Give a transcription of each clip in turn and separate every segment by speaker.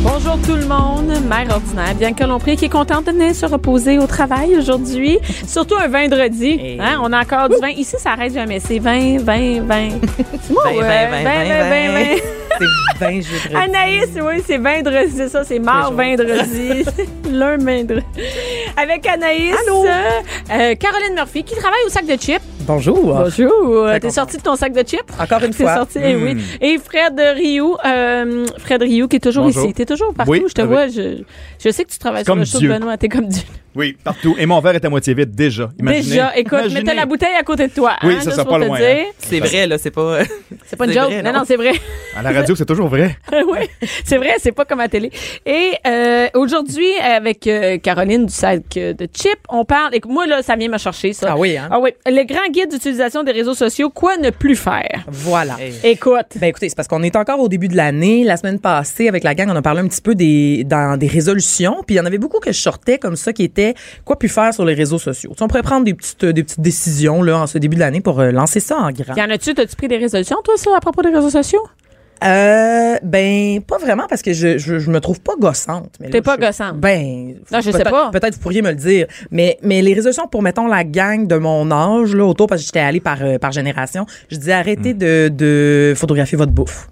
Speaker 1: Bonjour tout le monde, mère ordinaire, bien que l'on prie, qui est contente de venir se reposer au travail aujourd'hui, surtout un vendredi. Hein, on a encore du vin. Ici, ça arrête jamais. C'est 20, 20, 20. C'est moi, ouais.
Speaker 2: 20, 20, 20, 20. C'est 20
Speaker 1: Anaïs, oui, c'est vendredi, c'est ça, c'est mort vendredi. L'un vendredi. Avec Anaïs, euh, euh, Caroline Murphy, qui travaille au sac de chips.
Speaker 2: Bonjour.
Speaker 1: Bonjour. T'es
Speaker 2: Très content.
Speaker 1: sorti de ton sac de chips?
Speaker 2: Encore une
Speaker 1: T'es
Speaker 2: fois.
Speaker 1: sorti, eh
Speaker 3: Hmm.
Speaker 1: oui. Et Fred Rioux, euh, Fred Rioux, qui est toujours
Speaker 3: Bonjour.
Speaker 1: ici. T'es toujours partout,
Speaker 3: Oui,
Speaker 1: je te
Speaker 3: oui.
Speaker 1: vois. Je, je sais que tu travailles
Speaker 3: Comme
Speaker 1: sur le show
Speaker 3: Dieu.
Speaker 1: de Benoît. T'es comme Dieu.
Speaker 3: Oui, partout. Et mon verre est à moitié vide déjà. Imaginez.
Speaker 1: Déjà, écoute,
Speaker 3: Imaginez.
Speaker 1: mettais la bouteille à côté de toi.
Speaker 3: Oui,
Speaker 1: hein,
Speaker 3: ça
Speaker 1: juste
Speaker 3: sera
Speaker 1: pour
Speaker 3: pas
Speaker 1: te
Speaker 3: loin,
Speaker 1: dire.
Speaker 2: C'est vrai, là, c'est pas.
Speaker 1: C'est pas une
Speaker 2: C'est
Speaker 1: joke.
Speaker 2: vrai,
Speaker 1: non,
Speaker 2: non?
Speaker 1: non, c'est vrai.
Speaker 3: À la radio, c'est toujours vrai.
Speaker 1: oui, c'est vrai, c'est pas comme à télé. Et euh, aujourd'hui, avec euh, Caroline du sac euh, de Chip, on parle. Et moi, là, ça vient me chercher, ça.
Speaker 2: Ah oui, hein?
Speaker 1: Ah oui. Le grand guide d'utilisation des réseaux sociaux, quoi ne plus faire?
Speaker 2: Voilà.
Speaker 1: Écoute.
Speaker 2: Ben écoutez, c'est parce qu'on est encore au début de l'année. La semaine passée, avec la gang, on a parlé un petit peu des, dans des résolutions. Puis il y en avait beaucoup que je sortais comme ça qui étaient quoi plus faire sur les réseaux sociaux. Tu sais, on pourrait prendre des petites, euh, des petites décisions là, en ce début de l'année pour euh, lancer ça en grand.
Speaker 1: Y en a-tu, t'as-tu pris des résolutions, toi, ça, à propos des réseaux sociaux?
Speaker 2: Euh, ben, pas vraiment parce que je, je, je me trouve pas gossante. mais là,
Speaker 1: T'es pas
Speaker 2: je-
Speaker 1: gossante.
Speaker 2: Ben,
Speaker 1: Ah. Non, je sais
Speaker 2: peut-être-
Speaker 1: pas.
Speaker 2: Peut-être vous pourriez me le dire. Mais, mais les résolutions pour, mettons, la gang de mon âge, là, autour, parce que j'étais allée par, euh, par génération, je disais arrêtez
Speaker 3: Mm.
Speaker 2: de, de photographier votre bouffe.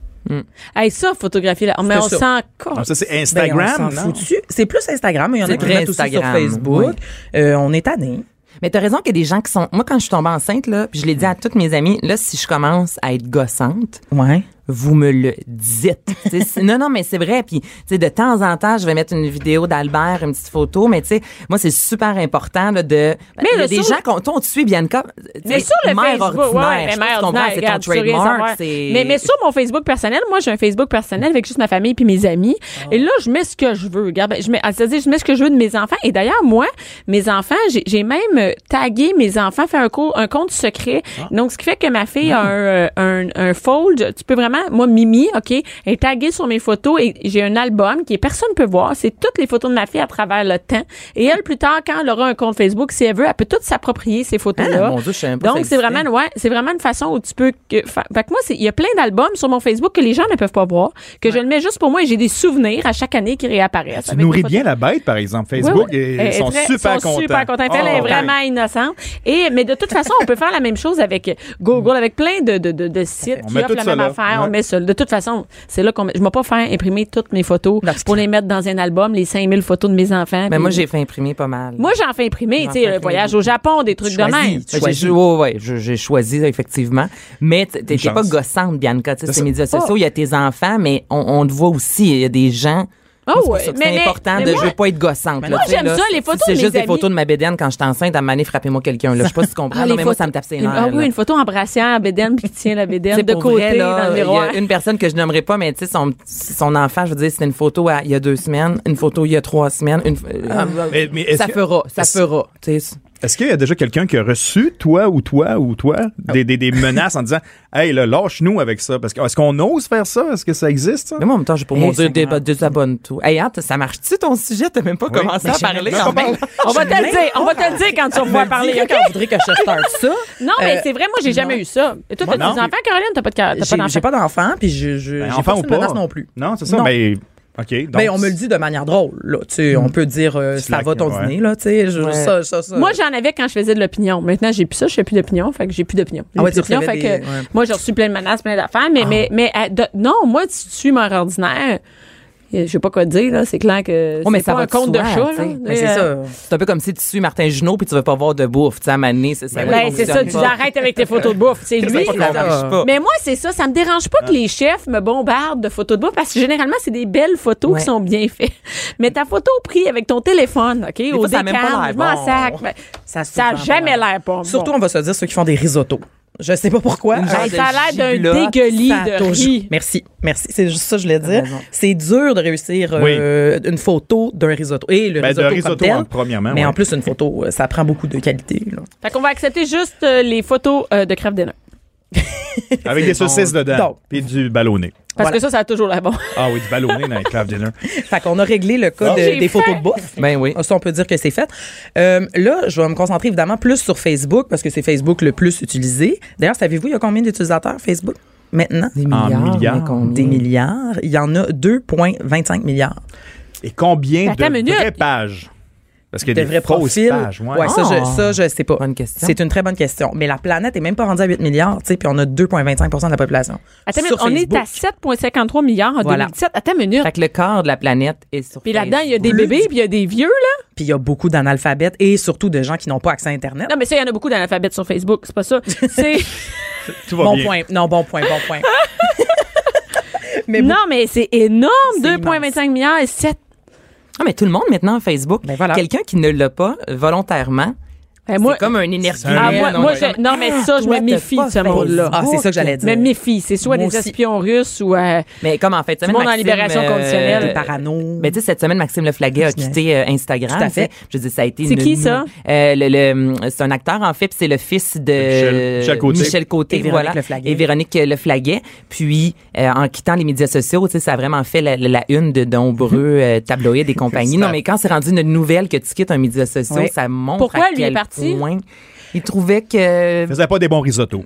Speaker 1: Hey, ça, photographier, là. Mais on
Speaker 2: ça.
Speaker 1: s'en colle.
Speaker 4: Ah,
Speaker 3: Non, ça, c'est
Speaker 2: Ben,
Speaker 3: Instagram.
Speaker 2: on s'en
Speaker 3: non?
Speaker 2: fout dessus. C'est plus Instagram, mais il y en a
Speaker 4: C'est
Speaker 2: qui
Speaker 4: très
Speaker 2: mettent aussi sur
Speaker 4: Instagram,
Speaker 2: Facebook. Euh, on est tanné.
Speaker 4: Mais t'as raison qu'il y a des gens qui sont. Moi, quand je suis tombée enceinte, là, puis je l'ai dit
Speaker 1: Mm.
Speaker 4: à toutes mes amies, là, si je commence à être gossante,
Speaker 2: Ouais.
Speaker 4: vous me le dites. Tu sais, c'est- non, non, mais c'est vrai. Puis, tu sais, de temps en temps, je vais mettre une vidéo d'Albert, une petite photo, mais tu sais, moi, c'est super important là, de.
Speaker 1: Mais
Speaker 4: il y
Speaker 1: le
Speaker 4: a des
Speaker 1: sur-
Speaker 4: gens qu'on on te suit, Bianca. tu
Speaker 1: Mais
Speaker 4: sais,
Speaker 1: sur le
Speaker 4: mère
Speaker 1: Facebook,
Speaker 4: ordinaire,
Speaker 1: ouais,
Speaker 4: je
Speaker 1: mais
Speaker 4: sais pas si
Speaker 1: mère
Speaker 4: tu comprends,
Speaker 1: ordinaire,
Speaker 4: c'est ton
Speaker 1: regarde, sur les affaires.
Speaker 4: trademark. c'est-
Speaker 1: Mais, mais sur mon Facebook personnel, moi, j'ai un Facebook personnel avec juste ma famille puis mes amis.
Speaker 4: Ah
Speaker 1: Et là, je mets ce que je veux. Regarde, ben, je mets, ah, c'est-à-dire, je mets ce que je veux de mes enfants. Et d'ailleurs, moi, mes enfants, j'ai, j'ai même euh, tagué mes enfants, fait un, co- un compte secret.
Speaker 4: Ah.
Speaker 1: Donc, ce qui fait que ma fille a un, euh, un, un fold. Tu peux vraiment, moi, Mimi, OK, est taguée sur mes photos et j'ai un album qui est- personne peut voir. C'est toutes les photos de ma fille à travers le temps. Et elle, plus tard, quand elle aura un compte Facebook, si elle veut, elle peut toutes s'approprier ces photos-là.
Speaker 4: Ah, mon Dieu, je savais même pas
Speaker 1: Donc,
Speaker 4: ça
Speaker 1: c'est
Speaker 4: existait.
Speaker 1: vraiment ouais, c'est vraiment une façon où tu peux. Que, fa- fait que moi, c'est- il y a plein d'albums sur mon Facebook que les gens ne peuvent pas voir, que je le mets juste pour moi et j'ai des souvenirs à chaque année qui réapparaissent.
Speaker 3: Tu
Speaker 1: avec
Speaker 3: nourris
Speaker 1: des
Speaker 3: bien
Speaker 1: photos.
Speaker 3: la bête, par exemple.
Speaker 1: Ouais,
Speaker 3: Facebook,
Speaker 1: ouais.
Speaker 3: et-
Speaker 1: Elle est
Speaker 3: ils sont
Speaker 1: très-
Speaker 3: super
Speaker 1: sont
Speaker 3: contents.
Speaker 1: super contents. Elle
Speaker 3: Oh,
Speaker 1: est vraiment innocente. Et, mais de toute façon, on peut faire la même chose avec Google, avec plein de, de, de, de sites
Speaker 3: On
Speaker 1: qui
Speaker 3: met
Speaker 1: offrent
Speaker 3: tout
Speaker 1: la
Speaker 3: ça
Speaker 1: même
Speaker 3: là.
Speaker 1: affaire. On
Speaker 3: Ouais.
Speaker 1: met ça. De toute façon, c'est là qu'on met- Je ne vais pas faire imprimer toutes mes photos
Speaker 2: Non, c'est
Speaker 1: pour
Speaker 2: clair.
Speaker 1: les mettre dans un album, les 5000 photos de mes enfants.
Speaker 4: Mais moi,
Speaker 1: puis-
Speaker 4: j'ai fait imprimer pas mal.
Speaker 1: Moi, j'en fais imprimer,
Speaker 4: J'en
Speaker 1: tu
Speaker 4: fais
Speaker 1: sais, le
Speaker 4: imprimer
Speaker 1: voyage
Speaker 4: beaucoup.
Speaker 1: au Japon, des trucs de
Speaker 2: Choisis.
Speaker 1: même.
Speaker 2: Tu
Speaker 4: Ouais,
Speaker 2: choisis.
Speaker 4: J'ai ouais, ouais, je- j'ai choisi là, effectivement, mais t- t'es t'es pas
Speaker 3: chance.
Speaker 4: gossante Bianca,
Speaker 3: C'est
Speaker 4: tu sais, ces
Speaker 3: ça.
Speaker 1: Oh!
Speaker 4: médias sociaux, il y a tes enfants, mais on, on te voit aussi, il y a des gens.
Speaker 1: Ah
Speaker 4: Moi, c'est pour
Speaker 1: ouais,
Speaker 4: ça que
Speaker 1: mais- mais-
Speaker 4: c'est important
Speaker 1: mais
Speaker 4: de
Speaker 1: moi-
Speaker 4: je veux pas être gossante. là,
Speaker 1: moi,
Speaker 4: tu sais,
Speaker 1: j'aime
Speaker 4: là,
Speaker 1: ça,
Speaker 4: si-
Speaker 1: les photos
Speaker 4: si
Speaker 1: de
Speaker 4: C'est
Speaker 1: mes
Speaker 4: juste des
Speaker 1: amis.
Speaker 4: photos de ma bédaine quand j'étais enceinte, à m'aller frappez-moi quelqu'un là, je sais pas si tu comprends,
Speaker 1: Ah,
Speaker 4: là,
Speaker 1: les
Speaker 4: mais moi
Speaker 1: photos-
Speaker 4: ça me tape ses
Speaker 1: une-
Speaker 4: nerfs.
Speaker 1: Ah oui,
Speaker 4: là.
Speaker 1: une photo en brassière, Bédène, puis qui tient la Bédène
Speaker 4: Tu sais,
Speaker 1: de
Speaker 4: pour
Speaker 1: côté
Speaker 4: vrai, là,
Speaker 1: dans le
Speaker 4: il y a
Speaker 1: miroir.
Speaker 4: une personne que je nommerai pas, mais tu sais, son, son enfant, je veux dire, c'était une photo à- il y a deux semaines, une photo il y a trois semaines, une, euh,
Speaker 3: Eh, Mais- mais Ah, est-ce
Speaker 4: ça
Speaker 3: que-
Speaker 4: fera, ça
Speaker 3: est-ce-
Speaker 4: fera. tu sais.
Speaker 3: Est-ce qu'il y a déjà quelqu'un qui a reçu, toi ou toi ou toi, des, des, des menaces en disant Hey, là, lâche-nous avec ça? Parce que est-ce qu'on ose faire ça? Est-ce que ça existe? ça?
Speaker 4: Mais moi, en même temps, j'ai pour
Speaker 2: Eh,
Speaker 4: mon Dieu, des,
Speaker 2: Seigneur.
Speaker 4: des abonnes, tout. Hey, Anne, ça marche-tu ton sujet? T'as même pas commencé à
Speaker 2: j'ai
Speaker 4: parler.
Speaker 2: même
Speaker 4: quand
Speaker 2: pas
Speaker 4: même.
Speaker 1: On va te le dire, on va te le dire quand tu vas parler.
Speaker 2: Dis-le
Speaker 1: OK?
Speaker 2: quand vous voudrez que je starte ça.
Speaker 1: Non,
Speaker 4: Euh,
Speaker 1: mais c'est vrai, moi, j'ai jamais eu ça. Et toi, t'as
Speaker 3: Moi,
Speaker 1: des
Speaker 3: non.
Speaker 1: enfants, Caroline? T'as pas de ca- t'as pas
Speaker 2: J'ai
Speaker 1: d'enfants?
Speaker 2: j'ai pas d'enfant, puis je, je j'ai
Speaker 3: Ben, enfant
Speaker 2: pas
Speaker 3: ou
Speaker 2: de
Speaker 3: pas?
Speaker 2: menace non plus.
Speaker 3: Non, c'est ça.
Speaker 2: Non.
Speaker 3: Mais, OK. Donc, Mm.
Speaker 2: Ben, on me le dit de manière drôle, là. Tu sais, on peut dire, euh, ça
Speaker 3: Slack,
Speaker 2: va ton
Speaker 3: ouais.
Speaker 2: dîner, là, tu sais, je-
Speaker 4: Ouais.
Speaker 2: ça, ça, ça.
Speaker 1: Moi, j'en avais quand je faisais de l'opinion. Maintenant, j'ai plus ça, je fais plus d'opinion. Fait que j'ai plus d'opinion. J'ai
Speaker 2: Ah ouais,
Speaker 1: plus
Speaker 2: tu
Speaker 1: d'opinion,
Speaker 2: recevais
Speaker 1: fait
Speaker 2: des-
Speaker 1: que
Speaker 2: ouais.
Speaker 1: Moi, j'ai reçu plein de menaces, plein d'affaires. Mais, mais,
Speaker 4: Ah.
Speaker 1: mais euh, de- non, moi, si tu suis mon ordinaire, euh, je sais pas quoi te dire, là. C'est clair que
Speaker 4: Oh, mais
Speaker 1: c'est
Speaker 4: ça
Speaker 1: pas
Speaker 4: va
Speaker 1: un
Speaker 4: de
Speaker 1: compte de
Speaker 4: soi,
Speaker 1: chat,
Speaker 4: tu sais. Ben,
Speaker 1: là.
Speaker 2: Mais c'est
Speaker 1: Euh,
Speaker 2: ça.
Speaker 4: C'est un peu comme si tu suis Martin Junot puis tu veux pas voir de bouffe, tu sais, à un moment donné, c'est ça.
Speaker 1: Ben, c'est ça, tu dis arrête avec tes photos de bouffe. C'est lui,
Speaker 4: ça
Speaker 1: là.
Speaker 4: marche pas.
Speaker 1: Mais moi, c'est ça. Ça me dérange pas que les chefs me bombardent de photos de bouffe parce que généralement, c'est des belles photos
Speaker 4: Ouais.
Speaker 1: qui sont bien faites. Mais ta photo prise avec ton téléphone, OK, au
Speaker 4: fois, ça a même pas
Speaker 1: décam,
Speaker 4: l'air
Speaker 1: je m'en
Speaker 4: bon.
Speaker 1: sac. Ben, ça
Speaker 2: Ça
Speaker 1: n'a
Speaker 2: a souvent
Speaker 1: jamais
Speaker 2: pas l'air.
Speaker 1: l'air bon.
Speaker 2: Surtout,
Speaker 1: Bon.
Speaker 2: on va se dire ceux qui font des risottos. Je sais pas pourquoi.
Speaker 4: Une
Speaker 2: Euh,
Speaker 4: genre
Speaker 1: Hey,
Speaker 4: de
Speaker 1: ça a l'air d'un
Speaker 4: giblotte,
Speaker 1: dégueulis
Speaker 2: ça
Speaker 1: de
Speaker 2: touche.
Speaker 1: riz.
Speaker 2: Merci, merci. C'est juste ça que je voulais dire.
Speaker 4: raison.
Speaker 2: C'est dur de réussir euh, une photo d'un risotto. Et le
Speaker 3: Ben,
Speaker 2: risotto,
Speaker 3: d'un
Speaker 2: comme
Speaker 3: risotto,
Speaker 2: tel,
Speaker 3: hein, premièrement,
Speaker 2: Mais
Speaker 3: ouais.
Speaker 2: en plus, une photo, euh, ça prend beaucoup de qualité. là.
Speaker 1: Fait qu'on va accepter juste euh, les photos euh, de crève des
Speaker 3: Avec des saucisses dedans.
Speaker 2: Donc.
Speaker 3: Puis du ballonné.
Speaker 1: Parce
Speaker 2: Voilà.
Speaker 1: que ça, ça a toujours la bonne.
Speaker 3: Ah oui, du ballonné dans les club dinner.
Speaker 2: Fait qu'on a réglé le cas
Speaker 3: Ah.
Speaker 2: de-
Speaker 1: J'ai
Speaker 2: des photos
Speaker 1: fait.
Speaker 2: de bouffe. Ah,
Speaker 4: Ben oui.
Speaker 2: Ça, on peut dire que c'est fait. Euh, là, je vais me concentrer évidemment plus sur Facebook parce que c'est Facebook le plus utilisé. D'ailleurs, savez-vous, il y a combien d'utilisateurs Facebook maintenant?
Speaker 4: Des
Speaker 3: En milliards.
Speaker 4: Ah, mais combien?
Speaker 2: Des milliards. Il y en a 2,25 milliards.
Speaker 3: Et combien
Speaker 1: Attends une
Speaker 3: de
Speaker 1: minute.
Speaker 3: vraies pages? Parce qu'il y
Speaker 2: de
Speaker 3: a des
Speaker 2: vrais
Speaker 3: fausses
Speaker 2: profils.
Speaker 3: pages. Ouais.
Speaker 2: Ouais, ça,
Speaker 4: Ah.
Speaker 2: je, ça, je sais pas.
Speaker 4: Bonne question.
Speaker 2: C'est une très bonne question. Mais la planète est même pas rendue à 8 milliards, tu sais, puis on a 2,25 de la population.
Speaker 1: Attends, une
Speaker 2: Sur
Speaker 1: minute, on est
Speaker 2: Facebook.
Speaker 1: à 7,53 milliards en
Speaker 2: Voilà.
Speaker 1: 2017. Attends une minute.
Speaker 4: Fait que le corps de la planète est sur
Speaker 1: Puis là-dedans, il y a des
Speaker 4: Facebook.
Speaker 1: bébés, puis il y a des vieux, là.
Speaker 2: Puis il y a beaucoup d'analphabètes et surtout de gens qui n'ont pas accès à Internet.
Speaker 1: Non, mais ça, il y en a beaucoup dans l'alphabet sur Facebook. C'est pas ça. C'est.
Speaker 3: Ah, Tout va
Speaker 2: bon
Speaker 3: bien.
Speaker 2: point. Non, bon point, bon point. mais bon,
Speaker 1: non, mais c'est énorme.
Speaker 2: C'est
Speaker 1: 2,25 milliards et 7.
Speaker 4: Ah, mais tout le monde maintenant a Facebook.
Speaker 2: Ben voilà.
Speaker 4: Quelqu'un qui ne l'a pas euh, volontairement,
Speaker 1: Ben, moi,
Speaker 4: c'est comme un énergie.
Speaker 1: Ah,
Speaker 3: Mais
Speaker 1: moi,
Speaker 3: non,
Speaker 1: moi,
Speaker 3: mais-
Speaker 1: je- non, mais ça, je me
Speaker 4: Toi, t'as
Speaker 1: méfie
Speaker 4: pas
Speaker 1: de ce monde-là.
Speaker 2: Ah, c'est ça que j'allais dire.
Speaker 1: Mais méfie. C'est soit
Speaker 2: Moi
Speaker 1: des
Speaker 2: aussi.
Speaker 1: espions russes ou. euh,
Speaker 4: Mais comme en fait, euh,
Speaker 1: Du monde en libération conditionnelle.
Speaker 2: euh, des parano.
Speaker 4: Mm. Mais tu sais, cette semaine, Maxime Leflaguet a quitté euh, Instagram.
Speaker 2: Tout à fait.
Speaker 4: tu sais. Je dis, ça a été
Speaker 1: C'est
Speaker 4: une-
Speaker 1: qui, ça?
Speaker 4: Euh, le- le- c'est un acteur, en fait, puis c'est le fils de
Speaker 3: Michel- Michel Côté.
Speaker 4: Côté,
Speaker 2: Et Véronique
Speaker 4: voilà.
Speaker 2: Leflaguet.
Speaker 4: Et Véronique Leflaguet. Puis, euh, en quittant les médias sociaux, tu sais, ça a vraiment fait la, la- la une de nombreux euh, tabloïds et compagnie. non, mais quand c'est rendu une nouvelle que tu quittes un média social,
Speaker 2: Ouais.
Speaker 4: ça montre
Speaker 1: Pourquoi
Speaker 4: à
Speaker 1: lui
Speaker 4: quel
Speaker 1: est parti?
Speaker 4: point il trouvait que...
Speaker 3: Il faisait pas des bons risottos.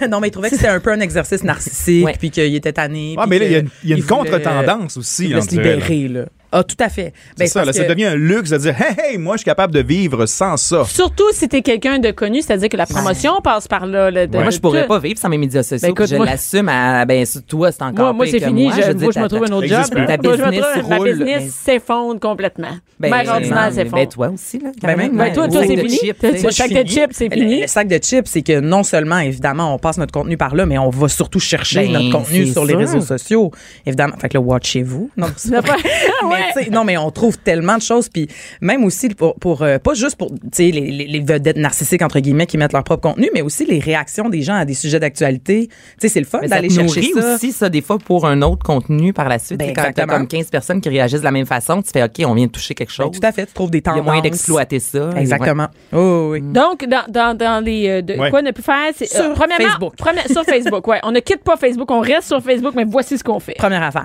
Speaker 2: non, mais il trouvait que c'était un peu un exercice narcissique,
Speaker 4: Ouais.
Speaker 2: puis qu'il était tanné.
Speaker 3: Ah,
Speaker 2: puis
Speaker 3: mais là, il y a
Speaker 2: que
Speaker 3: une, il y a une
Speaker 2: il voulait-
Speaker 3: contre-tendance aussi.
Speaker 2: Il
Speaker 3: on
Speaker 2: voulait se
Speaker 3: dirait, là.
Speaker 2: libérer, là. Ah, tout à fait.
Speaker 3: C'est
Speaker 2: Ben,
Speaker 3: ça, là,
Speaker 2: parce
Speaker 3: ça
Speaker 2: que-
Speaker 3: devient un luxe de dire Hey, hey, moi, je suis capable de vivre sans ça.
Speaker 1: Surtout si t'es quelqu'un de connu, c'est-à-dire que la promotion passe par là. là, de-
Speaker 4: Ben, Moi,
Speaker 1: de
Speaker 4: je pourrais
Speaker 1: tout.
Speaker 4: pas vivre sans mes médias sociaux.
Speaker 1: Ben, écoute,
Speaker 4: puis je
Speaker 1: moi-
Speaker 4: l'assume à, ben, sur toi, c'est encore
Speaker 1: Moi, moi
Speaker 4: pire
Speaker 1: c'est
Speaker 4: que
Speaker 1: fini.
Speaker 4: moi.
Speaker 1: je,
Speaker 4: veux
Speaker 1: moi, je
Speaker 4: dire,
Speaker 1: me
Speaker 4: ta-
Speaker 1: trouve un autre job.
Speaker 3: existe pas.
Speaker 1: Moi,
Speaker 4: Ta
Speaker 1: je me
Speaker 4: business
Speaker 1: trouve- ma
Speaker 4: roule,
Speaker 1: business s'effondre complètement.
Speaker 4: Ben,
Speaker 1: Ma ordinaire
Speaker 4: non, mais ben,
Speaker 1: s'effondre.
Speaker 4: toi aussi, là.
Speaker 2: Ben,
Speaker 4: même,
Speaker 2: ben,
Speaker 1: Ben, toi,
Speaker 2: Ouais,
Speaker 1: toi,
Speaker 2: ouais.
Speaker 1: c'est
Speaker 2: Sac de
Speaker 1: fini.
Speaker 4: chips,
Speaker 1: Toi,
Speaker 4: tu sais.
Speaker 1: Le sac
Speaker 2: Moi,
Speaker 1: de
Speaker 2: je finis.
Speaker 1: chips, c'est
Speaker 2: Le-
Speaker 1: fini.
Speaker 2: Le, sac de chips, c'est que non seulement, évidemment, on passe notre contenu par là, mais on va surtout chercher
Speaker 4: Ben,
Speaker 2: notre contenu
Speaker 4: c'est
Speaker 2: sur les
Speaker 4: sûr.
Speaker 2: réseaux sociaux. Évidemment. Fait que là, watchez-vous. Non, c'est pas vrai.
Speaker 1: Ouais.
Speaker 2: mais, tu sais, non, mais on trouve tellement de choses. Puis même aussi, pour, pour, euh, pas juste pour tu sais, les, les- les vedettes narcissiques, entre guillemets, qui mettent leur propre contenu, mais aussi les réactions des gens à des sujets d'actualité. Tu sais, c'est le fun
Speaker 4: Mais ça
Speaker 2: d'aller
Speaker 4: te
Speaker 2: chercher
Speaker 4: nourrit
Speaker 2: Ben, ça.
Speaker 4: aussi ça des fois pour un autre contenu par la suite.
Speaker 2: Ben,
Speaker 4: Tu sais, quand t'as
Speaker 2: exactement.
Speaker 4: comme 15 personnes qui réagissent de la même façon, tu fais OK, on vient de toucher quelque
Speaker 2: Ben,
Speaker 4: chose.
Speaker 2: tout à fait. Tu trouves des
Speaker 4: Il
Speaker 2: tendances.
Speaker 4: y Mm. a moyen d'exploiter ça.
Speaker 2: Exactement. Oh, oui.
Speaker 1: Donc, dans, dans, dans les. euh, de-
Speaker 3: Ouais.
Speaker 1: Quoi ne plus faire? c'est, euh,
Speaker 2: Sur
Speaker 1: premièrement,
Speaker 2: Facebook.
Speaker 1: premi- sur Facebook, ouais. On ne quitte pas Facebook, on reste sur Facebook, mais voici ce qu'on fait.
Speaker 2: Première affaire.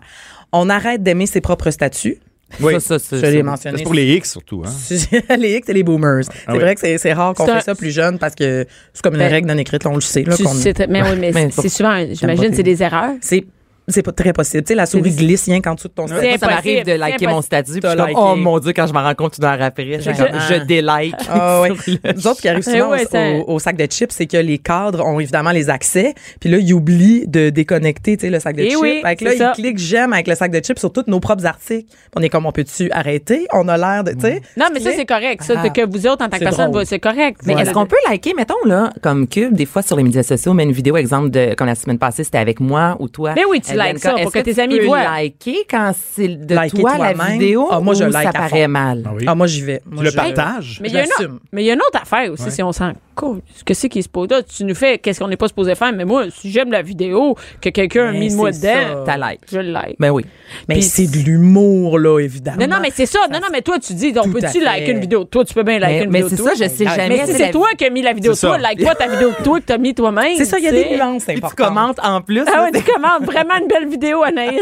Speaker 2: On arrête d'aimer ses propres statuts.
Speaker 3: Oui.
Speaker 4: Ouais. Ça, ça, ça,
Speaker 2: Je
Speaker 4: ça.
Speaker 2: l'ai
Speaker 3: Ça,
Speaker 2: mentionné.
Speaker 3: C'est pour les X surtout. Hein?
Speaker 2: les X et les boomers. c'est
Speaker 3: oui.
Speaker 2: vrai que c'est- c'est rare qu'on
Speaker 1: C'est un-
Speaker 2: fait ça plus jeune parce que c'est comme une
Speaker 1: Ben,
Speaker 2: règle non écrite, là, on le sait. Là,
Speaker 1: Tu-
Speaker 2: qu'on-
Speaker 1: c'est- mais oui, mais
Speaker 4: Mais
Speaker 1: c'est
Speaker 4: pas-
Speaker 1: souvent, un- j'imagine,
Speaker 2: pas
Speaker 1: c'est des erreurs.
Speaker 2: C'est c'est pas très possible. Tu sais, la souris glisse rien qu'en dessous de ton
Speaker 1: C'est
Speaker 4: Moi,
Speaker 2: stade.
Speaker 4: ça m'arrive
Speaker 1: impossible,
Speaker 4: de liker
Speaker 1: c'est
Speaker 4: mon statut. Puis
Speaker 2: T'as
Speaker 4: je suis
Speaker 2: liké.
Speaker 4: comme, oh mon Dieu, quand je m'en rends compte une heure après, je,
Speaker 2: Exactement.
Speaker 4: je délike.
Speaker 2: Ah ouais.
Speaker 4: sur le-
Speaker 2: Nous autres qui arrivent
Speaker 1: Eh
Speaker 2: souvent
Speaker 1: ouais,
Speaker 2: au-
Speaker 1: ça-
Speaker 2: au, au sac de chips, c'est que les cadres ont évidemment les accès, puis là ils oublient de déconnecter, tu sais, le sac de
Speaker 1: Eh
Speaker 2: chips.
Speaker 1: oui,
Speaker 2: Fait que
Speaker 1: c'est
Speaker 2: là
Speaker 1: ça.
Speaker 2: ils cliquent j'aime avec le sac de chips sur tous nos propres articles. On est comme on peut tu arrêter On a l'air de, tu sais.
Speaker 1: Non, mais ça,
Speaker 2: clique.
Speaker 1: c'est correct. Ça,
Speaker 2: Ah.
Speaker 1: que vous autres, en tant que
Speaker 2: C'est
Speaker 1: personne,
Speaker 2: drôle.
Speaker 1: vous- c'est correct.
Speaker 4: Mais
Speaker 1: Voilà.
Speaker 4: est-ce qu'on peut liker, mettons, là, comme Cube, des fois sur les médias sociaux, mais une vidéo, exemple, de, comme la semaine passée, c'était avec moi ou toi.
Speaker 1: Mais oui, tu
Speaker 4: euh, Bianca.
Speaker 1: likes ça pour
Speaker 4: Est-ce
Speaker 1: que tes
Speaker 4: tu
Speaker 1: amis
Speaker 4: peux
Speaker 1: voient?
Speaker 4: liker quand c'est de
Speaker 2: Liker
Speaker 4: toi la
Speaker 2: toi-même?
Speaker 4: vidéo
Speaker 2: Ah, moi, je
Speaker 4: ou
Speaker 2: like
Speaker 4: ça
Speaker 2: à
Speaker 4: paraît
Speaker 2: fond.
Speaker 4: mal?
Speaker 3: Ah oui.
Speaker 2: Ah moi j'y vais. Moi,
Speaker 3: le
Speaker 2: je-
Speaker 3: partages?
Speaker 1: Mais il y a une
Speaker 2: J'assume.
Speaker 1: autre- mais il y a une autre affaire aussi,
Speaker 3: Ouais.
Speaker 1: si on s'en coule. Qu'est-ce qui se pose là? Tu nous fais qu'est-ce qu'on n'est pas supposé faire, mais moi, si j'aime la vidéo que quelqu'un a
Speaker 2: Mais
Speaker 1: mis de moi
Speaker 2: c'est
Speaker 1: dedans,
Speaker 4: T'as like.
Speaker 1: je le like.
Speaker 4: Ben oui.
Speaker 2: Mais
Speaker 1: Puis-
Speaker 2: c'est de l'humour là évidemment.
Speaker 1: Non, non, mais c'est ça. Non, non, mais toi, tu dis, on
Speaker 2: Tout à
Speaker 1: peut-tu
Speaker 2: fait.
Speaker 1: liker une vidéo de toi? Tu peux bien liker
Speaker 4: Mais-
Speaker 1: une
Speaker 4: mais
Speaker 1: vidéo de
Speaker 4: c'est
Speaker 1: toi.
Speaker 4: ça, je sais
Speaker 2: Mais
Speaker 4: jamais.
Speaker 1: Mais si
Speaker 4: la-
Speaker 1: c'est toi qui as mis la vidéo de
Speaker 3: C'est
Speaker 1: toi,
Speaker 3: ça.
Speaker 1: like pas ta vidéo de toi que t'as mis toi-même.
Speaker 2: C'est ça, il y a
Speaker 1: tu sais.
Speaker 2: des nuances
Speaker 4: Puis tu
Speaker 2: importantes.
Speaker 4: commentes en plus.
Speaker 1: Ah
Speaker 4: là,
Speaker 1: ouais, tu commandes vraiment une belle vidéo, Anaïs.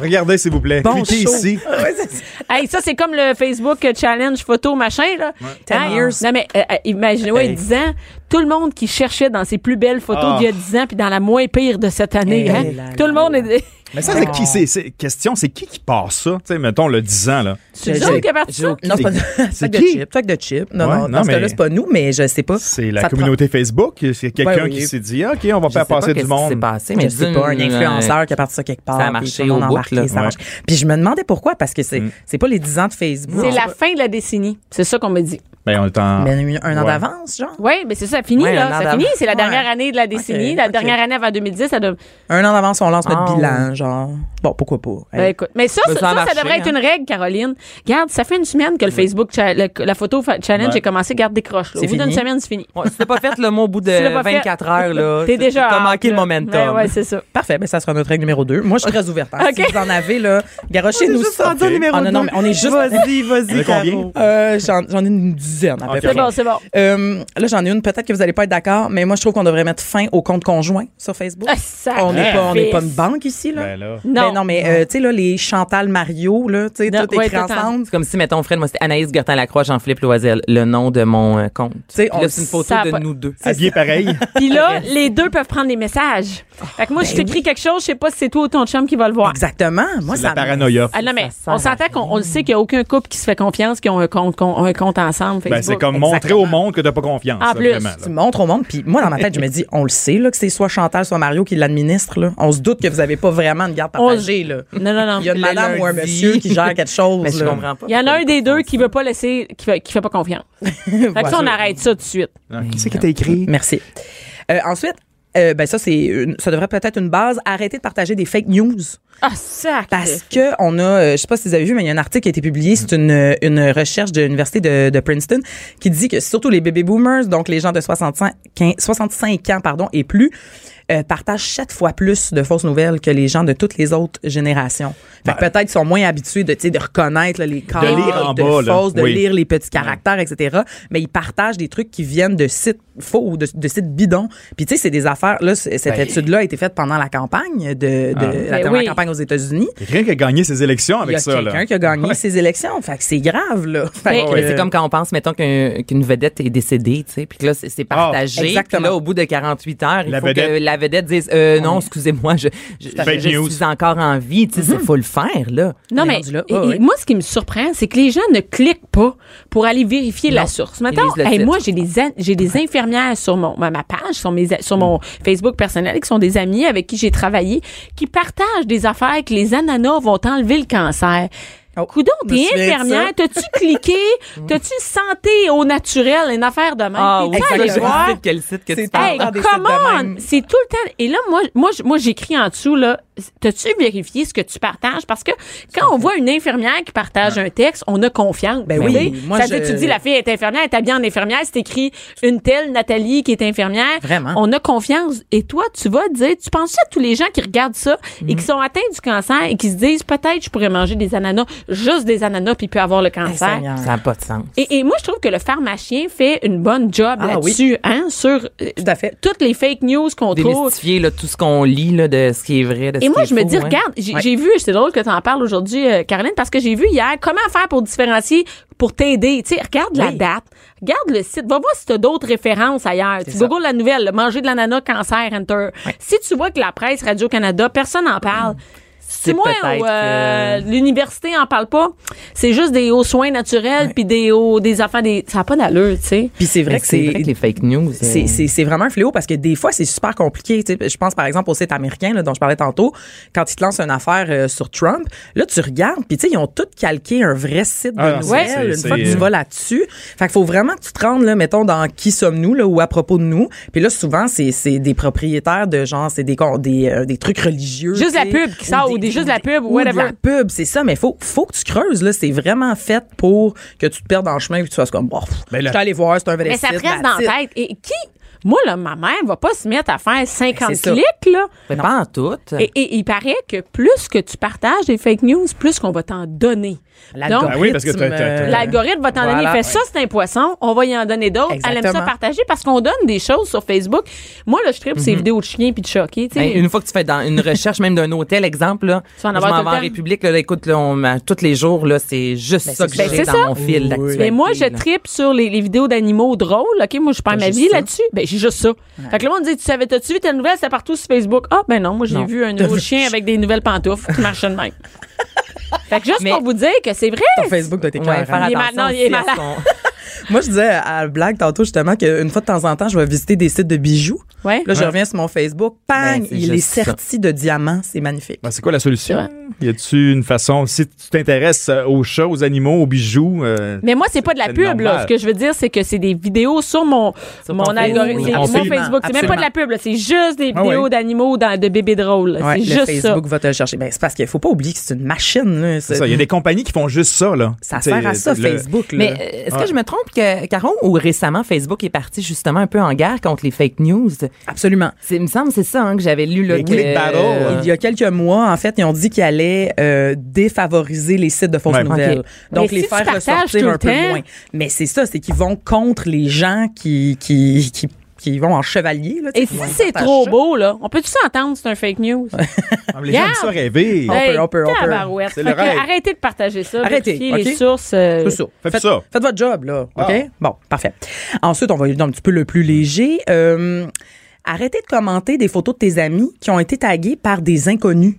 Speaker 3: Regardez, s'il vous plaît. Cliquez
Speaker 2: show. Ah
Speaker 3: ici.
Speaker 2: Ouais, c'est ça.
Speaker 1: hey, ça, c'est comme le Facebook challenge photo machin, là. Hein?
Speaker 2: years.
Speaker 1: Non, mais euh, euh, imaginez, ouais, 10 ans, tout le monde qui cherchait dans ses plus belles photos
Speaker 3: Ah.
Speaker 1: d'il y a 10 ans, puis dans la moins pire de cette année,
Speaker 2: Eh
Speaker 1: hein?
Speaker 2: là là
Speaker 1: tout le monde est.
Speaker 3: Mais ça,
Speaker 2: Ah.
Speaker 3: c'est qui? C'est, c'est- question, c'est qui qui part ça? Tu sais, mettons, le 10 ans, là.
Speaker 1: tu
Speaker 2: Je-
Speaker 1: dis donc
Speaker 2: j'ai-
Speaker 1: qu'il y a parti ça?
Speaker 2: Non, c'est pas
Speaker 3: C'est
Speaker 2: sac de
Speaker 3: qui?
Speaker 2: chips, sac de chips. Non,
Speaker 3: Ouais,
Speaker 2: non,
Speaker 3: non,
Speaker 2: dans ce cas-là,
Speaker 3: mais-
Speaker 2: c'est pas nous, mais je sais pas.
Speaker 3: C'est la
Speaker 2: Ça prend-
Speaker 3: communauté Facebook. C'est quelqu'un
Speaker 2: Ouais, oui.
Speaker 3: qui s'est dit, OK, on va
Speaker 4: Je sais
Speaker 3: faire
Speaker 4: pas
Speaker 3: passer du
Speaker 4: qu'est-ce qui s'est
Speaker 3: monde.
Speaker 4: passé,
Speaker 2: Mais
Speaker 4: mais
Speaker 2: je sais
Speaker 4: d'une-
Speaker 2: pas, un influenceur qui a parti ça quelque part.
Speaker 4: euh, ça a
Speaker 2: puis
Speaker 4: marché
Speaker 2: tout le monde
Speaker 4: au
Speaker 2: a
Speaker 4: bout,
Speaker 2: embarqué,
Speaker 4: là.
Speaker 2: ça
Speaker 3: Ouais.
Speaker 2: marche. Puis je me demandais pourquoi, parce que c'est c'est pas les 10 ans de Facebook.
Speaker 1: C'est la fin de la décennie. C'est ça qu'on me dit.
Speaker 3: Ben, on est en-
Speaker 2: Mais un an
Speaker 3: Ouais.
Speaker 2: d'avance, genre.
Speaker 1: Oui, mais c'est ça, ça finit,
Speaker 4: Ouais,
Speaker 1: là.
Speaker 4: un an
Speaker 1: Ça finit.
Speaker 4: d'avant.
Speaker 1: C'est la dernière
Speaker 2: Ouais.
Speaker 1: année de la décennie.
Speaker 2: Ok,
Speaker 1: la
Speaker 2: ok.
Speaker 1: dernière année avant 2010, ça, de-
Speaker 2: Un an d'avance, on lance notre
Speaker 4: Ah,
Speaker 2: bilan, genre. Bon, pourquoi pas.
Speaker 1: Ben,
Speaker 2: Hey.
Speaker 1: écoute. Mais ça,
Speaker 4: Ben,
Speaker 1: ça,
Speaker 4: ça
Speaker 1: ça,
Speaker 4: a
Speaker 1: ça
Speaker 4: marché,
Speaker 1: devrait être
Speaker 4: hein.
Speaker 1: une règle, Caroline. Garde, ça fait une semaine que le Facebook, cha- le- la photo fa- challenge,
Speaker 3: Ouais.
Speaker 1: j'ai commencé, garde décroche. Là. Au
Speaker 2: C'est
Speaker 1: bout d'une
Speaker 2: fini.
Speaker 1: semaine, c'est fini.
Speaker 4: Ouais, si t'as pas fait le mot au bout de
Speaker 1: Tu l'as pas fait.
Speaker 4: 24 heures, là.
Speaker 1: T'es déjà.
Speaker 4: Oh, T'as
Speaker 1: out,
Speaker 4: manqué le
Speaker 1: là.
Speaker 4: momentum.
Speaker 1: Ouais, ouais, c'est ça.
Speaker 2: Parfait, ben ça sera notre règle numéro 2. Moi, je suis très ouverte. hein.
Speaker 1: Ok.
Speaker 2: Si vous en avez, là, garochez-nous ça.
Speaker 3: rendu au numéro
Speaker 2: Ah, non, non, mais on est juste...
Speaker 4: Vas-y, vas-y.
Speaker 3: combien?
Speaker 2: Euh, J'en j'en ai une dizaine, à peu
Speaker 3: Ok.
Speaker 2: près.
Speaker 1: C'est bon, c'est bon.
Speaker 2: Euh, là, j'en ai une. Peut-être que vous n'allez pas être d'accord, mais moi, je trouve qu'on devrait mettre fin au compte conjoint sur Facebook.
Speaker 1: Ah, sacré
Speaker 2: on n'est pas, on n'est pas une
Speaker 1: fils.
Speaker 2: banque ici, là.
Speaker 3: Ben là.
Speaker 1: Non.
Speaker 2: Ben non, mais euh, tu sais, là, les Chantal Mario, là, tu sais,
Speaker 1: Non,
Speaker 2: tout
Speaker 1: ouais,
Speaker 2: écrit
Speaker 1: tout en-
Speaker 2: ensemble.
Speaker 4: C'est comme si, mettons, Fred, moi, c'était Anaïs Gertin-Lacroix, Jean-Philippe Loisel, le nom de mon euh, compte.
Speaker 2: sais,
Speaker 4: Puis
Speaker 2: on-
Speaker 4: là, c'est une photo
Speaker 1: ça a
Speaker 4: de
Speaker 1: pas-
Speaker 4: nous deux.
Speaker 3: Habillé pareil.
Speaker 1: Puis là, les deux peuvent prendre les messages. Fait que moi,
Speaker 2: Ben
Speaker 1: je t'écris quelque chose, je sais pas si c'est toi ou ton chum qui va le voir.
Speaker 2: Exactement. Moi,
Speaker 3: C'est de la
Speaker 2: ça. me-
Speaker 3: paranoïa.
Speaker 1: Ah non, mais
Speaker 4: Ça sert
Speaker 1: on s'entend qu'on on le sait qu'il n'y a aucun couple qui se fait confiance, qui ont un compte, qu'on- un compte ensemble.
Speaker 3: Ben,
Speaker 1: Facebook.
Speaker 3: c'est comme montrer
Speaker 2: Exactement.
Speaker 3: au monde que t'as pas confiance.
Speaker 1: En
Speaker 3: là,
Speaker 1: plus.
Speaker 3: vraiment, là.
Speaker 2: Tu montres au monde, puis moi, dans ma tête, je me dis, on le sait, là, que c'est soit Chantal, soit Mario qui l'administre, là. On se doute que vous n'avez pas vraiment de garde
Speaker 1: On-
Speaker 2: partagée, là.
Speaker 1: Non, non, non.
Speaker 2: Il y a une
Speaker 4: Le
Speaker 2: madame ou un
Speaker 4: lundi.
Speaker 2: monsieur qui gère quelque chose.
Speaker 4: Mais Ben, je
Speaker 2: là.
Speaker 4: comprends pas.
Speaker 1: Il y en a un des deux qui veut pas laisser, qui fait, qui fait pas confiance. Fait que ça, on arrête ça tout de suite.
Speaker 3: Ah, Qui c'est qui t'a écrit?
Speaker 2: Merci. Euh, ensuite, euh, ben ça, c'est une- ça devrait peut-être une base. Arrêtez de partager des fake news.
Speaker 1: Ah, ça.
Speaker 2: Parce que on a, euh, je sais pas si vous avez vu, mais il y a un article qui a été publié. C'est une, une recherche de l'université de, de Princeton qui dit que surtout les baby boomers, donc les gens de 65, 15 65 ans pardon et plus, euh, partagent sept fois plus de fausses nouvelles que les gens de toutes les autres générations. Fait que peut-être ils sont moins habitués de, tu sais, de reconnaître là, les cas
Speaker 3: Ben. lire en
Speaker 2: de
Speaker 3: bas, là.
Speaker 2: fausses, de
Speaker 3: Oui.
Speaker 2: lire les petits caractères, etc. Mais ils partagent des trucs qui viennent de sites faux ou de, de sites bidons. Puis tu sais, c'est des affaires. Là, c- cette
Speaker 3: Ben.
Speaker 2: étude-là a été faite pendant la campagne de, de
Speaker 3: Ah.
Speaker 2: la
Speaker 1: Ben
Speaker 2: dernière
Speaker 1: oui.
Speaker 2: campagne aux États-Unis.
Speaker 3: Rien qui a gagné ses élections
Speaker 2: Il y
Speaker 3: avec
Speaker 2: a
Speaker 3: ça, là.
Speaker 2: quelqu'un qui a gagné ses élections. Fait que c'est grave, là. Fait
Speaker 1: Mais-
Speaker 2: que,
Speaker 4: Mais C'est comme quand on pense, mettons, qu'un- qu'une vedette est décédée, tu sais, puis que là, c'est c'est partagé.
Speaker 2: exactement.
Speaker 4: Puis là, au bout de 48 heures, il
Speaker 3: Ah, La
Speaker 4: faut
Speaker 3: vedette.
Speaker 4: que la vedette dise, euh, non, excusez-moi, je, je,
Speaker 3: Fake
Speaker 4: je
Speaker 3: news. Mhm.
Speaker 4: suis encore en vie, tu sais, c'est- faut le faire, là.
Speaker 1: Non,
Speaker 2: On est
Speaker 1: mais
Speaker 2: rendu là.
Speaker 1: et-
Speaker 2: Ah,
Speaker 1: et
Speaker 2: ouais.
Speaker 1: moi, ce qui me surprend, c'est que les gens ne cliquent pas pour aller vérifier la source. Maintenant,
Speaker 4: lisent le titre.
Speaker 1: moi, j'ai des, an- j'ai des infirmières sur mon, ma ma page, sur, mes, a- sur mon Facebook personnel, qui sont des amis avec qui j'ai travaillé, qui partagent des affaires que les ananas vont enlever le cancer.
Speaker 2: Oh,
Speaker 1: Coudon,
Speaker 2: je me
Speaker 1: t'es
Speaker 2: souviens de
Speaker 1: infirmière,
Speaker 2: ça. Mm.
Speaker 1: t'as-tu cliqué, t'as-tu santé au naturel, une affaire de même?
Speaker 4: Ah
Speaker 1: T'es-tu
Speaker 2: Ah oui,
Speaker 1: allée
Speaker 2: ça, je
Speaker 1: voir?
Speaker 2: sais
Speaker 4: quel site que
Speaker 2: tu
Speaker 4: tu
Speaker 2: C'est- parles?
Speaker 1: Hey,
Speaker 4: parles?
Speaker 2: dans des sites
Speaker 1: come
Speaker 2: de
Speaker 1: on!
Speaker 2: même.
Speaker 1: C'est tout le temps. Et là, moi, moi, je- moi j'écris en dessous, là, t'as-tu vérifié ce que tu partages? Parce que quand on voit une infirmière qui partage un texte, on a confiance.
Speaker 2: Ben
Speaker 1: Tu
Speaker 2: oui,
Speaker 1: sais,
Speaker 2: moi,
Speaker 1: ça
Speaker 2: je-
Speaker 1: veut dire, tu dis, la fille est infirmière, elle est habillée en infirmière, c'est écrit une telle Nathalie qui est infirmière.
Speaker 2: Vraiment.
Speaker 1: On a confiance. Et toi, tu vas dire, tu penses à tous les gens qui regardent ça et
Speaker 2: Mhm.
Speaker 1: qui sont atteints du cancer et qui se disent, peut-être, je pourrais manger des ananas, juste des ananas, puis peut avoir le cancer.
Speaker 2: Seigneur.
Speaker 4: Ah, Ça n'a pas de sens.
Speaker 1: Et, et moi, je trouve que le pharmacien fait une bonne job
Speaker 2: Ah
Speaker 1: là-dessus, hein, sur euh,
Speaker 2: Tout à fait.
Speaker 1: toutes les fake news qu'on trouve.
Speaker 4: Démystifier là, tout ce qu'on lit là, de ce qui est vrai, de ce
Speaker 1: Et moi,
Speaker 4: qui
Speaker 1: je
Speaker 4: est
Speaker 1: me
Speaker 4: faux,
Speaker 1: dis,
Speaker 4: hein.
Speaker 1: regarde, j'ai
Speaker 4: Ouais.
Speaker 1: j'ai vu, c'est drôle que tu en parles aujourd'hui, euh, Caroline, parce que j'ai vu hier comment faire pour différencier, pour t'aider. Tu sais, regarde la
Speaker 2: Oui.
Speaker 1: date, regarde le site, va voir si tu as d'autres références ailleurs. Tu
Speaker 2: ça.
Speaker 1: googles la nouvelle, là, manger de l'ananas, cancer, enter. Si tu vois que la presse, Radio-Canada, personne n'en parle.
Speaker 4: C'est
Speaker 1: Si moi,
Speaker 4: peut-être
Speaker 1: ou, euh,
Speaker 4: que-
Speaker 1: l'université en parle pas, c'est juste des hauts soins naturels, puis des hauts, des affaires, des... ça n'a pas d'allure, tu sais.
Speaker 2: Puis c'est vrai
Speaker 4: Mais
Speaker 2: que
Speaker 4: c'est vrai
Speaker 2: c'est
Speaker 4: que les fake news.
Speaker 2: c'est,
Speaker 4: euh,
Speaker 2: c'est, c'est vraiment un fléau parce que des fois, c'est super compliqué. Tu sais, je pense par exemple au site américain là, dont je parlais tantôt. Quand ils te lancent une affaire euh, sur Trump, là, tu regardes, puis tu sais, ils ont tout calqué un vrai site de
Speaker 3: Ah, non, c'est-
Speaker 2: nouvelles
Speaker 3: c'est-
Speaker 2: une
Speaker 3: c'est,
Speaker 2: fois que
Speaker 3: euh,
Speaker 2: tu vas là-dessus. Fait qu'il faut vraiment que tu te rendes, là, mettons, dans qui sommes-nous là, ou à propos de nous. Puis là, souvent, c'est, c'est des propriétaires de genre, c'est des, con- des, euh, des trucs religieux.
Speaker 1: Juste
Speaker 2: tu
Speaker 1: la
Speaker 2: sais,
Speaker 1: pub qui sort, ou des- juste la pub, ou
Speaker 2: de la
Speaker 1: whatever.
Speaker 2: pub, c'est ça, mais faut, faut que tu creuses. là. C'est vraiment fait pour que tu te perdes en chemin et que tu fasses comme, bon, pff,
Speaker 3: Ben,
Speaker 2: je
Speaker 3: le-
Speaker 2: suis allé voir, c'est un vrai
Speaker 1: Mais ça
Speaker 2: site,
Speaker 1: te reste dans
Speaker 2: that's it.
Speaker 1: la tête. Et qui? Moi, là, ma mère va pas se mettre à faire 50
Speaker 2: Ben, c'est ça. Ben.
Speaker 1: clics, là.
Speaker 4: mais Pas en tout.
Speaker 1: Et, et il paraît que plus que tu partages des fake news, plus qu'on va t'en donner.
Speaker 2: L'algorithme,
Speaker 3: Ah oui, parce que t'as- t'as- t'as-
Speaker 2: euh,
Speaker 1: L'algorithme va t'en
Speaker 2: Voilà.
Speaker 1: donner. Il fait ça, c'est un poisson. On va y en donner d'autres. Elle aime ça
Speaker 2: Exactement.
Speaker 1: partager parce qu'on donne des choses sur Facebook. Moi, là, je tripe
Speaker 2: Mhm.
Speaker 1: ces vidéos de chiens puis de choqués. tu sais.
Speaker 4: Ben, une fois que tu fais dans une recherche même d'un hôtel exemple là,
Speaker 1: Tu vas en
Speaker 4: je
Speaker 1: avoir tout
Speaker 4: m'en
Speaker 1: le
Speaker 4: vais en
Speaker 1: temps.
Speaker 4: République là, écoute là, on m'a- tous les jours là, c'est juste ça que
Speaker 1: Ben,
Speaker 4: j'ai
Speaker 1: c'est
Speaker 4: dans
Speaker 1: ça.
Speaker 4: mon fil d'actualité.
Speaker 1: Mais moi, je
Speaker 4: là.
Speaker 1: tripe sur les, les vidéos d'animaux drôles. OK, moi, je perds ma
Speaker 2: juste
Speaker 1: vie
Speaker 2: ça.
Speaker 1: là-dessus. Ben, j'ai juste ça. Fait que le monde dit, tu savais, t'as-tu vu telle nouvelle? C'est partout sur Facebook. Ah, ben non, moi, j'ai vu un nouveau chien avec des nouvelles pantoufles qui marchait de même. fait que juste
Speaker 4: Mais-
Speaker 1: pour vous dire que c'est vrai.
Speaker 2: Ton Facebook doit être
Speaker 4: Ouais,
Speaker 2: écœurant.
Speaker 4: faire
Speaker 1: Il est
Speaker 4: attention
Speaker 1: malade, il est
Speaker 4: aussi à ce
Speaker 1: malade.
Speaker 4: qu'on-
Speaker 2: Moi, je disais à la blague tantôt, justement, qu'une fois de temps en temps, je vais visiter des sites de bijoux.
Speaker 1: Ouais.
Speaker 2: Là, je reviens sur mon Facebook. Pang!
Speaker 4: Ben, c'est
Speaker 2: il est
Speaker 4: juste ça.
Speaker 2: serti de diamants. C'est magnifique.
Speaker 3: Ben, c'est quoi la solution?
Speaker 1: Ouais.
Speaker 3: Y a-tu une façon, si tu t'intéresses euh, aux chats, aux animaux, aux bijoux, euh,
Speaker 1: Mais moi, c'est pas de la
Speaker 3: C'est
Speaker 1: pub, là.
Speaker 3: normal.
Speaker 1: Ce que je veux dire, c'est que c'est des vidéos sur mon,
Speaker 4: Sur
Speaker 1: mon
Speaker 4: ton
Speaker 1: algorithme.
Speaker 4: Facebook.
Speaker 1: c'est
Speaker 3: Oui,
Speaker 1: mon
Speaker 3: absolument,
Speaker 1: Facebook. C'est même pas de la pub, là. C'est juste des
Speaker 3: Ah
Speaker 1: vidéos
Speaker 3: oui.
Speaker 1: d'animaux dans- de bébés drôles. là.
Speaker 2: Ouais,
Speaker 1: c'est
Speaker 2: le
Speaker 1: juste
Speaker 2: Facebook va te le chercher. Ben, c'est parce qu'il faut pas oublier que c'est une machine. Là.
Speaker 3: c'est ça. Il y a des compagnies qui font juste ça, là.
Speaker 2: Ça
Speaker 3: T'sais,
Speaker 2: sert à ça,
Speaker 3: le-
Speaker 2: Facebook. là.
Speaker 4: Mais euh, est-ce que je me trompe trompe, que- Caron, ou récemment, Facebook est parti justement un peu en guerre contre les fake news?
Speaker 2: Absolument.
Speaker 4: C'est- Il me semble que c'est ça hein, que j'avais lu. Là,
Speaker 3: Les
Speaker 4: que,
Speaker 3: click battles.
Speaker 4: euh,
Speaker 2: Il y a quelques mois, en fait, ils ont dit qu'ils allaient euh, défavoriser les sites de fausses
Speaker 3: Ouais.
Speaker 2: nouvelles.
Speaker 4: Ok.
Speaker 2: Donc,
Speaker 1: Mais
Speaker 2: les
Speaker 1: si tu
Speaker 2: faire
Speaker 1: partages tout
Speaker 2: ressortir
Speaker 1: le
Speaker 2: un peu
Speaker 1: temps-
Speaker 2: moins. Mais c'est ça, c'est qu'ils vont contre les gens qui, qui, qui, qui vont en chevalier. Là, tu
Speaker 1: Et
Speaker 2: sais,
Speaker 1: si
Speaker 2: qui vont
Speaker 1: c'est
Speaker 2: partager
Speaker 1: trop
Speaker 2: ça.
Speaker 1: beau, là, on peut-tu s'entendre que c'est un fake news?
Speaker 3: Ah, Les gens aiment
Speaker 1: Regarde.
Speaker 3: ça rêver.
Speaker 2: On peut, on peut, on peut.
Speaker 1: tabarouette.
Speaker 3: C'est le
Speaker 1: Fait que
Speaker 3: rêve.
Speaker 1: Arrêtez de partager ça.
Speaker 2: Arrêtez,
Speaker 1: Vérifiez
Speaker 2: ok?
Speaker 1: les sources. euh,
Speaker 2: C'est ça.
Speaker 3: Faites ça.
Speaker 2: Faites votre job, là. OK?
Speaker 3: Ah.
Speaker 2: Bon, parfait. Ensuite, on va aller dans un petit peu le plus léger. Euh, arrêtez de commenter des photos de tes amis qui ont été tagués par des inconnus.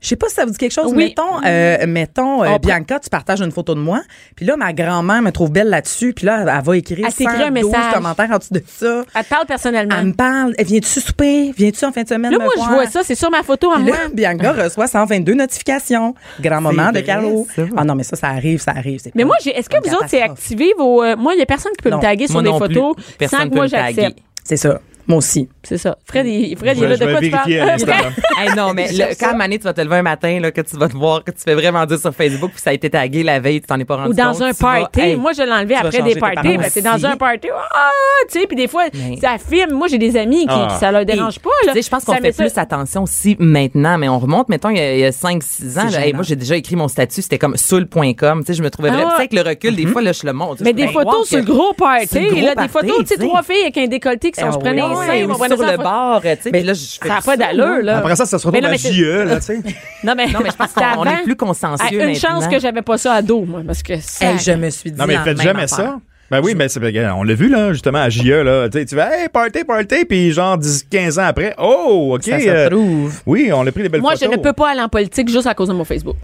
Speaker 2: Je sais pas si ça vous dit quelque chose.
Speaker 1: Oui.
Speaker 2: Mettons, euh, mettons euh,
Speaker 1: On prend-
Speaker 2: Bianca, tu partages une photo de moi. Puis là, ma grand-mère me trouve belle là-dessus. Puis là, elle, elle va écrire
Speaker 1: Elle t'écrit un
Speaker 2: 112
Speaker 1: message. Ah,
Speaker 2: commentaires en dessous de ça.
Speaker 1: Elle te parle personnellement.
Speaker 2: Elle me parle. Eh, Viens-tu souper? Viens-tu en fin de semaine
Speaker 1: Là,
Speaker 2: me
Speaker 1: moi,
Speaker 2: voir?
Speaker 1: je vois ça. C'est sur ma photo à
Speaker 2: Puis
Speaker 1: moi.
Speaker 2: là, Bianca reçoit 122 notifications. Grand-maman de
Speaker 4: C'est vrai,
Speaker 2: Caro.
Speaker 4: ça.
Speaker 2: Ah non, mais ça, ça arrive, ça arrive. C'est
Speaker 1: Mais
Speaker 2: pas-
Speaker 1: moi, j'ai- est-ce
Speaker 2: pas
Speaker 1: que
Speaker 2: une
Speaker 1: vous autres, c'est
Speaker 2: catastrophe.
Speaker 1: activé vos. euh, moi, il y a personne qui peut
Speaker 2: Non.
Speaker 1: me taguer
Speaker 4: Moi
Speaker 1: sur des
Speaker 4: non plus.
Speaker 1: photos
Speaker 4: Personne
Speaker 1: sans
Speaker 4: peut
Speaker 1: que moi
Speaker 4: me taguer.
Speaker 1: j'accepte.
Speaker 2: C'est ça. Moi aussi.
Speaker 1: C'est ça. Fred, il, Fred, il est
Speaker 3: Je
Speaker 1: là
Speaker 3: je
Speaker 1: de
Speaker 3: vais
Speaker 1: quoi tu
Speaker 3: vérifier à
Speaker 1: parles?
Speaker 3: l'instant.
Speaker 4: Hey, non, mais le- quand Mané, tu vas te lever un matin, là, que tu vas te voir, que tu fais vraiment dire sur Facebook, puis ça a été tagué la veille, tu t'en es pas rendu
Speaker 1: Ou dans
Speaker 4: compte,
Speaker 1: un
Speaker 4: tu vas-
Speaker 1: party.
Speaker 4: Hey,
Speaker 1: moi, je l'ai enlevé
Speaker 2: tu vas
Speaker 1: après
Speaker 2: changer
Speaker 1: des
Speaker 2: tes
Speaker 1: parties.
Speaker 2: parents
Speaker 1: Ben, c'est
Speaker 2: aussi.
Speaker 1: dans un party. Ah, tu sais, puis des fois,
Speaker 4: Mais-
Speaker 1: ça filme. Moi, j'ai des amis qui,
Speaker 3: Ah.
Speaker 1: qui- ça leur dérange pas. là.
Speaker 4: Tu sais, je pense
Speaker 1: Ça
Speaker 4: qu'on
Speaker 1: met ça-
Speaker 4: fait plus attention aussi maintenant, mais on remonte, mettons, il y a, 5-6 ans.
Speaker 2: C'est
Speaker 4: là, hey,
Speaker 2: gênant.
Speaker 4: moi, j'ai déjà écrit mon statut, c'était comme soul.com. Tu sais, je me trouvais
Speaker 1: Ah
Speaker 4: vraiment.
Speaker 1: ouais.
Speaker 4: Tu sais, avec le recul, des fois, là, je le montre.
Speaker 1: Mais des photos sur le gros party.
Speaker 4: sur le gros
Speaker 1: Et là, des
Speaker 4: party,
Speaker 1: photos, tu sais,
Speaker 4: tu sais. Ah
Speaker 1: trois filles avec un décolleté qui sont,
Speaker 4: on
Speaker 1: se prenaient les seins. hein, on prenait
Speaker 4: sur
Speaker 1: ça en
Speaker 4: le
Speaker 1: photo.
Speaker 4: bord, tu sais.
Speaker 2: Mais
Speaker 4: puis là, je fais
Speaker 1: Ça n'a pas d'allure, là.
Speaker 3: Après ça, ça se
Speaker 1: Mais
Speaker 3: retrouve
Speaker 1: non,
Speaker 3: à
Speaker 1: mais c'est-
Speaker 3: JE, là, tu sais.
Speaker 1: Non, mais,
Speaker 4: Non, mais je pense qu'on
Speaker 1: c'était
Speaker 4: on est
Speaker 1: avant.
Speaker 4: plus consciencieux
Speaker 1: Ah, Une
Speaker 4: maintenant.
Speaker 1: chance que j'avais pas ça à dos, moi, parce que
Speaker 2: Hey,
Speaker 1: ça.
Speaker 2: je me suis dit.
Speaker 3: Non, mais
Speaker 2: la
Speaker 3: faites
Speaker 2: même
Speaker 3: jamais
Speaker 2: affaire.
Speaker 3: ça. Ben oui, mais c'est regarde, on l'a vu là, justement à JE là, tu sais, tu vas hey party party puis genre 10 15 ans après, oh OK.
Speaker 2: Ça se
Speaker 3: euh,
Speaker 2: retrouve.
Speaker 3: oui, on a pris les belles
Speaker 1: Moi, je
Speaker 3: photos.
Speaker 1: ne peux pas aller en politique juste à cause de mon Facebook.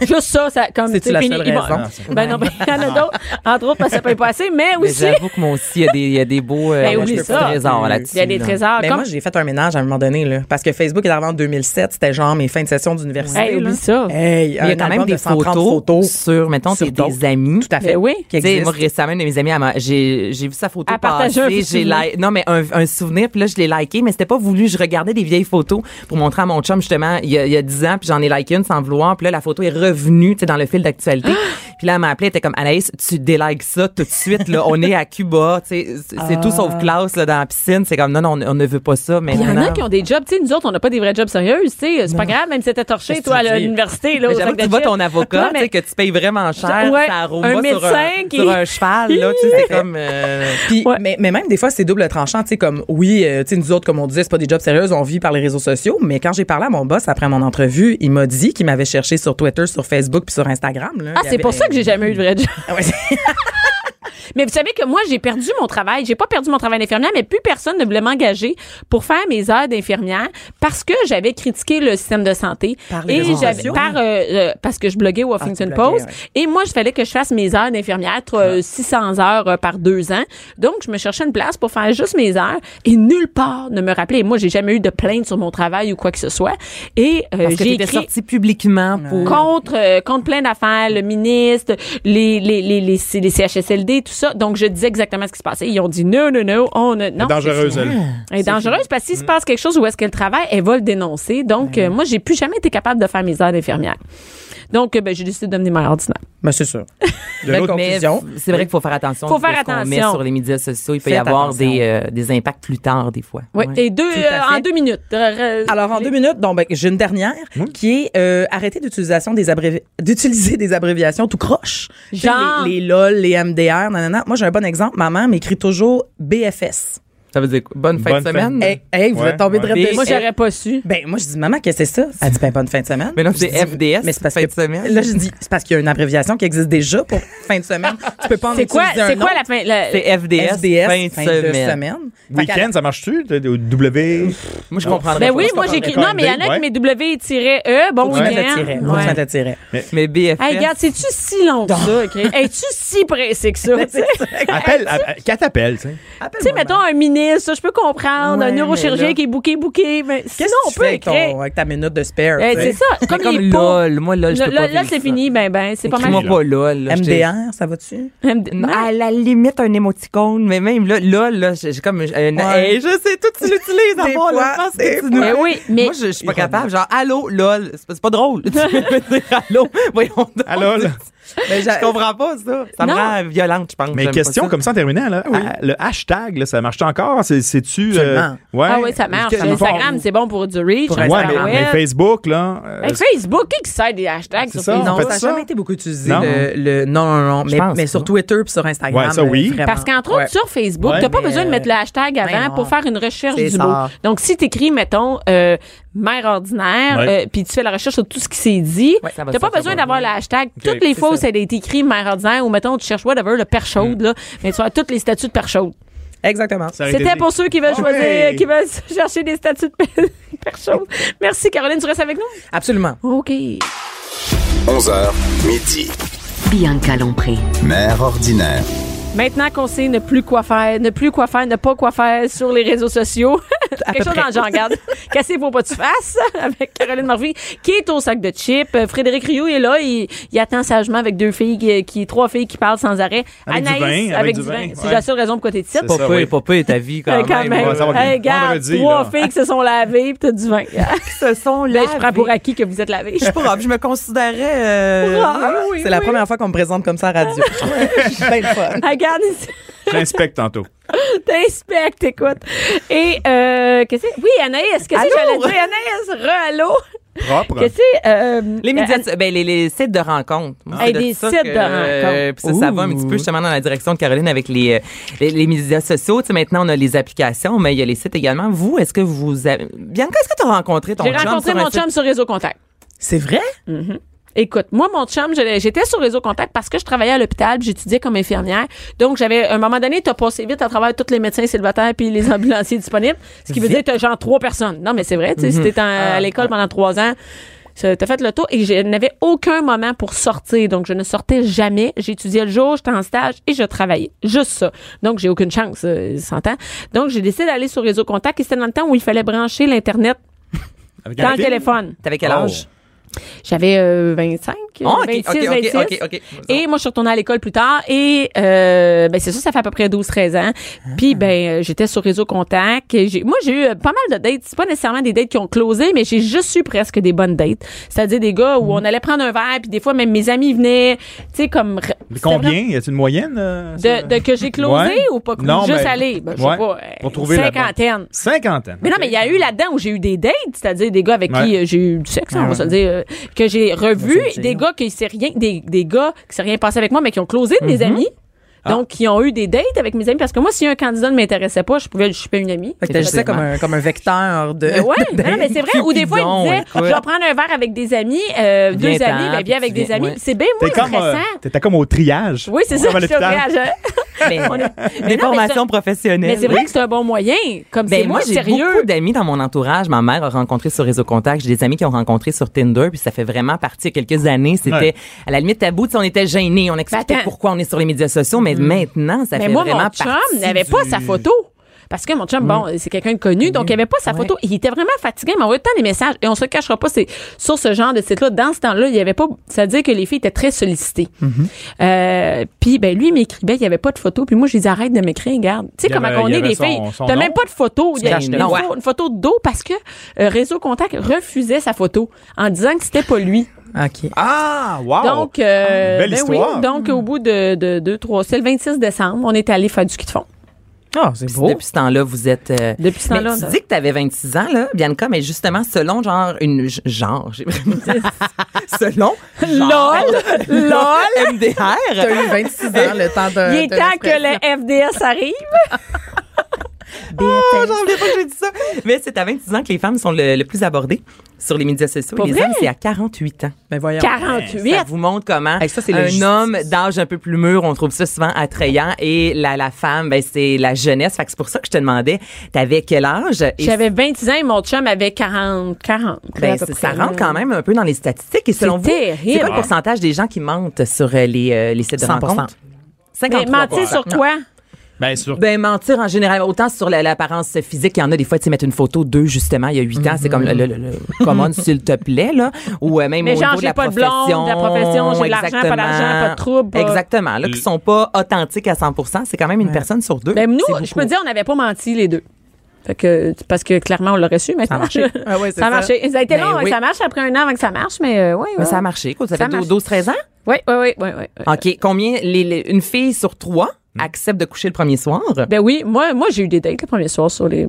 Speaker 1: juste ça, ça comme
Speaker 2: C'est-tu
Speaker 1: tu sais,
Speaker 2: la
Speaker 1: fini.
Speaker 2: seule
Speaker 1: Ils vont-
Speaker 2: raison?
Speaker 1: Ben non, ben, il y en a d'autres. Entre autres, parce que ça peut pas assez, mais
Speaker 4: Mais
Speaker 1: aussi,
Speaker 4: J'avoue que moi aussi, il y a des- il y, a des beaux euh,
Speaker 1: Ben,
Speaker 4: il y a
Speaker 1: oublie
Speaker 4: des
Speaker 1: ça.
Speaker 4: trésors là-dessus.
Speaker 1: il y a des
Speaker 4: là.
Speaker 1: trésors.
Speaker 2: Mais
Speaker 1: comme...
Speaker 2: Ben, moi, j'ai fait un ménage à un moment donné, là, parce que Facebook est arrivé en 2007. C'était genre mes fins de session d'université.
Speaker 1: Hey,
Speaker 2: là.
Speaker 1: oublie ça.
Speaker 2: Hey, euh,
Speaker 4: Il y a quand même des photos, sur, mettons,
Speaker 2: sur
Speaker 4: tes-
Speaker 2: d'autres.
Speaker 4: des amis.
Speaker 2: Tout à fait.
Speaker 1: Ben oui.
Speaker 2: Qui
Speaker 4: Tu sais,
Speaker 2: existent.
Speaker 4: moi, récemment, une de mes amies, elle m'a- j'ai j'ai vu sa photo
Speaker 1: Elle partageait un
Speaker 4: passer,
Speaker 1: vieux
Speaker 4: j'ai
Speaker 1: souvenir.
Speaker 4: li- Non, mais un, un souvenir, puis là, je l'ai liké, mais c'était pas voulu. Je regardais des vieilles photos pour montrer à mon chum, justement, il y a, il y a 10 ans, puis j'en ai liké une sans vouloir, puis là, la photo est revenue, tu sais, dans le fil d'actualité.
Speaker 1: Ah!
Speaker 4: puis là, elle m'a appelé, elle était comme, Anaïs, tu délikes ça tout de suite, là. On est à Cuba, tu sais, c'est c'est tout sauf classe, là, dans la piscine. C'est comme, non, non, on, on ne veut pas ça, mais
Speaker 1: Ah. Il y en a
Speaker 4: non.
Speaker 1: qui ont des jobs, tu sais, nous autres, on n'a pas des vrais jobs sérieux, tu sais, c'est pas grave, même si t'étais torché, toi,
Speaker 3: que tu
Speaker 1: à
Speaker 3: dis?
Speaker 1: l'université, là,
Speaker 4: Mais
Speaker 1: au sac
Speaker 4: j'avoue que
Speaker 1: de
Speaker 4: tu vois
Speaker 1: chips.
Speaker 4: ton avocat,
Speaker 1: Non,
Speaker 4: tu
Speaker 1: mais-
Speaker 4: sais, que tu payes vraiment cher,
Speaker 1: Ouais,
Speaker 4: ça arrose
Speaker 1: un
Speaker 4: sur, un,
Speaker 1: médecin qui-
Speaker 4: sur un cheval, là, tu sais, c'est comme... euh,
Speaker 2: Puis,
Speaker 1: Ouais.
Speaker 2: mais, mais même des fois, c'est double tranchant. Tu sais, comme, oui, euh, tu sais, nous autres, comme on disait, c'est pas des jobs sérieux, on vit par les réseaux sociaux. Mais quand j'ai parlé à mon boss après mon entrevue, il m'a dit qu'il m'avait cherché sur Twitter, sur Facebook, puis sur Instagram. là.
Speaker 1: Ah,
Speaker 2: Il
Speaker 1: c'est
Speaker 2: avait-
Speaker 1: pour ça que j'ai jamais eu de vrai job.
Speaker 2: Ah ouais, c'est-
Speaker 1: Mais vous savez que moi, j'ai perdu mon travail. J'ai pas perdu mon travail d'infirmière, mais plus personne ne voulait m'engager pour faire mes heures d'infirmière parce que j'avais critiqué le système de santé.
Speaker 2: Par les réseaux
Speaker 1: j'avais-
Speaker 2: sociaux. Ah,
Speaker 1: par, euh, euh, Parce que je bloguais au Washington
Speaker 2: tu bloguais, Ah.
Speaker 1: Post. Et moi, je fallait que je fasse mes heures d'infirmière, tr- euh, 600 heures euh, par deux ans. Donc, je me cherchais une place pour faire juste mes heures et nulle part ne me rappelait. Moi, j'ai jamais eu de plainte sur mon travail ou quoi que ce soit. Et euh,
Speaker 4: Parce que
Speaker 1: j'ai
Speaker 4: t'étais
Speaker 1: écrit
Speaker 4: sorti publiquement pour...
Speaker 1: contre euh, contre plein d'affaires, le ministre, les les, les les C- les CHSLD, tout ça. Donc je disais exactement ce qui se passait. Ils ont dit non non non, on ne- non.
Speaker 3: dangereuse elle. Mm.
Speaker 1: Elle est dangereuse parce que s'il se passe quelque chose où est-ce qu'elle travaille, elle va le dénoncer. Donc euh, moi j'ai plus jamais été capable de faire mes heures d'infirmière. Donc euh, ben, j'ai décidé de devenir ma ordinaire.
Speaker 2: Ben, c'est sûr.
Speaker 3: De
Speaker 2: Belle
Speaker 3: l'autre-
Speaker 4: Mais
Speaker 2: conclusion.
Speaker 4: c'est vrai qu'il faut faire attention.
Speaker 1: Faut
Speaker 4: de
Speaker 1: faire
Speaker 4: ce qu'on met
Speaker 1: attention.
Speaker 4: sur les médias sociaux, il peut y
Speaker 2: Faites
Speaker 4: avoir
Speaker 2: attention.
Speaker 4: des, euh, des impacts plus tard, des fois.
Speaker 1: Ouais.
Speaker 4: Ouais.
Speaker 1: Et deux
Speaker 2: Tout à
Speaker 1: euh,
Speaker 2: fait.
Speaker 1: en deux minutes. Euh,
Speaker 2: Alors, en deux minutes, donc, ben, j'ai une dernière qui est euh, arrêter d'utilisation des abrévi- d'utiliser des abréviations tout croche. Tu sais,
Speaker 1: Genre?
Speaker 2: Les, les LOL, les MDR, nanana. Moi, j'ai un bon exemple. Ma mère m'écrit toujours BFS.
Speaker 4: Ça veut dire quoi? Bonne fin
Speaker 3: Bonne
Speaker 4: de
Speaker 3: fin.
Speaker 4: semaine?
Speaker 2: Hey, hey, vous
Speaker 3: Ouais,
Speaker 2: êtes tombé
Speaker 3: ouais.
Speaker 2: direct dessus.
Speaker 1: euh, moi j'aurais pas su.
Speaker 2: Ben, moi, je dis, maman, qu'est-ce que c'est ça? Elle dit, ben, bonne fin de semaine.
Speaker 4: Mais non,
Speaker 2: Je
Speaker 4: c'est
Speaker 2: dis,
Speaker 4: FDS,
Speaker 2: Mais c'est parce
Speaker 4: fin
Speaker 2: que,
Speaker 4: de semaine.
Speaker 2: Là, je dis, c'est parce qu'il y a une abréviation qui existe déjà pour fin de semaine. tu peux pas en
Speaker 1: C'est quoi
Speaker 2: utiliser un
Speaker 1: c'est quoi
Speaker 2: autre.
Speaker 1: la fin la-
Speaker 4: C'est FDS,
Speaker 2: SDS,
Speaker 4: fin de semaine.
Speaker 2: Fait qu'elle-
Speaker 3: Week-end, ça marche-tu T'as des W
Speaker 4: Moi, je comprendrais
Speaker 1: Ben
Speaker 4: pas.
Speaker 1: oui,
Speaker 3: Parce
Speaker 1: moi
Speaker 3: qu'on
Speaker 1: j'ai
Speaker 3: parle
Speaker 1: écrit- non mais il y en a
Speaker 3: ouais.
Speaker 1: qui met W-E, E. bon
Speaker 2: Faut que tu
Speaker 1: week-end.
Speaker 2: te tirais. Faut que tu
Speaker 1: Ouais.
Speaker 2: te tirais.
Speaker 4: Mais BFF.
Speaker 1: Hey, regarde, c'est-tu si long que ça, OK? Es-tu si pressé que ça, tu sais?
Speaker 3: Appelle qu'elle t'appelle, tu sais.
Speaker 1: Tu sais, mettons un ministre, ça, je peux comprendre,
Speaker 2: Ouais,
Speaker 1: un
Speaker 2: mais
Speaker 1: neurochirurgien
Speaker 2: là-
Speaker 1: qui est bouqué, bouqué, mais sinon,
Speaker 2: Qu'est-ce que
Speaker 1: on
Speaker 2: tu
Speaker 1: peut
Speaker 2: fais avec,
Speaker 1: écrire.
Speaker 2: ton- avec ta minute de spare?
Speaker 1: Eh,
Speaker 2: tu sais?
Speaker 1: c'est ça,
Speaker 4: C'est
Speaker 1: comme,
Speaker 4: comme
Speaker 1: les pauvres.
Speaker 4: LOL. Moi, LOL, je
Speaker 1: Là,
Speaker 4: peux pas
Speaker 1: là,
Speaker 4: vivre
Speaker 1: c'est
Speaker 4: ça.
Speaker 1: fini, ben, ben, c'est pas
Speaker 4: Écris-moi
Speaker 1: mal.
Speaker 3: mal.
Speaker 4: pas LOL. là, je te-
Speaker 2: MDR, ça va-tu?
Speaker 4: Non, À la limite, un émoticône, mais même là, là, là j'ai j'ai comme un.
Speaker 2: Ouais.
Speaker 4: Hey, je sais, tout tu l'utilises
Speaker 2: Des
Speaker 4: avant
Speaker 2: fois,
Speaker 4: là, parce
Speaker 2: des
Speaker 4: que tu nous-
Speaker 1: Mais oui, mais-
Speaker 4: Moi, je je suis pas capable. Genre, allô, lol. C'est pas- c'est pas drôle. Tu peux me dire allô. Voyons donc.
Speaker 3: Allô, là.
Speaker 2: Mais j'a-
Speaker 4: Je comprends pas ça. Ça
Speaker 1: Non.
Speaker 4: me rend violente, je pense.
Speaker 3: Mais
Speaker 4: J'aime
Speaker 3: question
Speaker 4: pas ça.
Speaker 3: comme ça en terminant, là, à- le hashtag, là, ça marche encore? C'est- C'est-tu. euh,
Speaker 2: Absolument.
Speaker 3: ouais.
Speaker 1: Ah oui, ça marche.
Speaker 3: Est-ce que-
Speaker 1: Instagram, c'est bon pour du reach.
Speaker 3: Ouais, mais,
Speaker 1: Instagram,
Speaker 3: mais Facebook, là. euh,
Speaker 1: Hey, Facebook, qui sert des hashtags
Speaker 3: C'est
Speaker 1: sur
Speaker 3: ça.
Speaker 1: Facebook?
Speaker 2: Non,
Speaker 3: fait
Speaker 2: Ah, ça n'a
Speaker 3: ça?
Speaker 2: jamais été beaucoup utilisé.
Speaker 3: Non.
Speaker 2: Le, le- non, non, non. Mais,
Speaker 4: pense
Speaker 2: mais
Speaker 4: pas.
Speaker 2: sur Twitter puis sur Instagram.
Speaker 3: Ouais, ça, oui.
Speaker 2: euh, vraiment.
Speaker 1: Parce qu'entre autres,
Speaker 2: Ouais.
Speaker 1: sur Facebook,
Speaker 3: Ouais,
Speaker 1: t'as pas
Speaker 2: mais,
Speaker 1: besoin de mettre le hashtag
Speaker 2: ben
Speaker 1: avant
Speaker 2: non.
Speaker 1: pour faire une recherche
Speaker 2: C'est
Speaker 1: du
Speaker 2: ça.
Speaker 1: mot. Donc, si t'écris, mettons, euh, mère ordinaire,
Speaker 3: Ouais.
Speaker 1: euh, puis tu fais la recherche sur tout ce qui s'est dit,
Speaker 4: Ouais, ça va
Speaker 1: t'as pas
Speaker 4: sortir
Speaker 1: besoin
Speaker 4: pas
Speaker 1: d'avoir le hashtag. Toutes les
Speaker 3: c'est
Speaker 1: fois où ça a été écrit mère ordinaire, ou mettons, tu cherches whatever, le père chaude, là, mais tu as toutes les statuts de père chaude.
Speaker 2: Exactement.
Speaker 3: Hmm. ça aurait été-
Speaker 1: C'était pour ceux qui veulent
Speaker 3: Ah
Speaker 1: choisir,
Speaker 3: ouais.
Speaker 1: qui veulent chercher des statuts de père chaude. Merci, Caroline, tu restes avec nous?
Speaker 2: Absolument.
Speaker 1: OK.
Speaker 5: 11h, midi.
Speaker 6: Bianca Lompré.
Speaker 5: Mère ordinaire.
Speaker 1: Maintenant qu'on sait ne plus quoi faire, ne plus quoi faire, ne pas quoi faire sur les réseaux sociaux, quelque chose dans le genre, regarde, cassez vos pas de face avec Caroline Morphy, qui est au sac de chips. Euh, Frédéric Rioux est là, il, il attend sagement avec deux filles, qui, qui- trois filles qui parlent sans arrêt.
Speaker 3: Avec du
Speaker 1: Anaïs,
Speaker 3: vin, avec
Speaker 1: avec
Speaker 3: du
Speaker 1: du
Speaker 3: vin,
Speaker 1: vin. C'est
Speaker 3: ouais.
Speaker 1: la seule raison pourquoi t'es titre.
Speaker 3: C'est
Speaker 4: Pas
Speaker 3: Ça,
Speaker 4: peu,
Speaker 3: oui.
Speaker 4: pas peu, ta vie quand,
Speaker 1: Hey, quand même.
Speaker 3: Ouais, ça va
Speaker 1: Hey,
Speaker 3: bien.
Speaker 1: regarde,
Speaker 3: Vendredi,
Speaker 1: trois
Speaker 3: là.
Speaker 1: filles qui se sont lavées, puis t'as du vin.
Speaker 4: Ce sont
Speaker 1: Là,
Speaker 4: là.
Speaker 1: Ben, je prends pour acquis que vous êtes lavés.
Speaker 4: Je suis pas Je me considérais. euh,
Speaker 1: Ah, oui,
Speaker 2: C'est la
Speaker 1: oui.
Speaker 2: première fois qu'on me présente comme ça à la radio. C'est bien le fun.
Speaker 1: Regarde ici.
Speaker 3: J'inspecte tantôt.
Speaker 1: T'inspectes, écoute. Et, euh, qu'est-ce que Oui, Anaïs, qu'est-ce que j'allais dire? Anaïs, re-allô.
Speaker 3: Propre.
Speaker 1: Qu'est-ce que, euh, Ah.
Speaker 4: Les médias, ben, les, les sites de rencontres. Moi,
Speaker 1: Hey,
Speaker 4: c'est
Speaker 1: des
Speaker 4: ça
Speaker 1: sites
Speaker 4: que,
Speaker 1: de rencontres.
Speaker 4: puis ça, ça va un petit peu justement dans la direction de Caroline avec les, euh, les, les médias sociaux. Tu sais, maintenant, on a les applications, mais il y a les sites également. Vous, est-ce que vous... avez- Bianca, est-ce que tu as rencontré ton
Speaker 1: J'ai
Speaker 4: chum?
Speaker 1: rencontré
Speaker 4: sur un
Speaker 1: mon
Speaker 4: site?
Speaker 1: chum sur Réseau Contact.
Speaker 2: C'est vrai?
Speaker 1: Écoute, moi, mon chum, je l'ai- j'étais sur Réseau Contact parce que je travaillais à l'hôpital, puis j'étudiais comme infirmière. Donc, j'avais, à un moment donné, t'as passé vite à travers tous les médecins célibataires puis les ambulanciers disponibles. Ce qui veut dire que t'as genre trois personnes. Non, mais c'est vrai, tu sais, si t'es en- à l'école pendant trois ans, ça- t'as fait le tour et je n'avais aucun moment pour sortir. Donc, je ne sortais jamais. J'étudiais le jour, j'étais en stage et je travaillais. Juste ça. Donc, j'ai aucune chance, euh, s'entend. Donc, j'ai décidé d'aller sur Réseau Contact et c'était dans le temps où il fallait brancher l'Internet
Speaker 3: Avec
Speaker 1: dans
Speaker 3: un
Speaker 1: le
Speaker 3: film?
Speaker 1: téléphone.
Speaker 4: T'avais quel
Speaker 3: Oh.
Speaker 4: âge?
Speaker 1: J'avais euh, 25,
Speaker 4: Ah, ok,
Speaker 1: 26,
Speaker 4: ok, ok,
Speaker 1: 26.
Speaker 4: ok, ok.
Speaker 1: Et moi, je suis retournée à l'école plus tard et euh, ben, c'est ça, ça fait à peu près 12-13 ans.
Speaker 4: Ah.
Speaker 1: Puis, ben, euh, j'étais sur Réseau Contact. et j'ai- Moi, j'ai eu euh, pas mal de dates. C'est pas nécessairement des dates qui ont closé, mais j'ai juste eu presque des bonnes dates. C'est-à-dire des gars
Speaker 4: Mm.
Speaker 1: où on allait prendre un verre, puis des fois, même mes amis venaient, tu sais, comme...
Speaker 3: Mais
Speaker 1: c'était
Speaker 3: Combien?
Speaker 1: vraiment-
Speaker 3: Y a-t-il une moyenne? euh,
Speaker 1: de,
Speaker 3: ça?
Speaker 1: de que j'ai closé
Speaker 3: Ouais.
Speaker 1: ou pas?
Speaker 3: Non,
Speaker 1: juste
Speaker 3: mais-
Speaker 1: aller? Ben, je sais
Speaker 3: ouais.
Speaker 1: pas.
Speaker 3: Pour
Speaker 1: euh,
Speaker 3: trouver la bonne.
Speaker 1: Cinquantaine.
Speaker 3: Cinquantaine.
Speaker 1: Mais non, mais il y a eu là-dedans où j'ai eu des dates, c'est-à-dire des gars avec qui
Speaker 3: Ouais.
Speaker 1: euh, j'ai eu du sexe, on va se le dire, euh, que j'ai revu,
Speaker 2: Ouais, c'est
Speaker 1: des
Speaker 2: le
Speaker 1: gars qui s'est rien, des, des gars qui s'est rien passé avec moi, mais qui ont closé de mes amis. Donc, qui ont eu des dates avec mes amis. Parce que moi, si un candidat ne m'intéressait pas, je pouvais le choper une amie.
Speaker 2: Fait que t'agissais comme un, comme un vecteur de.
Speaker 1: Mais ouais,
Speaker 2: de-
Speaker 1: non, mais c'est vrai. Ou des fois, il me
Speaker 4: Cupidon,
Speaker 1: disait, je
Speaker 4: écoute.
Speaker 1: vais prendre un verre avec des amis, euh, deux
Speaker 4: Viens-t'en,
Speaker 1: amis, ben,
Speaker 4: puis
Speaker 1: viens avec
Speaker 4: tu
Speaker 1: des
Speaker 4: viens,
Speaker 1: amis.
Speaker 4: ouais.
Speaker 1: C'est bien
Speaker 3: T'es
Speaker 1: moins
Speaker 3: comme, euh,
Speaker 1: stressant.
Speaker 3: t'étais comme au triage.
Speaker 1: Oui, c'est ça,
Speaker 3: Comme à
Speaker 1: je suis au
Speaker 3: l'hôpital.
Speaker 1: triage, hein.
Speaker 4: Mais,
Speaker 1: mais
Speaker 4: Ben, euh, des formations
Speaker 1: ça-
Speaker 4: professionnelles.
Speaker 1: Mais c'est vrai que c'est un bon moyen. Comme c'est
Speaker 4: Ben, moi,
Speaker 1: moins
Speaker 4: j'ai
Speaker 1: sérieux.
Speaker 4: beaucoup d'amis dans mon entourage. Ma mère a rencontré sur Réseau Contact. J'ai des amis qui ont rencontré sur Tinder. Puis ça fait vraiment partie, il y a quelques années, c'était
Speaker 3: Ouais.
Speaker 4: à la limite tabou. Tu sais, on était gênés. On expliquait
Speaker 1: Ben, attends.
Speaker 4: pourquoi on est sur les médias sociaux. Mais maintenant, ça
Speaker 1: Mais
Speaker 4: fait
Speaker 1: moi,
Speaker 4: vraiment
Speaker 1: mon
Speaker 4: partie
Speaker 1: chum n'avait
Speaker 4: du-
Speaker 1: pas sa photo. Parce que mon chum, bon,
Speaker 3: Mm.
Speaker 1: c'est quelqu'un de connu, donc il avait pas sa photo. Il était vraiment fatigué, il m'envoyait tant des messages. Et on se le cachera pas, c'est sur ce genre de site-là. Dans ce temps-là, il y avait pas. Ça veut dire que les filles étaient très sollicitées.
Speaker 3: Mm-hmm.
Speaker 1: Euh, puis ben lui, il m'écrivait, il y avait pas de photo. Puis moi, je lui dis arrête de m'écrire, regarde. Tu sais
Speaker 3: Il y
Speaker 1: comment
Speaker 3: avait-
Speaker 1: on
Speaker 3: il y
Speaker 1: est
Speaker 3: avait
Speaker 1: des
Speaker 3: son-
Speaker 1: filles.
Speaker 3: son
Speaker 1: T'as
Speaker 3: nom.
Speaker 1: même pas de photo. Il y a
Speaker 4: caches
Speaker 1: une,
Speaker 4: le nom.
Speaker 1: photo- une photo de dos parce que euh, Réseau Contact refusait sa photo en disant que c'était pas lui.
Speaker 2: OK.
Speaker 3: Ah, wow!
Speaker 1: Donc, euh,
Speaker 3: Ah! belle
Speaker 1: ben
Speaker 3: histoire. Mm.
Speaker 1: oui, donc au bout de, de deux, trois, c'est le 26 décembre, on est allé faire du ski de fond.
Speaker 2: Ah, c'est
Speaker 4: Puis
Speaker 2: beau.
Speaker 4: Depuis ce temps-là, vous êtes. euh,
Speaker 1: Depuis ce
Speaker 4: mais
Speaker 1: temps-là,
Speaker 4: Tu
Speaker 1: on a-
Speaker 4: dis que tu avais 26 ans, là, Bianca, mais justement, selon genre une. j- Genre, j'ai vraiment dit- Selon. genre,
Speaker 1: LOL, LOL.
Speaker 2: T'as
Speaker 4: MDR.
Speaker 2: eu 26 ans, le temps de.
Speaker 4: Euh,
Speaker 1: Il est
Speaker 2: de
Speaker 1: temps que
Speaker 2: l'expression.
Speaker 1: le FDS arrive.
Speaker 4: Ah, j'en reviens pas que j'ai dit ça. Mais c'est à 26 ans que les femmes sont le, le plus abordées sur les médias sociaux.
Speaker 1: Pour
Speaker 4: les
Speaker 1: vrai?
Speaker 4: hommes, c'est à 48 ans.
Speaker 2: Ben voyons.
Speaker 1: 48.
Speaker 4: Ça vous montre comment
Speaker 2: Hey, ça, c'est le
Speaker 4: un
Speaker 2: justice.
Speaker 4: homme d'âge un peu plus mûr, on trouve ça souvent attrayant. Et la, la femme, ben, c'est la jeunesse. Fait que c'est pour ça que je te demandais, t'avais quel âge? Et
Speaker 1: J'avais 26 ans et mon chum avait 40. 40
Speaker 4: ben,
Speaker 1: à peu
Speaker 4: c'est- ça
Speaker 1: près,
Speaker 4: rentre
Speaker 1: là.
Speaker 4: quand même un peu dans les statistiques. Et selon vous,
Speaker 1: terrible.
Speaker 4: c'est quoi le pourcentage des gens qui mentent sur euh, les, euh, les sites de
Speaker 2: 100%.
Speaker 4: rencontres?
Speaker 1: Mais
Speaker 4: 53
Speaker 1: Ben, mentir sur quoi?
Speaker 3: Ben, sur
Speaker 4: Ben, mentir en général, autant sur la- l'apparence physique, il y en a des fois, tu sais, mettre une photo d'eux, justement, il y a huit ans, c'est comme le, le, le- le- commande, s'il te plaît, là. Ou euh, même
Speaker 1: Mm-hmm. Mais
Speaker 4: au
Speaker 1: genre, j'ai
Speaker 4: niveau de la
Speaker 1: pas de blonde,
Speaker 4: profession,
Speaker 1: de la profession, j'ai de l'argent, pas d'argent,
Speaker 4: exactement.
Speaker 1: pas de trouble, pas-
Speaker 4: Exactement, là, qui sont pas authentiques à 100 c'est quand même une personne sur deux.
Speaker 1: Ben, nous,
Speaker 4: C'est
Speaker 1: je
Speaker 4: beaucoup.
Speaker 1: me dis, on n'avait pas menti les deux. Fait que, parce que clairement, on l'aurait su maintenant.
Speaker 4: a marché.
Speaker 2: Ah ouais, c'est
Speaker 1: ça a
Speaker 2: ça.
Speaker 1: marché. Ça a été
Speaker 4: Ben
Speaker 1: long, hein,
Speaker 4: oui.
Speaker 1: ça marche après un an avant que ça marche, mais euh, ouais,
Speaker 4: Mais
Speaker 1: ouais.
Speaker 4: ça a marché. Quoi, ça
Speaker 1: Ça
Speaker 4: fait
Speaker 1: marche. Euh,
Speaker 4: 12-13 ans?
Speaker 1: Oui, oui, oui, oui, oui.
Speaker 4: OK. Combien? les- les- une fille sur trois
Speaker 1: Mm.
Speaker 4: accepte de coucher le premier soir?
Speaker 1: Ben oui, moi, moi j'ai eu des dates le premier soir sur les.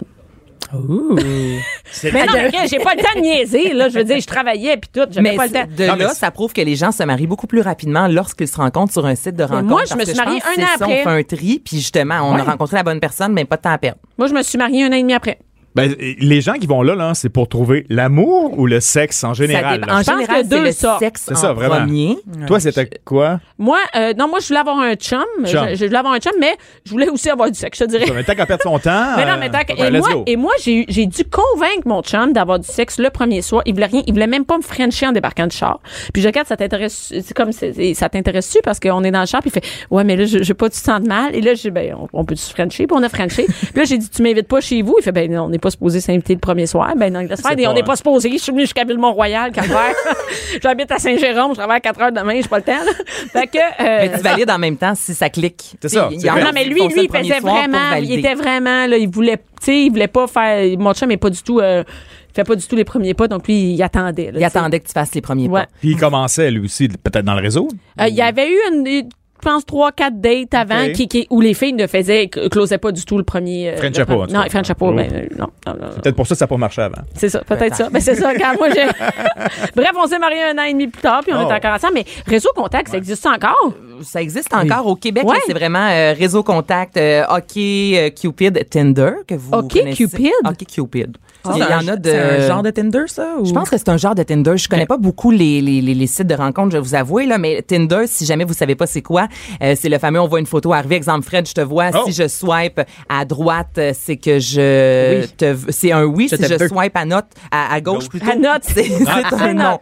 Speaker 3: C'est-
Speaker 1: Mais non, mais regarde, j'ai pas le temps de niaiser, là. Je veux dire, je travaillais puis tout. J'avais
Speaker 4: Mais
Speaker 1: pas le temps.
Speaker 4: de
Speaker 3: Non, mais
Speaker 4: là,
Speaker 3: c'est-
Speaker 4: ça prouve que les gens se marient beaucoup plus rapidement lorsqu'ils se rencontrent sur un site de rencontre.
Speaker 1: moi, je
Speaker 4: parce
Speaker 1: me
Speaker 4: que
Speaker 1: suis mariée
Speaker 4: pense que
Speaker 1: un an
Speaker 4: c'est ça,
Speaker 1: après.
Speaker 4: On fait un tri, puis justement, on a rencontré la bonne personne, mais pas de temps à perdre.
Speaker 1: Moi, je me suis mariée un an et demi après.
Speaker 3: Ben, les gens qui vont là, là c'est pour trouver l'amour ou le sexe en général?
Speaker 4: Ça dé-
Speaker 3: là?
Speaker 4: en
Speaker 1: Je pense
Speaker 4: général,
Speaker 1: que
Speaker 4: c'est
Speaker 1: deux
Speaker 4: le
Speaker 1: sortes.
Speaker 4: sexe
Speaker 3: C'est
Speaker 4: en
Speaker 3: ça, vraiment.
Speaker 4: premier.
Speaker 3: Toi, c'était quoi?
Speaker 1: Moi, euh, non, moi, je voulais avoir un chum.
Speaker 3: Chum.
Speaker 1: Je, je voulais avoir un chum, mais je voulais aussi avoir du sexe, je te dirais.
Speaker 3: Mais t'as qu'à perdre son temps.
Speaker 1: Mais non,
Speaker 3: euh,
Speaker 1: mais t'as-
Speaker 3: ben,
Speaker 1: et,
Speaker 3: let's
Speaker 1: moi,
Speaker 3: go.
Speaker 1: et moi, j'ai eu- j'ai dû convaincre mon chum d'avoir du sexe le premier soir. Il voulait rien, il voulait même pas me frencher en débarquant du char. Puis je regarde, ça t'intéresse, c'est comme c'est- c'est- ça t'intéresse-tu parce qu'on est dans le char. Puis il fait, ouais, mais là, je- j'ai pas du sens de mal. Et là, j'ai, dit, ben, on, on peut se frencher. Puis on a frenché. puis là, j'ai dit, tu m'invites pas chez vous. Il fait, ben non, on n'est pas supposé s'inviter le premier soir. Ben non, il laisse faire.
Speaker 3: C'est
Speaker 1: Et
Speaker 3: pas-
Speaker 1: on n'est pas supposé. Je suis venu jusqu'à Ville-Mont-Royal, Calvaire. J'habite à Saint-Jérôme. Je travaille à 4 heures demain. J'ai pas le temps. là. fait que. euh,
Speaker 4: Mais tu valides en même temps si ça clique.
Speaker 3: C'est ça,
Speaker 4: Il y
Speaker 3: c'est
Speaker 4: en a
Speaker 3: vrai.
Speaker 1: Ah non, mais
Speaker 4: qui
Speaker 1: lui,
Speaker 4: font ça
Speaker 1: lui,
Speaker 4: le
Speaker 1: il
Speaker 4: premier
Speaker 1: faisait
Speaker 4: soir pour
Speaker 1: vraiment, il
Speaker 4: valider.
Speaker 1: était vraiment, là, il voulait, tu sais, il voulait pas faire, mon chum est pas du tout, euh, il fait pas du tout les premiers pas, donc lui, il attendait, là,
Speaker 4: Il
Speaker 1: tu sais.
Speaker 4: attendait que tu fasses les premiers
Speaker 1: Ouais.
Speaker 4: pas.
Speaker 3: Puis il commençait, lui aussi, peut-être dans le réseau.
Speaker 1: Euh, il y avait eu une, une- je pense, trois, quatre dates avant
Speaker 3: Ok.
Speaker 1: qui, qui- où les filles ne faisaient, closaient pas du tout le premier. euh,
Speaker 3: Frenchait
Speaker 1: le premier-
Speaker 3: pas, en tout
Speaker 1: Non,
Speaker 3: cas.
Speaker 1: Frenchait pas,
Speaker 3: Oh.
Speaker 1: ben, euh, non, non, non, non.
Speaker 3: Peut-être pour ça, ça n'a pas marché avant.
Speaker 1: C'est ça, peut-être ça. Ben, c'est ça, quand moi, j'ai. Bref, on s'est mariés un an et demi plus tard, puis on
Speaker 3: Oh.
Speaker 1: est encore ensemble, mais Réseau Contact, ça existe encore?
Speaker 4: Ça existe encore au Québec. là,
Speaker 1: Ouais.
Speaker 4: C'est vraiment euh, réseau contact, euh, OK euh, Cupid, Tinder que vous
Speaker 1: OK
Speaker 4: connaissez.
Speaker 1: Cupid?
Speaker 4: OK Cupid.
Speaker 2: Ah,
Speaker 4: Il y en a de
Speaker 2: C'est un genre de Tinder, ça? Ou...
Speaker 4: Je pense que c'est un genre de Tinder. Je connais pas beaucoup les, les, les, les sites de rencontres, je vais vous avouer, là, mais Tinder, si jamais vous savez pas c'est quoi, euh, c'est le fameux on voit une photo arriver. Exemple, Fred, je te vois.
Speaker 3: Oh.
Speaker 4: Si je swipe à droite, euh, c'est que je te v- c'est un oui.
Speaker 2: Je
Speaker 4: si
Speaker 2: te
Speaker 4: je
Speaker 2: veux.
Speaker 4: swipe à note, à, à gauche plutôt.
Speaker 1: À note.
Speaker 4: c'est c'est
Speaker 1: c'est
Speaker 4: un non.
Speaker 1: note.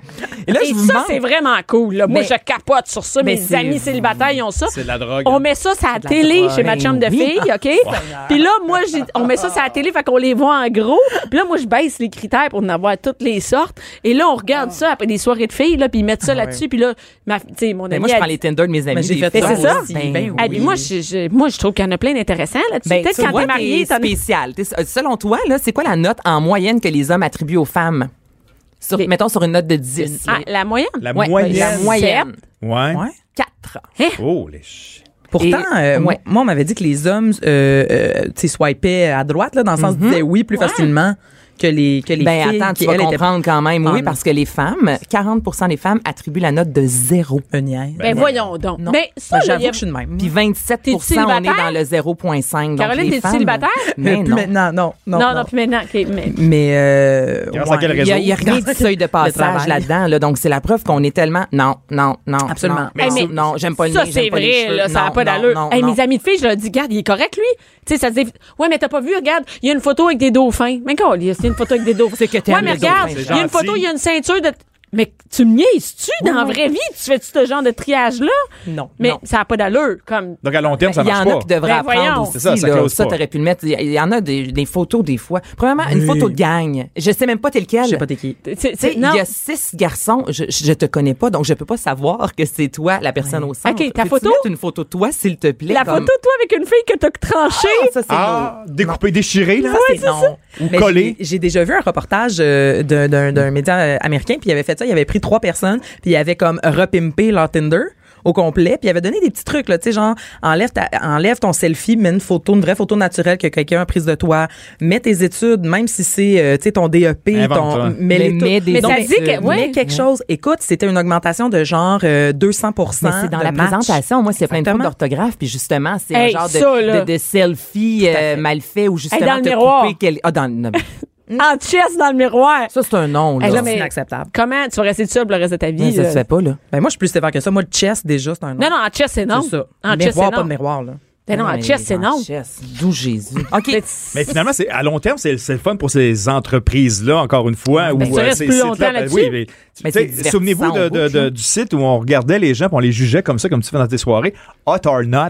Speaker 4: Et là,
Speaker 1: Et
Speaker 4: je vous
Speaker 1: ça,
Speaker 4: demande-
Speaker 1: c'est vraiment cool. là. Moi,
Speaker 4: Mais-
Speaker 1: je capote sur ça.
Speaker 4: mais
Speaker 1: Mes
Speaker 4: c'est
Speaker 1: amis célibataires, ils ont ça.
Speaker 3: C'est de la drogue. hein.
Speaker 1: On met ça à la
Speaker 4: de la
Speaker 1: télé
Speaker 4: drogue.
Speaker 1: chez ma chum de
Speaker 4: Ben
Speaker 1: fille,
Speaker 4: oui.
Speaker 1: OK? Puis là, moi, j'ai- on met ça à la télé, fait qu'on les voit en gros. Puis là, moi, je baisse les critères pour en avoir toutes les sortes. Et là, on regarde
Speaker 4: Ah.
Speaker 1: ça après des soirées de filles, là, puis ils mettent ça là-dessus. Puis là, ma, tu sais, mon
Speaker 4: Ben,
Speaker 1: ami...
Speaker 4: Ah moi, je
Speaker 1: elle
Speaker 4: prends les Tinder de mes amis.
Speaker 2: Mais j'ai
Speaker 4: des
Speaker 2: fait
Speaker 4: fois.
Speaker 1: ça C'est ça?
Speaker 2: aussi. Ben
Speaker 1: Ah, puis
Speaker 2: oui.
Speaker 1: moi, je, je- moi, je trouve qu'il y en a plein d'intéressants là-dessus.
Speaker 4: Ben,
Speaker 1: Peut-être
Speaker 4: tu
Speaker 1: quand
Speaker 4: vois,
Speaker 1: t'es marié, t'en as-
Speaker 4: spécial. T'es- euh, selon toi, là, c'est quoi la note en moyenne que les hommes attribuent aux femmes? Sur,
Speaker 1: Les-
Speaker 4: Mettons sur une note de 10.
Speaker 1: Ah, la moyenne?
Speaker 3: La
Speaker 4: Ouais,
Speaker 3: moyenne.
Speaker 4: La moyenne.
Speaker 3: Ouais.
Speaker 2: Ouais.
Speaker 4: 4.
Speaker 1: Hein?
Speaker 3: Oh, les chi-
Speaker 2: Pourtant,
Speaker 4: Et-
Speaker 2: euh, moi-
Speaker 4: ouais.
Speaker 2: moi, on m'avait dit que les hommes, euh, euh, tu sais, swipaient à droite, là, dans le sens qu'ils disaient oui plus facilement que les, que les
Speaker 4: Ben
Speaker 2: filles.
Speaker 4: attends, tu
Speaker 2: qui,
Speaker 4: vas
Speaker 2: elles, étaient
Speaker 4: comprendre quand même, oui,
Speaker 2: Ah,
Speaker 4: parce que les femmes, 40 des femmes attribuent la note de zéro.
Speaker 2: pas niaises.
Speaker 1: Ben, voyons donc.
Speaker 4: Non.
Speaker 1: Mais ça,
Speaker 2: Ben,
Speaker 1: là, il y
Speaker 2: J'avoue
Speaker 1: a-
Speaker 2: que je suis de même.
Speaker 4: Puis 27 on est
Speaker 1: T'es-tu célibataire?
Speaker 4: dans le 0,5. Donc,
Speaker 1: Caroline,
Speaker 4: les
Speaker 1: t'es-tu
Speaker 4: femmes-
Speaker 1: célibataire?
Speaker 4: Mais
Speaker 2: plus
Speaker 4: non.
Speaker 2: maintenant, non, non,
Speaker 1: Non,
Speaker 2: non.
Speaker 1: non, puis maintenant, OK, mais...
Speaker 2: Mais euh,
Speaker 3: Grâce à quel
Speaker 4: Il y a,
Speaker 3: réseau?
Speaker 4: il y a rien de seuil de passage
Speaker 2: travail.
Speaker 4: là-dedans. Là, donc, c'est la preuve qu'on est tellement... Non, non, non.
Speaker 2: Absolument.
Speaker 4: non,
Speaker 1: Mais-
Speaker 4: non,
Speaker 1: mais
Speaker 4: non, j'aime pas le nez,
Speaker 1: Ça,
Speaker 4: j'aime
Speaker 1: c'est
Speaker 4: pas les
Speaker 1: vrai,
Speaker 4: cheveux.
Speaker 1: là, ça n'a
Speaker 4: Non,
Speaker 1: pas
Speaker 4: non,
Speaker 1: d'allure.
Speaker 4: non,
Speaker 1: Hey,
Speaker 4: non.
Speaker 1: Mes amis de filles, je leur dis, regarde, il est correct, lui. Tu sais, ça se dit, ouais, mais t'as pas vu, regarde, il y a une photo avec des dauphins. Mais quoi, il y a une photo avec des dauphins.
Speaker 4: C'est que
Speaker 1: Ouais,
Speaker 4: t'aimes
Speaker 1: mais
Speaker 4: les
Speaker 1: regarde,
Speaker 4: dauphins,
Speaker 1: il
Speaker 3: c'est
Speaker 1: y a une
Speaker 3: gentil.
Speaker 1: photo, il y a une ceinture de. Mais tu me niaises-tu dans la
Speaker 4: Oui, oui.
Speaker 1: vraie vie? Tu fais-tu ce genre de triage-là?
Speaker 2: Non,
Speaker 1: Mais
Speaker 4: non.
Speaker 1: ça n'a pas d'allure. Comme.
Speaker 3: Donc, à long terme, ça
Speaker 4: Il y
Speaker 3: marche
Speaker 4: en a
Speaker 3: pas.
Speaker 4: qui devraient
Speaker 1: Ben, voyons.
Speaker 4: apprendre aussi.
Speaker 3: C'est ça, ça
Speaker 4: là.
Speaker 3: close pas.
Speaker 4: t'aurais pu le mettre. Il y- il y en a des, des photos des fois. Premièrement, une photo de gang. Je sais même pas t'es lequel.
Speaker 2: je sais pas t'es qui.
Speaker 1: tu sais,
Speaker 4: Tu sais,
Speaker 1: non.
Speaker 4: il y a six garçons, je, je je te connais pas, donc je peux pas savoir que c'est toi la personne au centre.
Speaker 1: OK, ta
Speaker 4: Peux-tu
Speaker 1: photo?
Speaker 4: mettre une photo de toi, s'il te plaît.
Speaker 1: La
Speaker 4: comme-
Speaker 1: photo de toi avec une fille que t'as tranchée.
Speaker 4: Ah, ça, c'est
Speaker 3: Ah,
Speaker 4: beau.
Speaker 3: découpé, déchiré, là.
Speaker 4: Ah
Speaker 2: Ça, c'est non. Mais
Speaker 3: collé.
Speaker 2: j'ai- J'ai déjà vu un reportage euh, d'un- d'un d'un média euh, américain, puis il avait fait ça. Il avait pris trois personnes, puis il avait comme repimpé leur Tinder au complet, puis il avait donné des petits trucs, là, tu sais, genre, enlève, ta- enlève ton selfie, mets une photo, une vraie photo naturelle que quelqu'un a prise de toi, mets tes études, même si c'est, euh, tu sais, ton DEP,
Speaker 3: Invente-toi.
Speaker 2: ton... mets-les
Speaker 4: Mais
Speaker 2: toutes.
Speaker 4: mets des
Speaker 2: Donc,
Speaker 1: études.
Speaker 2: mets
Speaker 1: Ouais.
Speaker 2: quelque chose. Écoute, c'était une augmentation de genre euh, 200
Speaker 4: Mais c'est dans
Speaker 2: de
Speaker 4: la
Speaker 2: match.
Speaker 4: présentation. Moi, c'est plein de fautes
Speaker 2: Exactement.
Speaker 4: d'orthographe. Puis justement, c'est
Speaker 1: Hey,
Speaker 4: un genre de,
Speaker 1: ça, là.
Speaker 4: de, de selfie euh, mal fait ou justement
Speaker 1: Hey, dans le
Speaker 4: t'as
Speaker 1: miroir.
Speaker 4: coupé quel- Ah, dans le- non, mais
Speaker 1: En chess dans le miroir.
Speaker 4: Ça, c'est un nom. Là.
Speaker 1: Hey, là,
Speaker 2: C'est
Speaker 1: mais-
Speaker 2: inacceptable.
Speaker 1: Comment tu vas rester seul pour le reste de ta vie?
Speaker 4: Mais ça
Speaker 1: là?
Speaker 4: se fait pas, là.
Speaker 2: Ben, moi, je suis plus sévère que ça. Moi, le chess, déjà, c'est un nom.
Speaker 1: Non, non, en chess, c'est non.
Speaker 2: C'est ça.
Speaker 1: En chess,
Speaker 2: miroir,
Speaker 1: c'est
Speaker 2: pas de
Speaker 1: non.
Speaker 2: miroir, là.
Speaker 1: Ben non, en chess, c'est non.
Speaker 4: Chess, d'où Jésus. OK.
Speaker 1: Mais-
Speaker 3: Mais finalement, c'est à long terme, c'est c'est le fun pour ces entreprises-là, encore une fois.
Speaker 1: Ben,
Speaker 3: où,
Speaker 1: ça
Speaker 3: euh,
Speaker 1: reste
Speaker 3: ces
Speaker 1: plus
Speaker 3: sites-là,
Speaker 1: longtemps
Speaker 3: ben
Speaker 1: là-dessus.
Speaker 3: oui, mais, tu
Speaker 4: Mais
Speaker 3: sais,
Speaker 4: c'est divertissant
Speaker 3: Souvenez-vous de-
Speaker 4: au bout,
Speaker 3: de-
Speaker 4: je
Speaker 3: de- du site où on regardait les gens, puis on les jugeait comme ça, comme tu fais dans tes soirées, hot or not.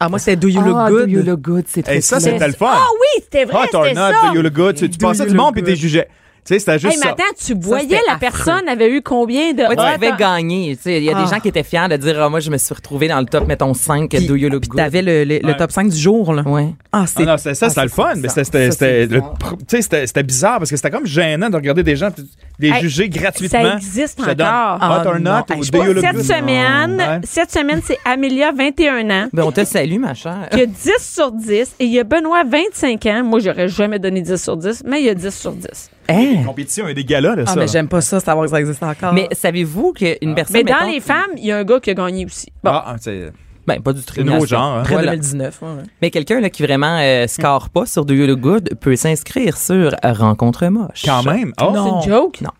Speaker 2: Ah, moi, c'est Do You Look
Speaker 4: Ah,
Speaker 2: Good.
Speaker 4: Do you look good, c'est
Speaker 3: Et
Speaker 4: très
Speaker 3: ça,
Speaker 4: clair.
Speaker 3: c'était le fun.
Speaker 1: Ah oui, c'était vrai,
Speaker 3: Hot or
Speaker 1: c'était
Speaker 3: not,
Speaker 1: ça.
Speaker 3: do you look good. Tu, tu
Speaker 2: Do
Speaker 3: pensais
Speaker 2: you
Speaker 3: tout le
Speaker 2: look
Speaker 3: monde, puis t'es
Speaker 2: good.
Speaker 3: jugé. Tu sais, c'était juste
Speaker 1: Hey, mais
Speaker 3: ça.
Speaker 1: attends, tu voyais
Speaker 4: c'était
Speaker 1: la
Speaker 4: affreux.
Speaker 1: personne avait eu combien de.
Speaker 4: Ouais, tu
Speaker 1: Attends,
Speaker 4: devais gagner. Tu sais, Il y a des gens qui étaient fiers de dire Ah, Moi, je me suis retrouvé dans le top, mettons 5,
Speaker 2: Puis,
Speaker 4: Do You Look
Speaker 2: puis
Speaker 4: Good.
Speaker 2: t'avais le, le, le
Speaker 3: Ouais.
Speaker 2: top 5 du jour, là.
Speaker 4: Ouais.
Speaker 2: Ah,
Speaker 3: Ah
Speaker 2: c'est.
Speaker 3: non, c'était ça,
Speaker 2: ah,
Speaker 3: c'était le
Speaker 2: c'est
Speaker 3: fun,
Speaker 2: bizarre.
Speaker 3: mais c'était- c'était
Speaker 2: Ça, c'est
Speaker 3: c'était le
Speaker 2: bizarre.
Speaker 3: pr- tu sais, c'était- c'était bizarre parce que c'était comme gênant de regarder des gens puis les
Speaker 1: Hey,
Speaker 3: juger gratuitement.
Speaker 1: ça existe
Speaker 3: Je te donne
Speaker 1: encore.
Speaker 3: Hot or
Speaker 2: Ah, non.
Speaker 3: not, ou
Speaker 2: Hey, je
Speaker 3: do you look
Speaker 1: Cette
Speaker 3: good?
Speaker 1: semaine,
Speaker 3: Ouais.
Speaker 1: cette semaine, c'est Amelia, 21 ans.
Speaker 4: Ben, on te salue, ma chère.
Speaker 1: Il y a 10 sur 10 et il y a Benoît, 25 ans. Moi, j'aurais jamais donné 10 sur 10, mais il y a 10 sur 10.
Speaker 2: Hein?
Speaker 3: Compétition et des galas, là,
Speaker 2: Ah,
Speaker 3: ça.
Speaker 2: mais j'aime pas ça, savoir que ça existe encore. Ah.
Speaker 4: Mais savez-vous qu'une personne.
Speaker 1: Mais dans
Speaker 4: mettons,
Speaker 1: les femmes, il y a un gars qui a gagné aussi. Bon,
Speaker 3: Ah, c'est
Speaker 4: Ben, pas du
Speaker 3: c'est
Speaker 4: tribunal.
Speaker 3: nouveau genre. hein.
Speaker 2: Après
Speaker 4: voilà.
Speaker 2: 2019, ouais, ouais.
Speaker 4: Mais quelqu'un là, qui vraiment euh, score pas sur Do You Look Good peut s'inscrire sur Rencontre Moche.
Speaker 3: Quand même. Oh,
Speaker 2: Non.
Speaker 1: c'est une joke.
Speaker 4: Non.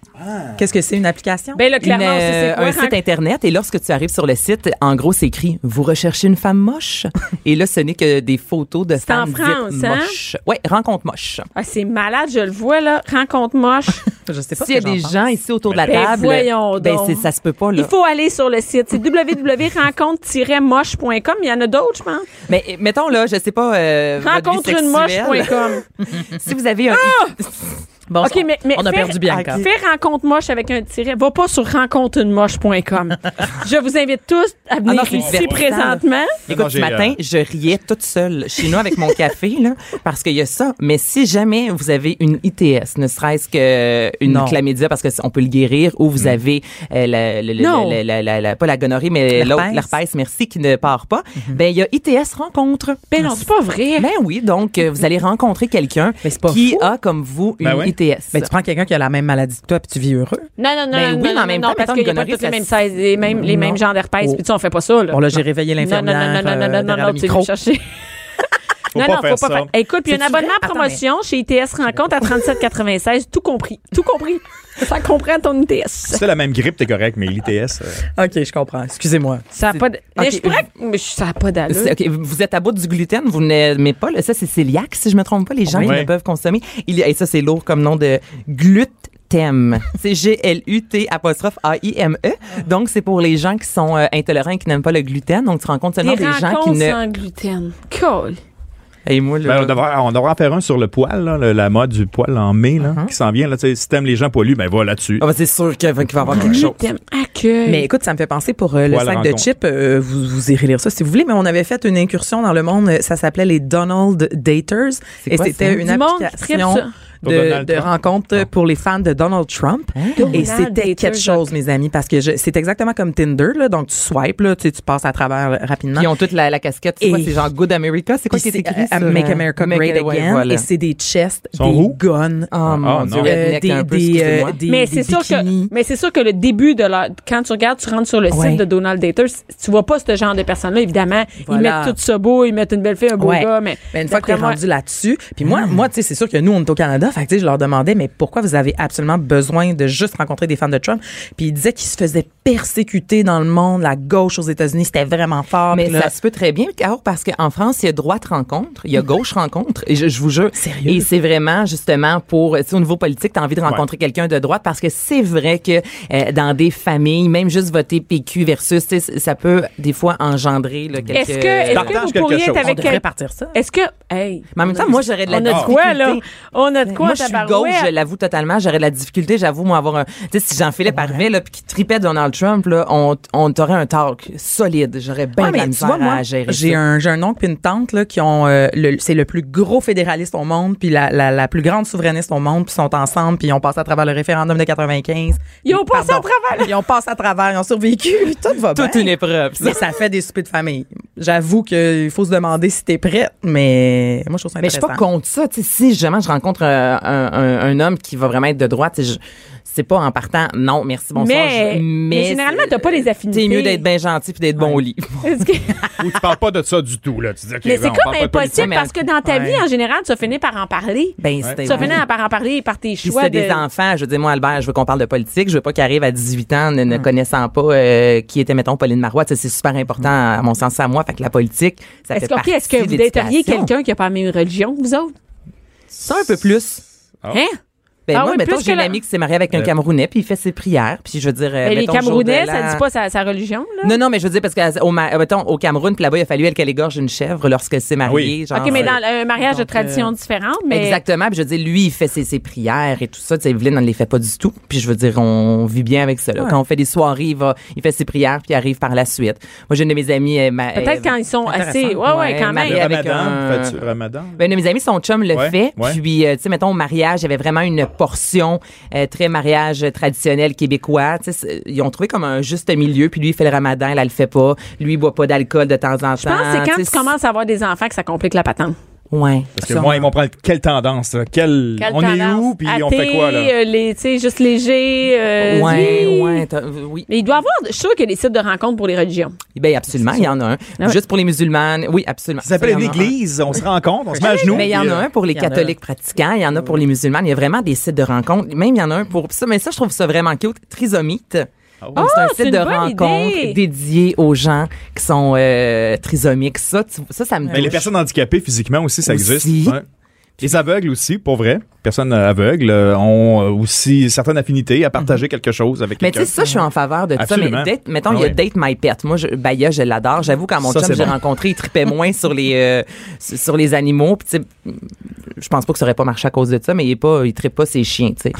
Speaker 2: Qu'est-ce que c'est, une application?
Speaker 1: Ben là, clairement,
Speaker 4: Une,
Speaker 1: on sait c'est
Speaker 4: euh,
Speaker 1: quoi,
Speaker 4: un
Speaker 1: hein?
Speaker 4: site internet et lorsque tu arrives sur le site, en gros, c'est écrit vous recherchez une femme moche et là, ce n'est que des photos de
Speaker 1: en
Speaker 4: femmes dites
Speaker 1: France, hein?
Speaker 4: moches. Ouais, rencontre moche.
Speaker 1: Ah, c'est malade, je le vois, là. Rencontre moche.
Speaker 2: je sais pas.
Speaker 4: S'il y a
Speaker 2: ce que
Speaker 4: des
Speaker 2: j'en pense.
Speaker 4: gens ici autour de la
Speaker 1: Ben,
Speaker 4: table,
Speaker 1: voyons
Speaker 4: ben
Speaker 1: donc.
Speaker 4: c'est- ça se peut pas là.
Speaker 1: Il faut aller sur le site. C'est www.rencontre-moche.com. Il y en a d'autres, je pense.
Speaker 4: Mais eh, mettons là, je sais pas euh, votre vie sexuelle.
Speaker 1: Rencontre-une-moche.com.
Speaker 4: Si vous avez un
Speaker 2: Bon,
Speaker 1: OK,
Speaker 2: on-
Speaker 1: mais, mais
Speaker 2: on a
Speaker 1: fais- Ah,
Speaker 2: perdu Bianca.
Speaker 1: Fais rencontre moche avec un tiret. Va pas sur rencontreunmoche.com. je vous invite tous à venir
Speaker 4: non, c'est
Speaker 1: ici
Speaker 4: divertissant.
Speaker 1: présentement.
Speaker 3: Non, non,
Speaker 4: Écoute, ce
Speaker 3: j'ai,
Speaker 4: matin,
Speaker 3: euh,
Speaker 4: je riais toute seule chez nous avec mon café, là, parce qu'il y a ça. Mais si jamais vous avez une ITS, ne serait-ce qu'une
Speaker 2: Non.
Speaker 4: chlamydia, parce que c- on peut le guérir, ou vous avez euh, la, la- la-
Speaker 1: Non.
Speaker 4: la- la- la- la- pas la gonorrhée, mais
Speaker 2: L'herpès.
Speaker 4: l'autre, l'herpès, merci, qui ne part pas, ben il y a ITS rencontre.
Speaker 1: Ben non, c'est pas vrai.
Speaker 4: Ben oui, donc euh, vous allez rencontrer quelqu'un
Speaker 2: Mais c'est pas
Speaker 4: qui
Speaker 2: fou.
Speaker 4: a comme vous une
Speaker 3: Ben oui.
Speaker 4: ITS.
Speaker 2: Ben, tu prends quelqu'un qui a la même maladie que toi puis tu vis heureux.
Speaker 1: Non, non, non,
Speaker 4: Ben
Speaker 1: non,
Speaker 4: oui,
Speaker 1: non,
Speaker 4: mais en même
Speaker 1: non,
Speaker 4: temps,
Speaker 1: parce
Speaker 4: mettons
Speaker 1: qu'il n'y a
Speaker 4: une
Speaker 1: pas tous les
Speaker 4: gonorrhée,
Speaker 1: mêmes
Speaker 4: ça-
Speaker 1: size, les mêmes, les mêmes
Speaker 2: Non.
Speaker 1: genres d'herpès,
Speaker 2: Oh.
Speaker 1: puis tu sais, on fait pas ça, là.
Speaker 2: Bon, là, j'ai réveillé
Speaker 1: non, non, non, non,
Speaker 2: l'infirmière.
Speaker 1: non,
Speaker 2: euh,
Speaker 1: non, non,
Speaker 2: derrière
Speaker 1: non,
Speaker 2: le
Speaker 1: tu
Speaker 2: micro.
Speaker 1: vas chercher.
Speaker 3: Faut
Speaker 1: non,
Speaker 3: pas
Speaker 1: non,
Speaker 3: faire
Speaker 1: faut pas
Speaker 3: ça.
Speaker 1: faire. Écoute, puis il y a un
Speaker 2: C'est-tu vrai?
Speaker 1: abonnement
Speaker 2: Attends,
Speaker 1: promotion chez ITS Rencontre à 37,96. Tout compris. Tout compris. Ça comprend ton ITS.
Speaker 3: Si t'as la même grippe, t'es correct, mais l'ITS. euh,
Speaker 2: OK, je comprends. Excusez-moi.
Speaker 1: Ça a pas de... Mais je pourrais... mais ça a pas d'allure.
Speaker 4: C'est- ok, vous êtes à bout du gluten, vous n'aimez pas. le- Ça, c'est celiac, si je me trompe pas, les gens qui
Speaker 3: Oui.
Speaker 4: ne peuvent consommer. Il, y a- et ça, c'est lourd comme nom de gluten. C'est G-L-U-T apostrophe A-I-M-E. E. Donc, c'est pour les gens qui sont euh, intolérants et qui n'aiment pas le gluten. Donc, tu rencontres seulement des, gens qui
Speaker 1: rencontres
Speaker 4: ne...
Speaker 1: sans gluten. Cool.
Speaker 4: Et moi, là,
Speaker 3: ben, on, devrait, on devrait en faire un sur le poil, là, le- la mode du poil en mai là, qui s'en vient. Là, tu sais, si t'aimes les gens poilus, ben va là-dessus.
Speaker 4: Ah, ben, c'est sûr qu'il va qu'il va y avoir quelque chose.
Speaker 1: Gluten accueil.
Speaker 4: Mm.
Speaker 2: Mais écoute, ça me fait penser pour euh, le sac
Speaker 3: Voilà,
Speaker 2: de
Speaker 3: rencontre.
Speaker 2: chips. euh, vous, vous irez lire ça si vous voulez, mais on avait fait une incursion dans le monde. euh, Ça s'appelait les Donald Daters.
Speaker 4: C'est
Speaker 2: Et
Speaker 4: quoi
Speaker 2: c'était
Speaker 4: ça?
Speaker 2: une
Speaker 1: Du monde qui
Speaker 2: application
Speaker 1: tripe ça.
Speaker 3: Pour Donald
Speaker 2: de, de
Speaker 3: Trump.
Speaker 2: rencontre pour les fans de Donald Trump.
Speaker 4: Hein?
Speaker 2: Et
Speaker 1: Donald
Speaker 2: c'était
Speaker 1: Daters,
Speaker 2: quelque chose, mes amis, parce que je- c'est exactement comme Tinder. Là, donc, tu swipes, là, tu, sais, tu passes à travers euh, rapidement.
Speaker 4: Ils ont toute la, la casquette. C'est
Speaker 2: Et-
Speaker 4: quoi? C'est genre Good America? C'est quoi qui est
Speaker 2: Puis
Speaker 4: écrit?
Speaker 2: c'est, euh,
Speaker 4: sur,
Speaker 2: Make
Speaker 4: euh,
Speaker 2: America
Speaker 4: Make
Speaker 2: Great
Speaker 4: it- ouais,
Speaker 2: Again.
Speaker 4: voilà.
Speaker 2: Et c'est des chests,
Speaker 3: Sont
Speaker 2: des
Speaker 3: roux?
Speaker 2: guns.
Speaker 4: Oh mon
Speaker 3: Ah,
Speaker 4: Dieu,
Speaker 3: non.
Speaker 4: redneck
Speaker 2: Euh, des,
Speaker 4: un peu,
Speaker 2: des, euh,
Speaker 4: excusez-moi.
Speaker 2: des-
Speaker 1: Mais
Speaker 2: des
Speaker 1: c'est sûr
Speaker 2: bikinis.
Speaker 1: que mais c'est sûr que le début de la quand tu regardes tu rentres sur le
Speaker 2: Ouais.
Speaker 1: site de Donald Daters tu vois pas ce genre de personnes là évidemment
Speaker 2: Voilà.
Speaker 1: ils mettent tout ça beau ils mettent une belle fille un beau
Speaker 2: Ouais.
Speaker 1: gars mais,
Speaker 2: Mais une fois que t'es
Speaker 1: d'après moi-
Speaker 2: rendu là-dessus, puis
Speaker 4: Hmm.
Speaker 2: moi, moi, tu sais, c'est sûr que nous, on est au Canada, fait que, tu sais, je leur demandais, mais pourquoi vous avez absolument besoin de juste rencontrer des fans de Trump? Puis ils disaient qu'ils se faisaient persécuter dans le monde, la gauche aux États-Unis, c'était vraiment fort.
Speaker 4: Mais
Speaker 2: puis Ah, là,
Speaker 4: ça se peut très bien, Caro, parce qu'en France, il y a droite rencontre, il y a gauche rencontre, et je, je vous jure.
Speaker 2: Sérieux?
Speaker 4: Et c'est vraiment, justement, pour, tu sais, au niveau politique, t'as envie de rencontrer quelqu'un de droite, parce que c'est vrai que euh, dans des familles, même juste voter PQ versus, tu sais, ça peut, des fois, engendrer, là, quelques...
Speaker 1: est-ce que est-ce
Speaker 3: Partage
Speaker 1: que vous
Speaker 3: quelque
Speaker 1: pourriez
Speaker 3: chose.
Speaker 1: être
Speaker 2: on
Speaker 1: avec
Speaker 2: devrait
Speaker 1: quel-
Speaker 2: partir ça.
Speaker 1: est-ce que hey
Speaker 4: Mais en même temps, moi, j'aurais de la
Speaker 1: on a de quoi là
Speaker 4: difficulté.
Speaker 1: on a de quoi
Speaker 4: moi, je suis gauche,
Speaker 1: tabarouette?
Speaker 4: je l'avoue totalement. J'aurais de la difficulté, j'avoue, moi, avoir un. Tu sais, si Jean-Philippe arrivait, là, puis qu'il tripait Donald Trump, là, on, on t'aurait un talk solide. J'aurais bien
Speaker 2: Ouais,
Speaker 4: de la
Speaker 2: mais tu
Speaker 4: misère
Speaker 2: vois, moi,
Speaker 4: à gérer.
Speaker 2: j'ai
Speaker 4: ça.
Speaker 2: un, j'ai un oncle puis une tante là, qui ont euh, le- c'est le plus gros fédéraliste au monde puis la, la, la plus grande souverainiste au monde puis sont ensemble puis ils ont passé à travers le référendum de 95.
Speaker 1: Ils ont passé à
Speaker 2: travers. Ils ont passé à travers, ils ont survécu, tout va bien.
Speaker 4: Toute une épreuve, ça.
Speaker 2: Mais ça fait des soupers de famille. J'avoue qu'il faut se demander si t'es prête, mais moi je trouve ça
Speaker 4: Mais je suis
Speaker 2: intéressant.
Speaker 4: pas contre ça. Tu sais, si jamais je rencontre euh, un, un- un homme qui va vraiment être de droite, tu sais, je- c'est pas en partant. Non, merci, bonsoir.
Speaker 1: Mais-
Speaker 4: je-
Speaker 1: mais généralement, t'as pas les affinités.
Speaker 4: C'est mieux d'être bien gentil puis d'être bon au lit.
Speaker 1: Est-ce que-
Speaker 3: Ou tu parles pas de ça du tout. Là. Tu dis, OK,
Speaker 1: mais c'est
Speaker 3: bon, ben, on
Speaker 1: comme
Speaker 3: parle pas de politique.
Speaker 1: impossible
Speaker 4: mais-
Speaker 1: parce que dans ta
Speaker 2: Ouais.
Speaker 1: vie en général tu vas finir par en parler
Speaker 4: Ben,
Speaker 1: tu
Speaker 4: c'était
Speaker 1: vas finir par en parler par tes
Speaker 4: Puis si
Speaker 1: choix
Speaker 4: t'as
Speaker 1: de
Speaker 4: des enfants, je veux dire, moi, Albert, je veux qu'on parle de politique. Je veux pas qu'il arrive à 18 ans ne, ne
Speaker 2: Mm.
Speaker 4: connaissant pas euh, qui était, mettons, Pauline Marois. Tu sais, C'est super important, à mon sens, à moi. Fait que la politique, ça fait
Speaker 1: est-ce que, ok,
Speaker 4: partie
Speaker 1: est-ce que
Speaker 4: de
Speaker 1: vous dateriez
Speaker 4: l'éducation.
Speaker 1: quelqu'un qui a pas la même religion que vous autres
Speaker 4: Ça, un peu plus.
Speaker 3: Ah.
Speaker 1: hein
Speaker 4: Ben,
Speaker 1: Ah
Speaker 4: moi,
Speaker 1: oui,
Speaker 4: mettons,
Speaker 1: plus
Speaker 4: j'ai
Speaker 1: que
Speaker 4: un
Speaker 1: la-
Speaker 4: ami qui s'est marié avec un
Speaker 3: Euh.
Speaker 4: Camerounais, puis il fait ses prières. Puis je veux dire.
Speaker 1: Mais
Speaker 4: euh,
Speaker 1: Ben, les
Speaker 4: mettons, jour
Speaker 1: Camerounais,
Speaker 4: de l'an-
Speaker 1: ça dit pas sa, sa religion, là.
Speaker 4: Non, non, mais je veux dire, parce qu'au au Cameroun, puis là-bas, il a fallu elle qu'elle égorge une chèvre lorsqu'elle s'est mariée.
Speaker 3: Oui.
Speaker 4: genre,
Speaker 1: OK, mais dans
Speaker 4: euh,
Speaker 1: un mariage de tradition différente, mais.
Speaker 4: Exactement. Puis je veux dire, lui, il fait ses, ses prières et tout ça. Tu sais, Evelyne, on ne les fait pas du tout. Puis je veux dire, on vit bien avec ça. là. Quand on fait des soirées, il, va, il fait ses prières, puis il arrive par la suite. Moi, j'ai une de mes amies. euh, ma-
Speaker 1: Peut-être
Speaker 4: euh,
Speaker 1: quand ils sont assez. Ouais,
Speaker 4: intéressant.
Speaker 1: ouais,
Speaker 4: Ouais,
Speaker 1: quand
Speaker 4: marié
Speaker 1: même.
Speaker 3: Le
Speaker 4: avec
Speaker 3: ramadan,
Speaker 4: un-
Speaker 3: fais-tu le ramadan?
Speaker 4: Ben, une de mes amies, son chum le
Speaker 3: Ouais,
Speaker 4: fait.
Speaker 3: ouais.
Speaker 4: Puis, euh, tu sais, mettons, au mariage, il y avait vraiment une portion euh, très mariage traditionnel québécois. Tu sais, c'est- ils ont trouvé comme un juste milieu. Puis lui, il fait le ramadan, elle, elle le fait pas. Lui, il boit pas d'alcool de temps en temps.
Speaker 1: Je pense que c'est quand
Speaker 4: sais,
Speaker 1: tu commences à avoir des enfants que ça complique la patente.
Speaker 4: Ouais.
Speaker 3: Parce que moi, ils vont prendre quelle tendance, là? Quelle- on est où, puis on fait quoi, là?
Speaker 1: Athée, euh, les, tu sais, juste léger. euh,
Speaker 4: Ouais,
Speaker 1: oui.
Speaker 4: ouais, t'as- oui.
Speaker 1: Mais il doit y avoir, je suis sûre qu'il y a des sites de rencontres pour les religions.
Speaker 4: Ben absolument, il y en a un.
Speaker 1: Ah ouais.
Speaker 4: Juste pour les musulmanes. Oui, absolument.
Speaker 3: Ça s'appelle
Speaker 4: Ça, il y
Speaker 3: une
Speaker 4: en a un.
Speaker 3: église, on se rencontre, on se met à genoux.
Speaker 4: Mais il y en
Speaker 3: puis,
Speaker 4: a
Speaker 3: euh,
Speaker 4: un pour les
Speaker 2: Il y en a
Speaker 4: catholiques pratiquants, il y en a pour les musulmans. Il y a vraiment des sites de rencontres. Même il y en a un pour ça. Mais ça, je trouve ça vraiment cute. Trisomite. Donc,
Speaker 1: Ah,
Speaker 4: c'est
Speaker 1: c'est
Speaker 4: un
Speaker 1: une
Speaker 4: site de
Speaker 1: bonne
Speaker 4: rencontre
Speaker 1: idée.
Speaker 4: dédié aux gens qui sont euh, trisomiques. Ça, tu- ça, ça me
Speaker 3: Mais Ben, les
Speaker 4: touche.
Speaker 3: personnes handicapées physiquement aussi, ça
Speaker 4: Ben, Aussi.
Speaker 3: existe. Ouais. Les aveugles aussi, pour vrai. Personnes euh, aveugles euh, ont euh, aussi certaines affinités à partager quelque chose avec
Speaker 4: Mhm. Mais tu
Speaker 3: quelqu'un.
Speaker 4: sais, ça, je suis en faveur de
Speaker 3: Absolument.
Speaker 4: ça. Mais date, mettons, il y
Speaker 3: Ah
Speaker 4: a
Speaker 3: ouais.
Speaker 4: Date My Pet. Moi, je, Baya, je l'adore. J'avoue, quand mon
Speaker 3: Ça,
Speaker 4: chum,
Speaker 3: c'est
Speaker 4: j'ai
Speaker 3: bon.
Speaker 4: rencontré, il tripait moins sur les, euh, sur sur les animaux. Puis, tu sais, je pense pas que ça aurait pas marché à cause de ça, mais il est pas, il trippe pas ses chiens, tu sais.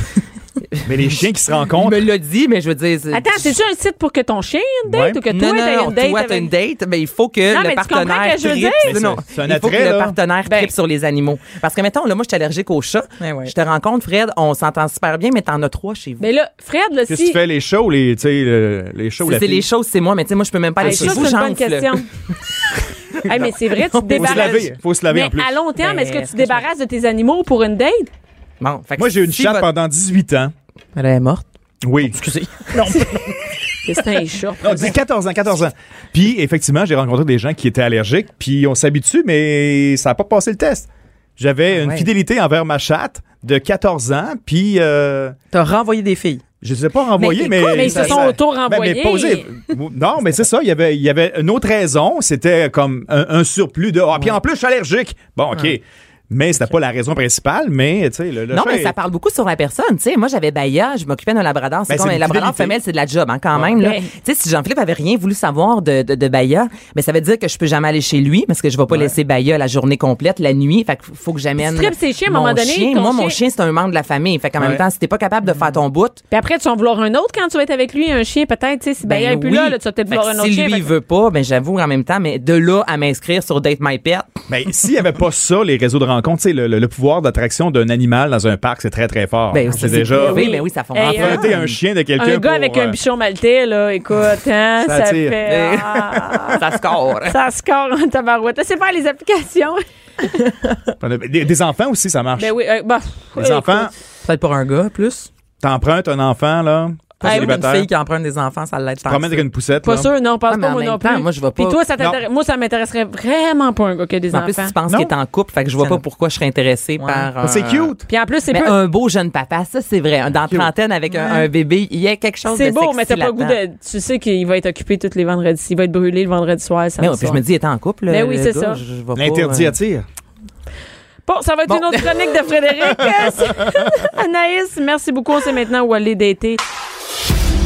Speaker 3: Mais les chiens qui se
Speaker 4: Il
Speaker 3: rencontrent,
Speaker 4: me l'a dit, mais je veux dire. c'est-
Speaker 1: Attends, c'est-tu un site pour que ton chien ait une date
Speaker 3: Ouais.
Speaker 1: ou que
Speaker 4: non,
Speaker 1: toi,
Speaker 4: non,
Speaker 1: t'aies
Speaker 4: non,
Speaker 1: une date?
Speaker 4: toi, t'as
Speaker 1: avec-
Speaker 4: une date, ben, il faut que
Speaker 1: Non,
Speaker 4: le
Speaker 1: mais tu comprends
Speaker 4: partenaire
Speaker 1: que je veux
Speaker 4: tripe.
Speaker 1: dire?
Speaker 3: Mais
Speaker 4: Non,
Speaker 3: c'est- c'est un hein.
Speaker 4: il faut
Speaker 3: attrait,
Speaker 4: que le
Speaker 3: là.
Speaker 4: partenaire
Speaker 1: Ben-
Speaker 4: tripe sur les animaux. Parce que, mettons, là, moi, je suis allergique aux chats.
Speaker 2: Ouais, ouais.
Speaker 4: Je te rencontre, Fred, on s'entend super bien, mais t'en as trois chez vous.
Speaker 1: Mais là, Fred, là,
Speaker 3: qu'est-ce que tu
Speaker 1: si.
Speaker 3: fais? Les chats ou les, tu sais, le- les chats ou
Speaker 4: Si
Speaker 3: la
Speaker 4: c'est les
Speaker 3: fille?
Speaker 4: choses, c'est moi, mais tu sais, moi, je peux même pas
Speaker 1: Ah,
Speaker 4: aller
Speaker 1: ça,
Speaker 4: chez
Speaker 1: c'est
Speaker 4: vous.
Speaker 1: une bonne
Speaker 4: j'enfle.
Speaker 1: question. Hey, mais c'est vrai, tu te
Speaker 3: Faut se
Speaker 1: débarrasses.
Speaker 3: laver, faut se laver
Speaker 1: Mais
Speaker 3: en plus.
Speaker 1: à long terme,
Speaker 4: Ben,
Speaker 1: est-ce que
Speaker 4: est-ce
Speaker 1: tu
Speaker 4: que je-
Speaker 1: débarrasses de tes animaux pour une date?
Speaker 4: Bon, fait que
Speaker 3: Moi, j'ai eu une
Speaker 4: si
Speaker 3: chatte
Speaker 4: votre-
Speaker 3: pendant 18 ans.
Speaker 4: Elle est morte.
Speaker 3: Oui.
Speaker 2: Excusez.
Speaker 1: C'est un chat.
Speaker 3: Non, dis 14 ans, 14 ans. Puis, effectivement, j'ai rencontré des gens qui étaient allergiques, puis on s'habitue, mais ça n'a pas passé le test. J'avais une
Speaker 4: ouais.
Speaker 3: fidélité envers ma chatte de 14 ans, puis euh,
Speaker 2: T'as renvoyé des filles.
Speaker 3: je ne les ai pas renvoyées, mais...
Speaker 1: mais ils se
Speaker 3: ça-
Speaker 1: sont
Speaker 3: ça-
Speaker 1: auto-renvoyés.
Speaker 3: Ben, mais posez- non, mais c'est ça, il y avait, il y avait une autre raison, c'était comme un, un surplus de... Ah, puis en plus, je suis allergique. Bon, OK. Mais c'était pas la raison principale, mais, tu sais, le, le
Speaker 4: Non,
Speaker 3: chat
Speaker 4: mais ça
Speaker 3: est-
Speaker 4: parle beaucoup sur la personne. Tu sais, moi, j'avais Baya, je m'occupais d'un labrador. C'est
Speaker 3: Ben,
Speaker 4: comme
Speaker 3: c'est
Speaker 4: un
Speaker 3: une
Speaker 4: labrador
Speaker 3: fidélité.
Speaker 4: femelle, c'est de la job, hein, quand même. là.
Speaker 1: Ouais.
Speaker 4: Tu sais, si Jean-Philippe avait rien voulu savoir de, de, de Baya, ben, ça veut dire que je peux jamais aller chez lui parce que je vais pas laisser Baya la journée complète, la nuit. Fait qu'il faut que j'amène.
Speaker 1: Tu tripes ses chiens, à un
Speaker 4: mon
Speaker 1: moment donné,
Speaker 4: chien.
Speaker 1: ton
Speaker 4: Moi,
Speaker 1: chien-
Speaker 4: mon chien, c'est un membre de la famille. Fait qu'en
Speaker 3: Ouais.
Speaker 4: même temps, si t'es pas capable de faire ton bout, ben
Speaker 1: Puis après, tu vas en vouloir un autre quand tu vas être avec lui, un chien, peut-être. tu sais,
Speaker 3: Ben
Speaker 1: Si Bayard est plus
Speaker 4: oui.
Speaker 1: là, là, tu vas peut-être
Speaker 4: Fait
Speaker 1: vouloir
Speaker 4: que
Speaker 1: un autre
Speaker 4: Si
Speaker 1: chien.
Speaker 4: lui,
Speaker 1: fait
Speaker 4: il
Speaker 1: que-
Speaker 4: veut pas, ben, j'avoue, en même temps, mais de là à m'inscrire sur Date My Pet,
Speaker 3: Mais s'il n'y avait pas ça, les réseaux de rencontres, tu sais, le, le- le pouvoir d'attraction d'un animal dans un parc, c'est très, très fort.
Speaker 1: Ah,
Speaker 4: ben,
Speaker 3: c'est
Speaker 4: ça,
Speaker 3: déjà...
Speaker 4: Oui, mais oui, ça fonctionne.
Speaker 1: Hey, euh,
Speaker 3: Emprunter un chien de quelqu'un
Speaker 1: Un gars
Speaker 3: pour,
Speaker 1: avec un
Speaker 3: euh,
Speaker 1: bichon maltais, là, écoute, hein,
Speaker 3: Ça
Speaker 1: ça,
Speaker 3: attire.
Speaker 1: fait... ah,
Speaker 4: Ça score.
Speaker 1: ça score en tabarouette. Là, C'est faire les applications.
Speaker 3: Des, des enfants aussi, ça marche.
Speaker 1: ben oui, euh, bah,
Speaker 3: Les
Speaker 1: euh,
Speaker 3: enfants,
Speaker 2: Peut-être pour un gars,
Speaker 1: Ah,
Speaker 2: plus.
Speaker 3: t'empruntes un enfant, là,
Speaker 2: Pas
Speaker 3: pas
Speaker 2: sûr qu'une
Speaker 3: célibataire,
Speaker 2: fille
Speaker 3: tu
Speaker 2: qui emprunte des enfants, ça l'aide
Speaker 3: te promènes avec une poussette.
Speaker 1: Pas
Speaker 3: là.
Speaker 1: sûr, non, pense
Speaker 4: Ouais,
Speaker 1: pas
Speaker 4: Ah, mais en
Speaker 1: moi
Speaker 4: même
Speaker 1: non
Speaker 4: temps,
Speaker 1: plus.
Speaker 4: moi, je vais
Speaker 1: Puis
Speaker 4: pas-
Speaker 1: toi, ça
Speaker 3: Non.
Speaker 1: t'intéresse- moi, ça m'intéresserait vraiment pas un gars qui a des
Speaker 4: En plus,
Speaker 1: enfants.
Speaker 4: tu penses
Speaker 3: Non.
Speaker 4: qu'il est en couple, fait que je vois pas pourquoi je serais intéressée par. un-
Speaker 3: C'est cute.
Speaker 1: Puis en plus, c'est
Speaker 4: Mais
Speaker 1: peu...
Speaker 4: un beau jeune papa, ça c'est vrai. Dans trentaine avec un, un bébé, il y a quelque chose de
Speaker 1: C'est beau,
Speaker 4: sexy
Speaker 1: mais t'as pas le goût
Speaker 4: là-dedans.
Speaker 1: de. Tu sais qu'il va être occupé tous les vendredis. Il va être brûlé le vendredi soir.
Speaker 4: Mais
Speaker 1: samedi
Speaker 4: ouais, puis je
Speaker 1: soir.
Speaker 4: me dis, il est en couple. euh,
Speaker 1: Mais
Speaker 4: le
Speaker 1: Ben oui, c'est
Speaker 4: gars,
Speaker 1: ça.
Speaker 4: Je, je vais pas,
Speaker 3: L'interdit
Speaker 4: euh,
Speaker 3: attire.
Speaker 1: Bon, ça va être
Speaker 4: Bon.
Speaker 1: une autre chronique de Frédéric. Anaïs, merci beaucoup. On sait maintenant où aller d'été.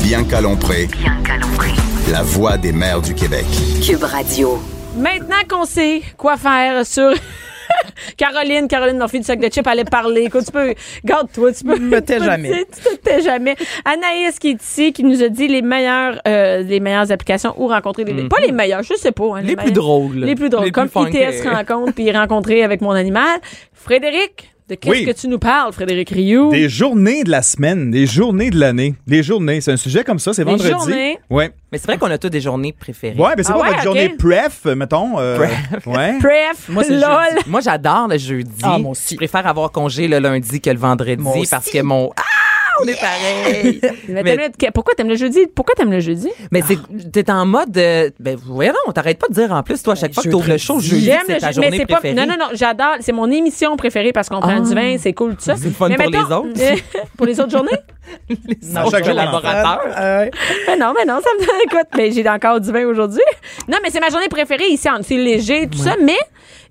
Speaker 5: Bianca Lompré,
Speaker 6: Bien calompré.
Speaker 5: la voix des mères du Québec.
Speaker 6: Cube Radio.
Speaker 1: Maintenant qu'on sait quoi faire sur. Caroline, Caroline Murphy du sac de chips allait parler. Écoute, tu peux. Garde-toi, tu peux.
Speaker 2: Me tais
Speaker 1: tu peux-
Speaker 2: jamais.
Speaker 1: Tu te tais jamais. Anaïs qui est ici, qui nous a dit les meilleures, euh, les meilleures applications où rencontrer les. Pas les meilleures, je sais pas. hein,
Speaker 4: Mm-hmm. Les plus
Speaker 1: meilleures-
Speaker 4: drôles.
Speaker 1: Les plus drôles.
Speaker 4: Les
Speaker 1: comme
Speaker 4: plus funky.
Speaker 1: ITS rencontre puis rencontrer avec mon animal. Frédéric, de qu'est-ce
Speaker 3: Oui.
Speaker 1: que tu nous parles, Frédéric Rioux?
Speaker 3: Des journées de la semaine, des journées de l'année, des journées. C'est un sujet comme ça, c'est
Speaker 1: Des
Speaker 3: vendredi.
Speaker 1: journées.
Speaker 3: Ouais.
Speaker 4: Mais c'est vrai qu'on a tous des journées préférées.
Speaker 3: Ouais, mais c'est
Speaker 1: Ah
Speaker 3: pas
Speaker 1: ouais,
Speaker 3: votre
Speaker 1: ok.
Speaker 3: journée pref, mettons. euh, Ouais.
Speaker 1: Bref,
Speaker 2: Moi, c'est le
Speaker 1: lol.
Speaker 2: jeudi.
Speaker 4: Moi, j'adore le jeudi.
Speaker 2: Ah, moi aussi.
Speaker 4: Je préfère avoir congé le lundi que le vendredi
Speaker 2: Moi aussi.
Speaker 4: parce que mon. Ah! On est pareil!
Speaker 1: Mais
Speaker 4: Mais-
Speaker 1: t'aimes le- pourquoi t'aimes le jeudi? Pourquoi t'aimes le jeudi?
Speaker 4: Mais c'est, t'es en mode, euh, ben, voyons, on t'arrête pas de dire en plus, toi, à
Speaker 1: Ben,
Speaker 4: chaque fois que t'ouvres le show, je dis que c'est ta
Speaker 1: mais
Speaker 4: journée
Speaker 1: c'est pas.
Speaker 4: préférée.
Speaker 1: Non, non, non, j'adore. C'est mon émission préférée parce qu'on prend du vin, c'est cool, tout ça.
Speaker 4: C'est le fun
Speaker 1: Mais
Speaker 4: pour les
Speaker 1: autres. pour les autres journées?
Speaker 4: non.
Speaker 3: À chaque jour,
Speaker 4: collaborateur.
Speaker 1: Ben non, mais non, ça me donne. Écoute, mais j'ai encore du vin aujourd'hui. Non, mais c'est ma journée préférée ici. en- C'est léger, tout ça, mais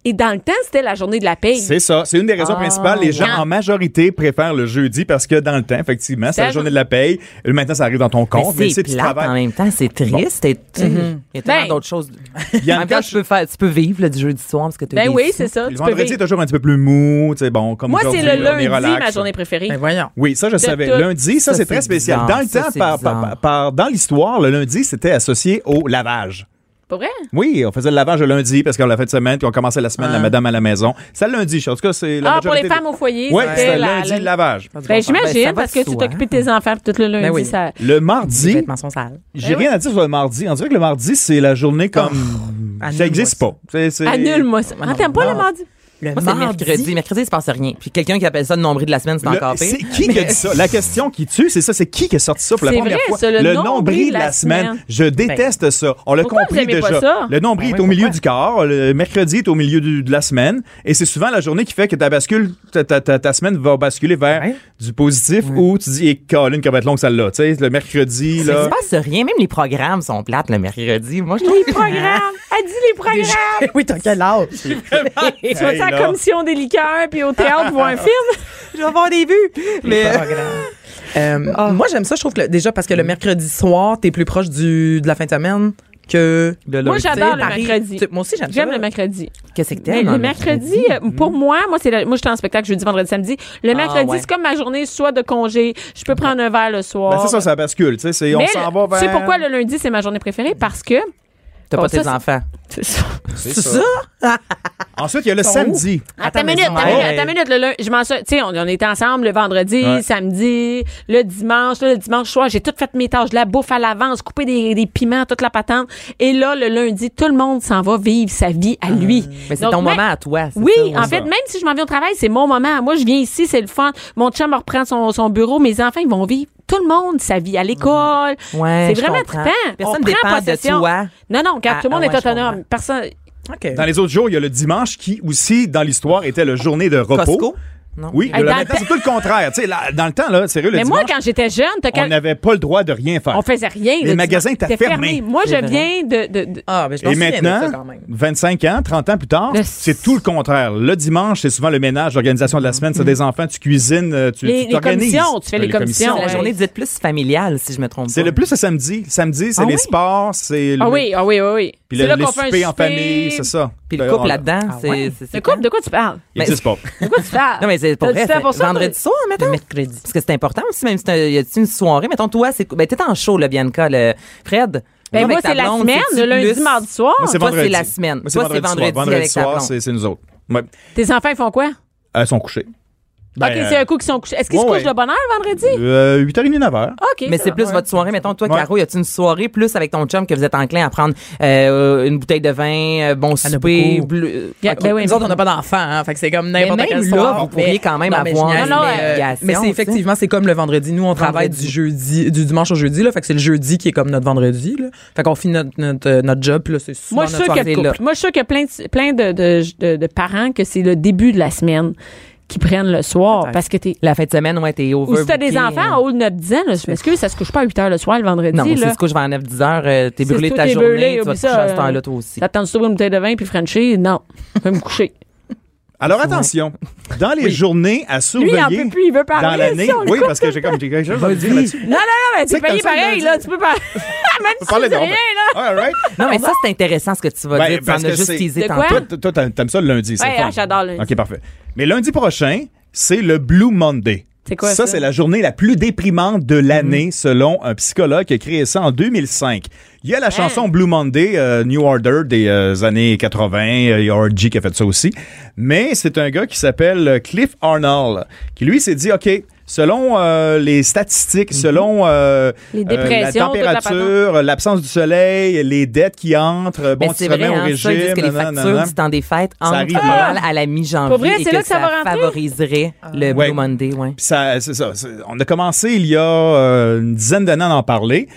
Speaker 1: Et dans le temps, c'était la journée de la paye.
Speaker 3: C'est ça. C'est une des raisons
Speaker 4: Ah,
Speaker 3: principales. Les gens,
Speaker 1: quand-
Speaker 3: en majorité, préfèrent le jeudi parce que dans le temps, effectivement, c'est
Speaker 1: Ça-
Speaker 3: la journée de la paye. Maintenant, ça arrive dans ton compte. Mais,
Speaker 4: Mais c'est
Speaker 3: tu sais, tu
Speaker 4: plate en
Speaker 1: hein.
Speaker 3: travailles.
Speaker 4: même temps, c'est triste. et- tu sais, Il y a tellement
Speaker 1: Ben,
Speaker 4: d'autres choses.
Speaker 3: y a
Speaker 4: en même
Speaker 3: une
Speaker 4: temps,
Speaker 3: tâche-
Speaker 4: tu peux, faire, tu peux vivre là, du jeudi soir parce que tu
Speaker 1: Ben oui, c'est ça.
Speaker 3: Le
Speaker 1: Tu peux
Speaker 3: vendredi est
Speaker 1: vivre.
Speaker 3: toujours un petit peu plus mou. tu sais, Bon, comme
Speaker 1: Moi, c'est
Speaker 3: aujourd'hui,
Speaker 1: le
Speaker 3: là, on est
Speaker 1: lundi,
Speaker 3: relax.
Speaker 1: ma journée préférée.
Speaker 2: Ben voyons.
Speaker 3: Oui, ça, je savais.
Speaker 1: tout.
Speaker 3: Lundi, ça,
Speaker 4: Ça,
Speaker 3: c'est
Speaker 4: c'est
Speaker 3: très spécial.
Speaker 4: bizarre.
Speaker 3: Dans le
Speaker 4: Ça,
Speaker 3: temps,
Speaker 4: c'est
Speaker 3: par,
Speaker 4: bizarre.
Speaker 3: par- par- dans l'histoire, le lundi, c'était associé au lavage.
Speaker 1: Pas vrai?
Speaker 3: Oui, on faisait le lavage le lundi parce qu'on la fin de semaine, puis on commençait la semaine, la madame à la maison. C'est le lundi, en tout cas, c'est la
Speaker 1: Hein. Ah, pour les femmes au foyer,
Speaker 3: Oui,
Speaker 1: c'était
Speaker 3: c'était
Speaker 1: la-
Speaker 3: lundi,
Speaker 1: la-
Speaker 3: le lavage.
Speaker 1: Ben,
Speaker 4: Ben, ça
Speaker 1: j'imagine,
Speaker 4: va
Speaker 1: parce
Speaker 4: de
Speaker 1: que tu
Speaker 4: soi,
Speaker 1: t'occupes de tes enfants puis tout le lundi,
Speaker 2: Ben oui.
Speaker 1: ça...
Speaker 3: Le
Speaker 2: Les
Speaker 3: mardi,
Speaker 4: Hmm.
Speaker 2: vêtements sont sales.
Speaker 3: j'ai
Speaker 1: Eh
Speaker 3: rien à dire sur le mardi. On dirait que le mardi, c'est la journée comme.
Speaker 2: Oh,
Speaker 3: ça n'existe
Speaker 2: annule-moi
Speaker 3: pas. C'est- c'est-
Speaker 1: Annule-moi ça. Ah, t'aimes pas le mardi?
Speaker 2: Le
Speaker 4: Moi, c'est le mercredi. Mercredi, il se passe rien. Puis quelqu'un qui appelle ça le nombril de la semaine, c'est
Speaker 3: Le-
Speaker 4: encore pire.
Speaker 3: C'est qui qui a dit ça? La question qui tue, c'est ça. C'est qui qui a sorti ça pour la
Speaker 1: C'est
Speaker 3: première
Speaker 1: vrai,
Speaker 3: fois?
Speaker 1: ça, le
Speaker 3: nombril de la semaine. Je déteste ça. On l'a
Speaker 1: Ben. Pourquoi vous
Speaker 3: compris
Speaker 1: aimez
Speaker 3: déjà.
Speaker 1: pas ça?
Speaker 3: Le nombril
Speaker 2: Ben
Speaker 3: est au
Speaker 2: oui,
Speaker 3: milieu
Speaker 2: pourquoi?
Speaker 3: du corps. Le mercredi est au milieu du- de la semaine. Et c'est souvent la journée qui fait que ta bascule, ta, ta- ta- ta semaine va basculer vers
Speaker 2: Ouais.
Speaker 3: du positif ou tu dis, eh, Colin, comme va être longue celle-là. Tu sais, le mercredi,
Speaker 4: Il se
Speaker 3: là.
Speaker 4: passe rien. Même les programmes sont plates le mercredi. Moi, je trouve.
Speaker 1: Les programmes! Elle dit les programmes!
Speaker 2: oui, t'as quel âge?
Speaker 1: Tu vas-tu à
Speaker 3: là.
Speaker 1: la commission des liqueurs puis au théâtre voir un film?
Speaker 4: Je vais avoir des vues. Mais.
Speaker 2: Euh, Moi, j'aime ça. Je trouve que le- déjà, parce que le mercredi soir, t'es plus proche du, de la fin de semaine que le
Speaker 1: Moi,
Speaker 2: lundi.
Speaker 1: j'adore le
Speaker 2: T'sais, Paris-
Speaker 1: mercredi.
Speaker 2: tu- Moi aussi, j'aime ça.
Speaker 1: J'aime le mercredi.
Speaker 4: Qu'est-ce que
Speaker 1: Mais
Speaker 4: t'aimes?
Speaker 1: le
Speaker 4: hein,
Speaker 1: mercredi, euh,
Speaker 2: Mm-hmm.
Speaker 1: pour moi, moi, c'est le- moi, je suis en spectacle jeudi, vendredi, samedi. Le
Speaker 2: Ah,
Speaker 1: mercredi,
Speaker 4: ouais.
Speaker 1: c'est comme ma journée soit de congé. Je peux prendre un verre le soir.
Speaker 3: Ben, c'est ça, ça bascule. Tu sais, c'est- on
Speaker 1: Mais
Speaker 3: s'en
Speaker 1: le-
Speaker 3: va vers.
Speaker 1: Tu sais pourquoi le lundi, c'est ma journée préférée? Parce que.
Speaker 4: T'as
Speaker 1: Bon,
Speaker 4: pas
Speaker 1: ça,
Speaker 4: tes
Speaker 1: c'est-
Speaker 4: enfants.
Speaker 1: C'est ça.
Speaker 2: C'est ça?
Speaker 3: Ensuite, il y a le samedi.
Speaker 1: Attends une
Speaker 2: mais
Speaker 1: minute,
Speaker 2: ils sont-
Speaker 1: attends une minute,
Speaker 3: Ouais.
Speaker 1: attends une minute. Le lundi, je m'en sors- Tu sais, on, on était ensemble le vendredi,
Speaker 3: Ouais.
Speaker 1: samedi, le dimanche, là, le dimanche soir, j'ai tout fait mes tâches, la bouffe à l'avance, couper des, des piments, toute la patente. Et là, le lundi, tout le monde s'en va vivre sa vie à lui.
Speaker 4: Ah. Mais c'est
Speaker 1: Donc,
Speaker 4: ton
Speaker 1: même-
Speaker 4: moment à toi. c'est
Speaker 1: Oui,
Speaker 4: ça,
Speaker 1: en
Speaker 4: ouais.
Speaker 1: fait, même si je m'en viens au travail, c'est mon moment. Moi, je viens ici, c'est le fun. Mon chum me reprend son, son bureau. Mes enfants, ils vont vivre tout le monde sa vie à l'école.
Speaker 4: Mmh. Ouais,
Speaker 1: c'est
Speaker 4: je
Speaker 1: vraiment
Speaker 4: comprends.
Speaker 1: trippant.
Speaker 4: Personne
Speaker 1: On prend
Speaker 4: dépend de
Speaker 1: possession.
Speaker 4: toi.
Speaker 1: Non, non, car
Speaker 4: Ah,
Speaker 1: tout le monde
Speaker 4: ah
Speaker 1: est
Speaker 4: ouais, je
Speaker 1: autonome.
Speaker 4: comprends.
Speaker 1: Personne.
Speaker 2: OK.
Speaker 3: Dans les autres jours, il y a le dimanche qui aussi, dans l'histoire, était la journée de repos.
Speaker 4: Costco? Non.
Speaker 3: Oui,
Speaker 1: Hey,
Speaker 3: là,
Speaker 1: dans
Speaker 3: maintenant,
Speaker 1: le
Speaker 3: c'est tout le contraire. Tu sais, là, dans le temps, là, sérieux, le
Speaker 1: Mais moi,
Speaker 3: dimanche,
Speaker 1: quand j'étais jeune, t'as quand-
Speaker 3: on n'avait pas le droit de rien faire.
Speaker 1: on faisait rien.
Speaker 3: Les
Speaker 1: le
Speaker 3: magasins
Speaker 1: dimanche.
Speaker 3: étaient
Speaker 1: C'était
Speaker 3: fermés.
Speaker 1: Moi, je
Speaker 4: C'est
Speaker 1: viens de. de- de-
Speaker 2: Ah, ben, je m'en
Speaker 3: Et
Speaker 2: souviens de ça quand
Speaker 3: maintenant,
Speaker 2: même.
Speaker 3: 25 ans, 30 ans plus tard,
Speaker 1: Le-
Speaker 3: c'est tout le contraire. Le dimanche, c'est souvent le ménage, l'organisation de la semaine, c'est des enfants, tu cuisines, euh, tu
Speaker 1: Mm. Les-
Speaker 3: tu t'organises.
Speaker 1: les commissions, tu fais les commissions,
Speaker 4: C'est la
Speaker 1: Ouais.
Speaker 4: journée dite plus familiale, si je me trompe pas.
Speaker 3: C'est le plus le samedi. Le Samedi, c'est
Speaker 4: Ah
Speaker 3: les
Speaker 4: oui?
Speaker 3: sports, c'est le,
Speaker 1: Ah oui, ah oui, oui, oui.
Speaker 3: puis
Speaker 1: C'est
Speaker 3: le,
Speaker 1: là
Speaker 3: les
Speaker 1: qu'on fait un
Speaker 3: soupers en
Speaker 1: souper.
Speaker 3: famille, c'est ça.
Speaker 4: Puis le
Speaker 3: Ben, on-
Speaker 4: couple là-dedans,
Speaker 2: Ah
Speaker 4: c'est.
Speaker 2: ouais?
Speaker 4: c'est- c'est
Speaker 1: Le couple,
Speaker 4: quand?
Speaker 1: de quoi tu parles?
Speaker 3: Il existe pas.
Speaker 1: De quoi tu parles?
Speaker 4: Non, mais c'est pour
Speaker 1: T'as
Speaker 4: vrai.
Speaker 1: du temps
Speaker 4: C'est
Speaker 1: pour ça,
Speaker 4: vendredi
Speaker 1: toi?
Speaker 4: soir, mettons.
Speaker 2: mercredi.
Speaker 4: Parce que c'est important aussi, même si t'as- y a une soirée. Mettons, toi, c'est. Ben, t'es en show, là, Bianca, le Fred.
Speaker 1: Ben,
Speaker 4: Avec
Speaker 1: moi,
Speaker 4: ta
Speaker 1: c'est la
Speaker 4: blonde,
Speaker 1: semaine,
Speaker 4: c'est-tu
Speaker 1: le lundi,
Speaker 4: plus-
Speaker 1: mardi soir.
Speaker 3: Moi, c'est
Speaker 4: Toi,
Speaker 3: vendredi.
Speaker 4: c'est la semaine.
Speaker 3: Moi, c'est
Speaker 4: Toi, c'est
Speaker 3: vendredi soir.
Speaker 4: vendredi
Speaker 3: Vendredi
Speaker 4: avec ta
Speaker 3: soir,
Speaker 4: blonde.
Speaker 3: c'est c'est nous autres. Ouais.
Speaker 1: Tes enfants, ils font quoi?
Speaker 3: Elles sont couchées. Ben,
Speaker 1: OK, c'est un coup qu'ils sont couchés. Est-ce qu'ils se
Speaker 3: ouais,
Speaker 1: couchent
Speaker 3: ouais.
Speaker 1: de bonne heure vendredi?
Speaker 3: euh, 8h30, 9h.
Speaker 1: OK.
Speaker 4: Mais
Speaker 1: ça
Speaker 4: c'est
Speaker 1: va.
Speaker 4: plus votre soirée. Mettons, toi,
Speaker 3: Ouais.
Speaker 4: Caro, y a-tu une soirée plus avec ton chum que vous êtes enclin à prendre euh, une bouteille de vin, euh, bon
Speaker 2: en a
Speaker 4: souper,
Speaker 2: beaucoup.
Speaker 4: bleu. euh,
Speaker 1: Yeah,
Speaker 4: OK.
Speaker 1: ben oui,
Speaker 2: Nous autres, on n'a pas d'enfants, hein, fait que c'est comme n'importe
Speaker 4: Mais
Speaker 2: quel
Speaker 4: même
Speaker 2: soir.
Speaker 4: là, vous
Speaker 2: mais-
Speaker 4: pourriez quand même
Speaker 2: Non, mais
Speaker 4: avoir
Speaker 2: je niaise,
Speaker 1: Non, non,
Speaker 2: mais, euh,
Speaker 4: obligation,
Speaker 2: mais
Speaker 4: tu
Speaker 2: c'est
Speaker 4: sais.
Speaker 2: effectivement, c'est comme le vendredi. Nous, on travaille
Speaker 4: Vendredi.
Speaker 2: du jeudi, du dimanche au jeudi, là, fait que c'est le jeudi qui est comme notre vendredi, là. Fait qu'on finit notre, notre, euh, notre job, puis là, c'est souvent
Speaker 1: Moi, je suis
Speaker 2: notre
Speaker 1: sûre qu'il y a-
Speaker 2: soirée, là.
Speaker 1: moi, je suis sûre qu'il y a plein de, plein de, de, de- de parents que c'est le début de la semaine qui prennent le soir
Speaker 2: Peut-être.
Speaker 1: parce que t'es.
Speaker 4: La fin de semaine, ouais, t'es over.
Speaker 1: Ou si t'as des enfants en haut de 9-10 ans, là, je m'excuse, ça se couche pas à 8 heures le soir le vendredi.
Speaker 4: hein. Non, mais si
Speaker 1: là.
Speaker 4: tu te couches vers 9-10 heures, euh, t'es
Speaker 1: Si
Speaker 4: brûlé de
Speaker 1: tout
Speaker 4: ta
Speaker 1: est
Speaker 4: journée,
Speaker 1: brûlé,
Speaker 4: tu vas
Speaker 1: oublie
Speaker 4: te coucher à
Speaker 1: ça,
Speaker 4: cette heure-là,
Speaker 1: euh,
Speaker 4: toi aussi.
Speaker 1: T'attends de s'ouvrir une bouteille de vin puis Frenchie? Non. Je vais me coucher.
Speaker 3: Alors attention, dans les journées à
Speaker 1: Lui,
Speaker 3: surveiller
Speaker 1: il en peut plus, il veut parler.
Speaker 3: dans l'année,
Speaker 1: si on
Speaker 3: oui
Speaker 1: l'écoute.
Speaker 3: parce que j'ai comme j'ai quelque chose à dire là-dessus.
Speaker 1: Non, non, non, mais
Speaker 3: C'est
Speaker 1: t'es payé
Speaker 3: comme ça,
Speaker 1: pareil,
Speaker 3: lundi.
Speaker 1: là. Tu peux pas. Même si
Speaker 3: On peut
Speaker 1: tu
Speaker 3: parler
Speaker 1: dis
Speaker 3: de-
Speaker 1: Ah, rien, là.
Speaker 3: All right.
Speaker 4: Non, mais ça, c'est intéressant ce que tu vas
Speaker 3: Ben,
Speaker 4: dire. Tu
Speaker 3: parce
Speaker 4: en as
Speaker 3: que
Speaker 4: juste
Speaker 3: c'est-
Speaker 4: teasé
Speaker 1: De
Speaker 4: tantôt.
Speaker 1: quoi?
Speaker 3: Toi, t- toi, t'aimes t'aimes ça le lundi, c'est
Speaker 1: Ouais,
Speaker 3: le fun.
Speaker 1: ah, j'adore le lundi.
Speaker 3: OK, parfait. Mais lundi prochain, c'est le Blue Monday.
Speaker 1: C'est quoi ça? Mm-hmm.
Speaker 3: c'est la journée la plus déprimante de l'année, selon un psychologue qui a créé ça en 2005. Il
Speaker 1: Hein?
Speaker 3: y a la chanson Blue Monday, euh, New Order des euh, années 80. euh, Il y a R.G. qui a fait ça aussi. Mais c'est un gars qui s'appelle euh, Cliff Arnold, qui lui s'est dit, OK, selon euh, les statistiques, selon euh,
Speaker 1: Mm-hmm. Les
Speaker 3: euh, la
Speaker 1: dépressions, toute la
Speaker 3: température, l'absence du soleil, les dettes qui entrent, bon,
Speaker 4: Mais
Speaker 3: tu
Speaker 4: c'est
Speaker 3: te remets
Speaker 4: vrai,
Speaker 3: au
Speaker 4: hein, ça, ils disent
Speaker 3: régime.
Speaker 4: que les
Speaker 3: nanana,
Speaker 4: factures
Speaker 3: nanana.
Speaker 4: du temps des fêtes entrent
Speaker 3: arrive,
Speaker 4: pas
Speaker 3: là.
Speaker 4: mal à la mi-janvier
Speaker 1: Pour vrai,
Speaker 4: et
Speaker 1: c'est
Speaker 4: que,
Speaker 1: là que ça
Speaker 4: ça,
Speaker 1: va rentrer?
Speaker 4: favoriserait le
Speaker 3: Ouais.
Speaker 4: Blue Monday, ouais.
Speaker 3: Puis ça, c'est ça. c'est- on a commencé il y a euh, une dizaine d'années à en parler.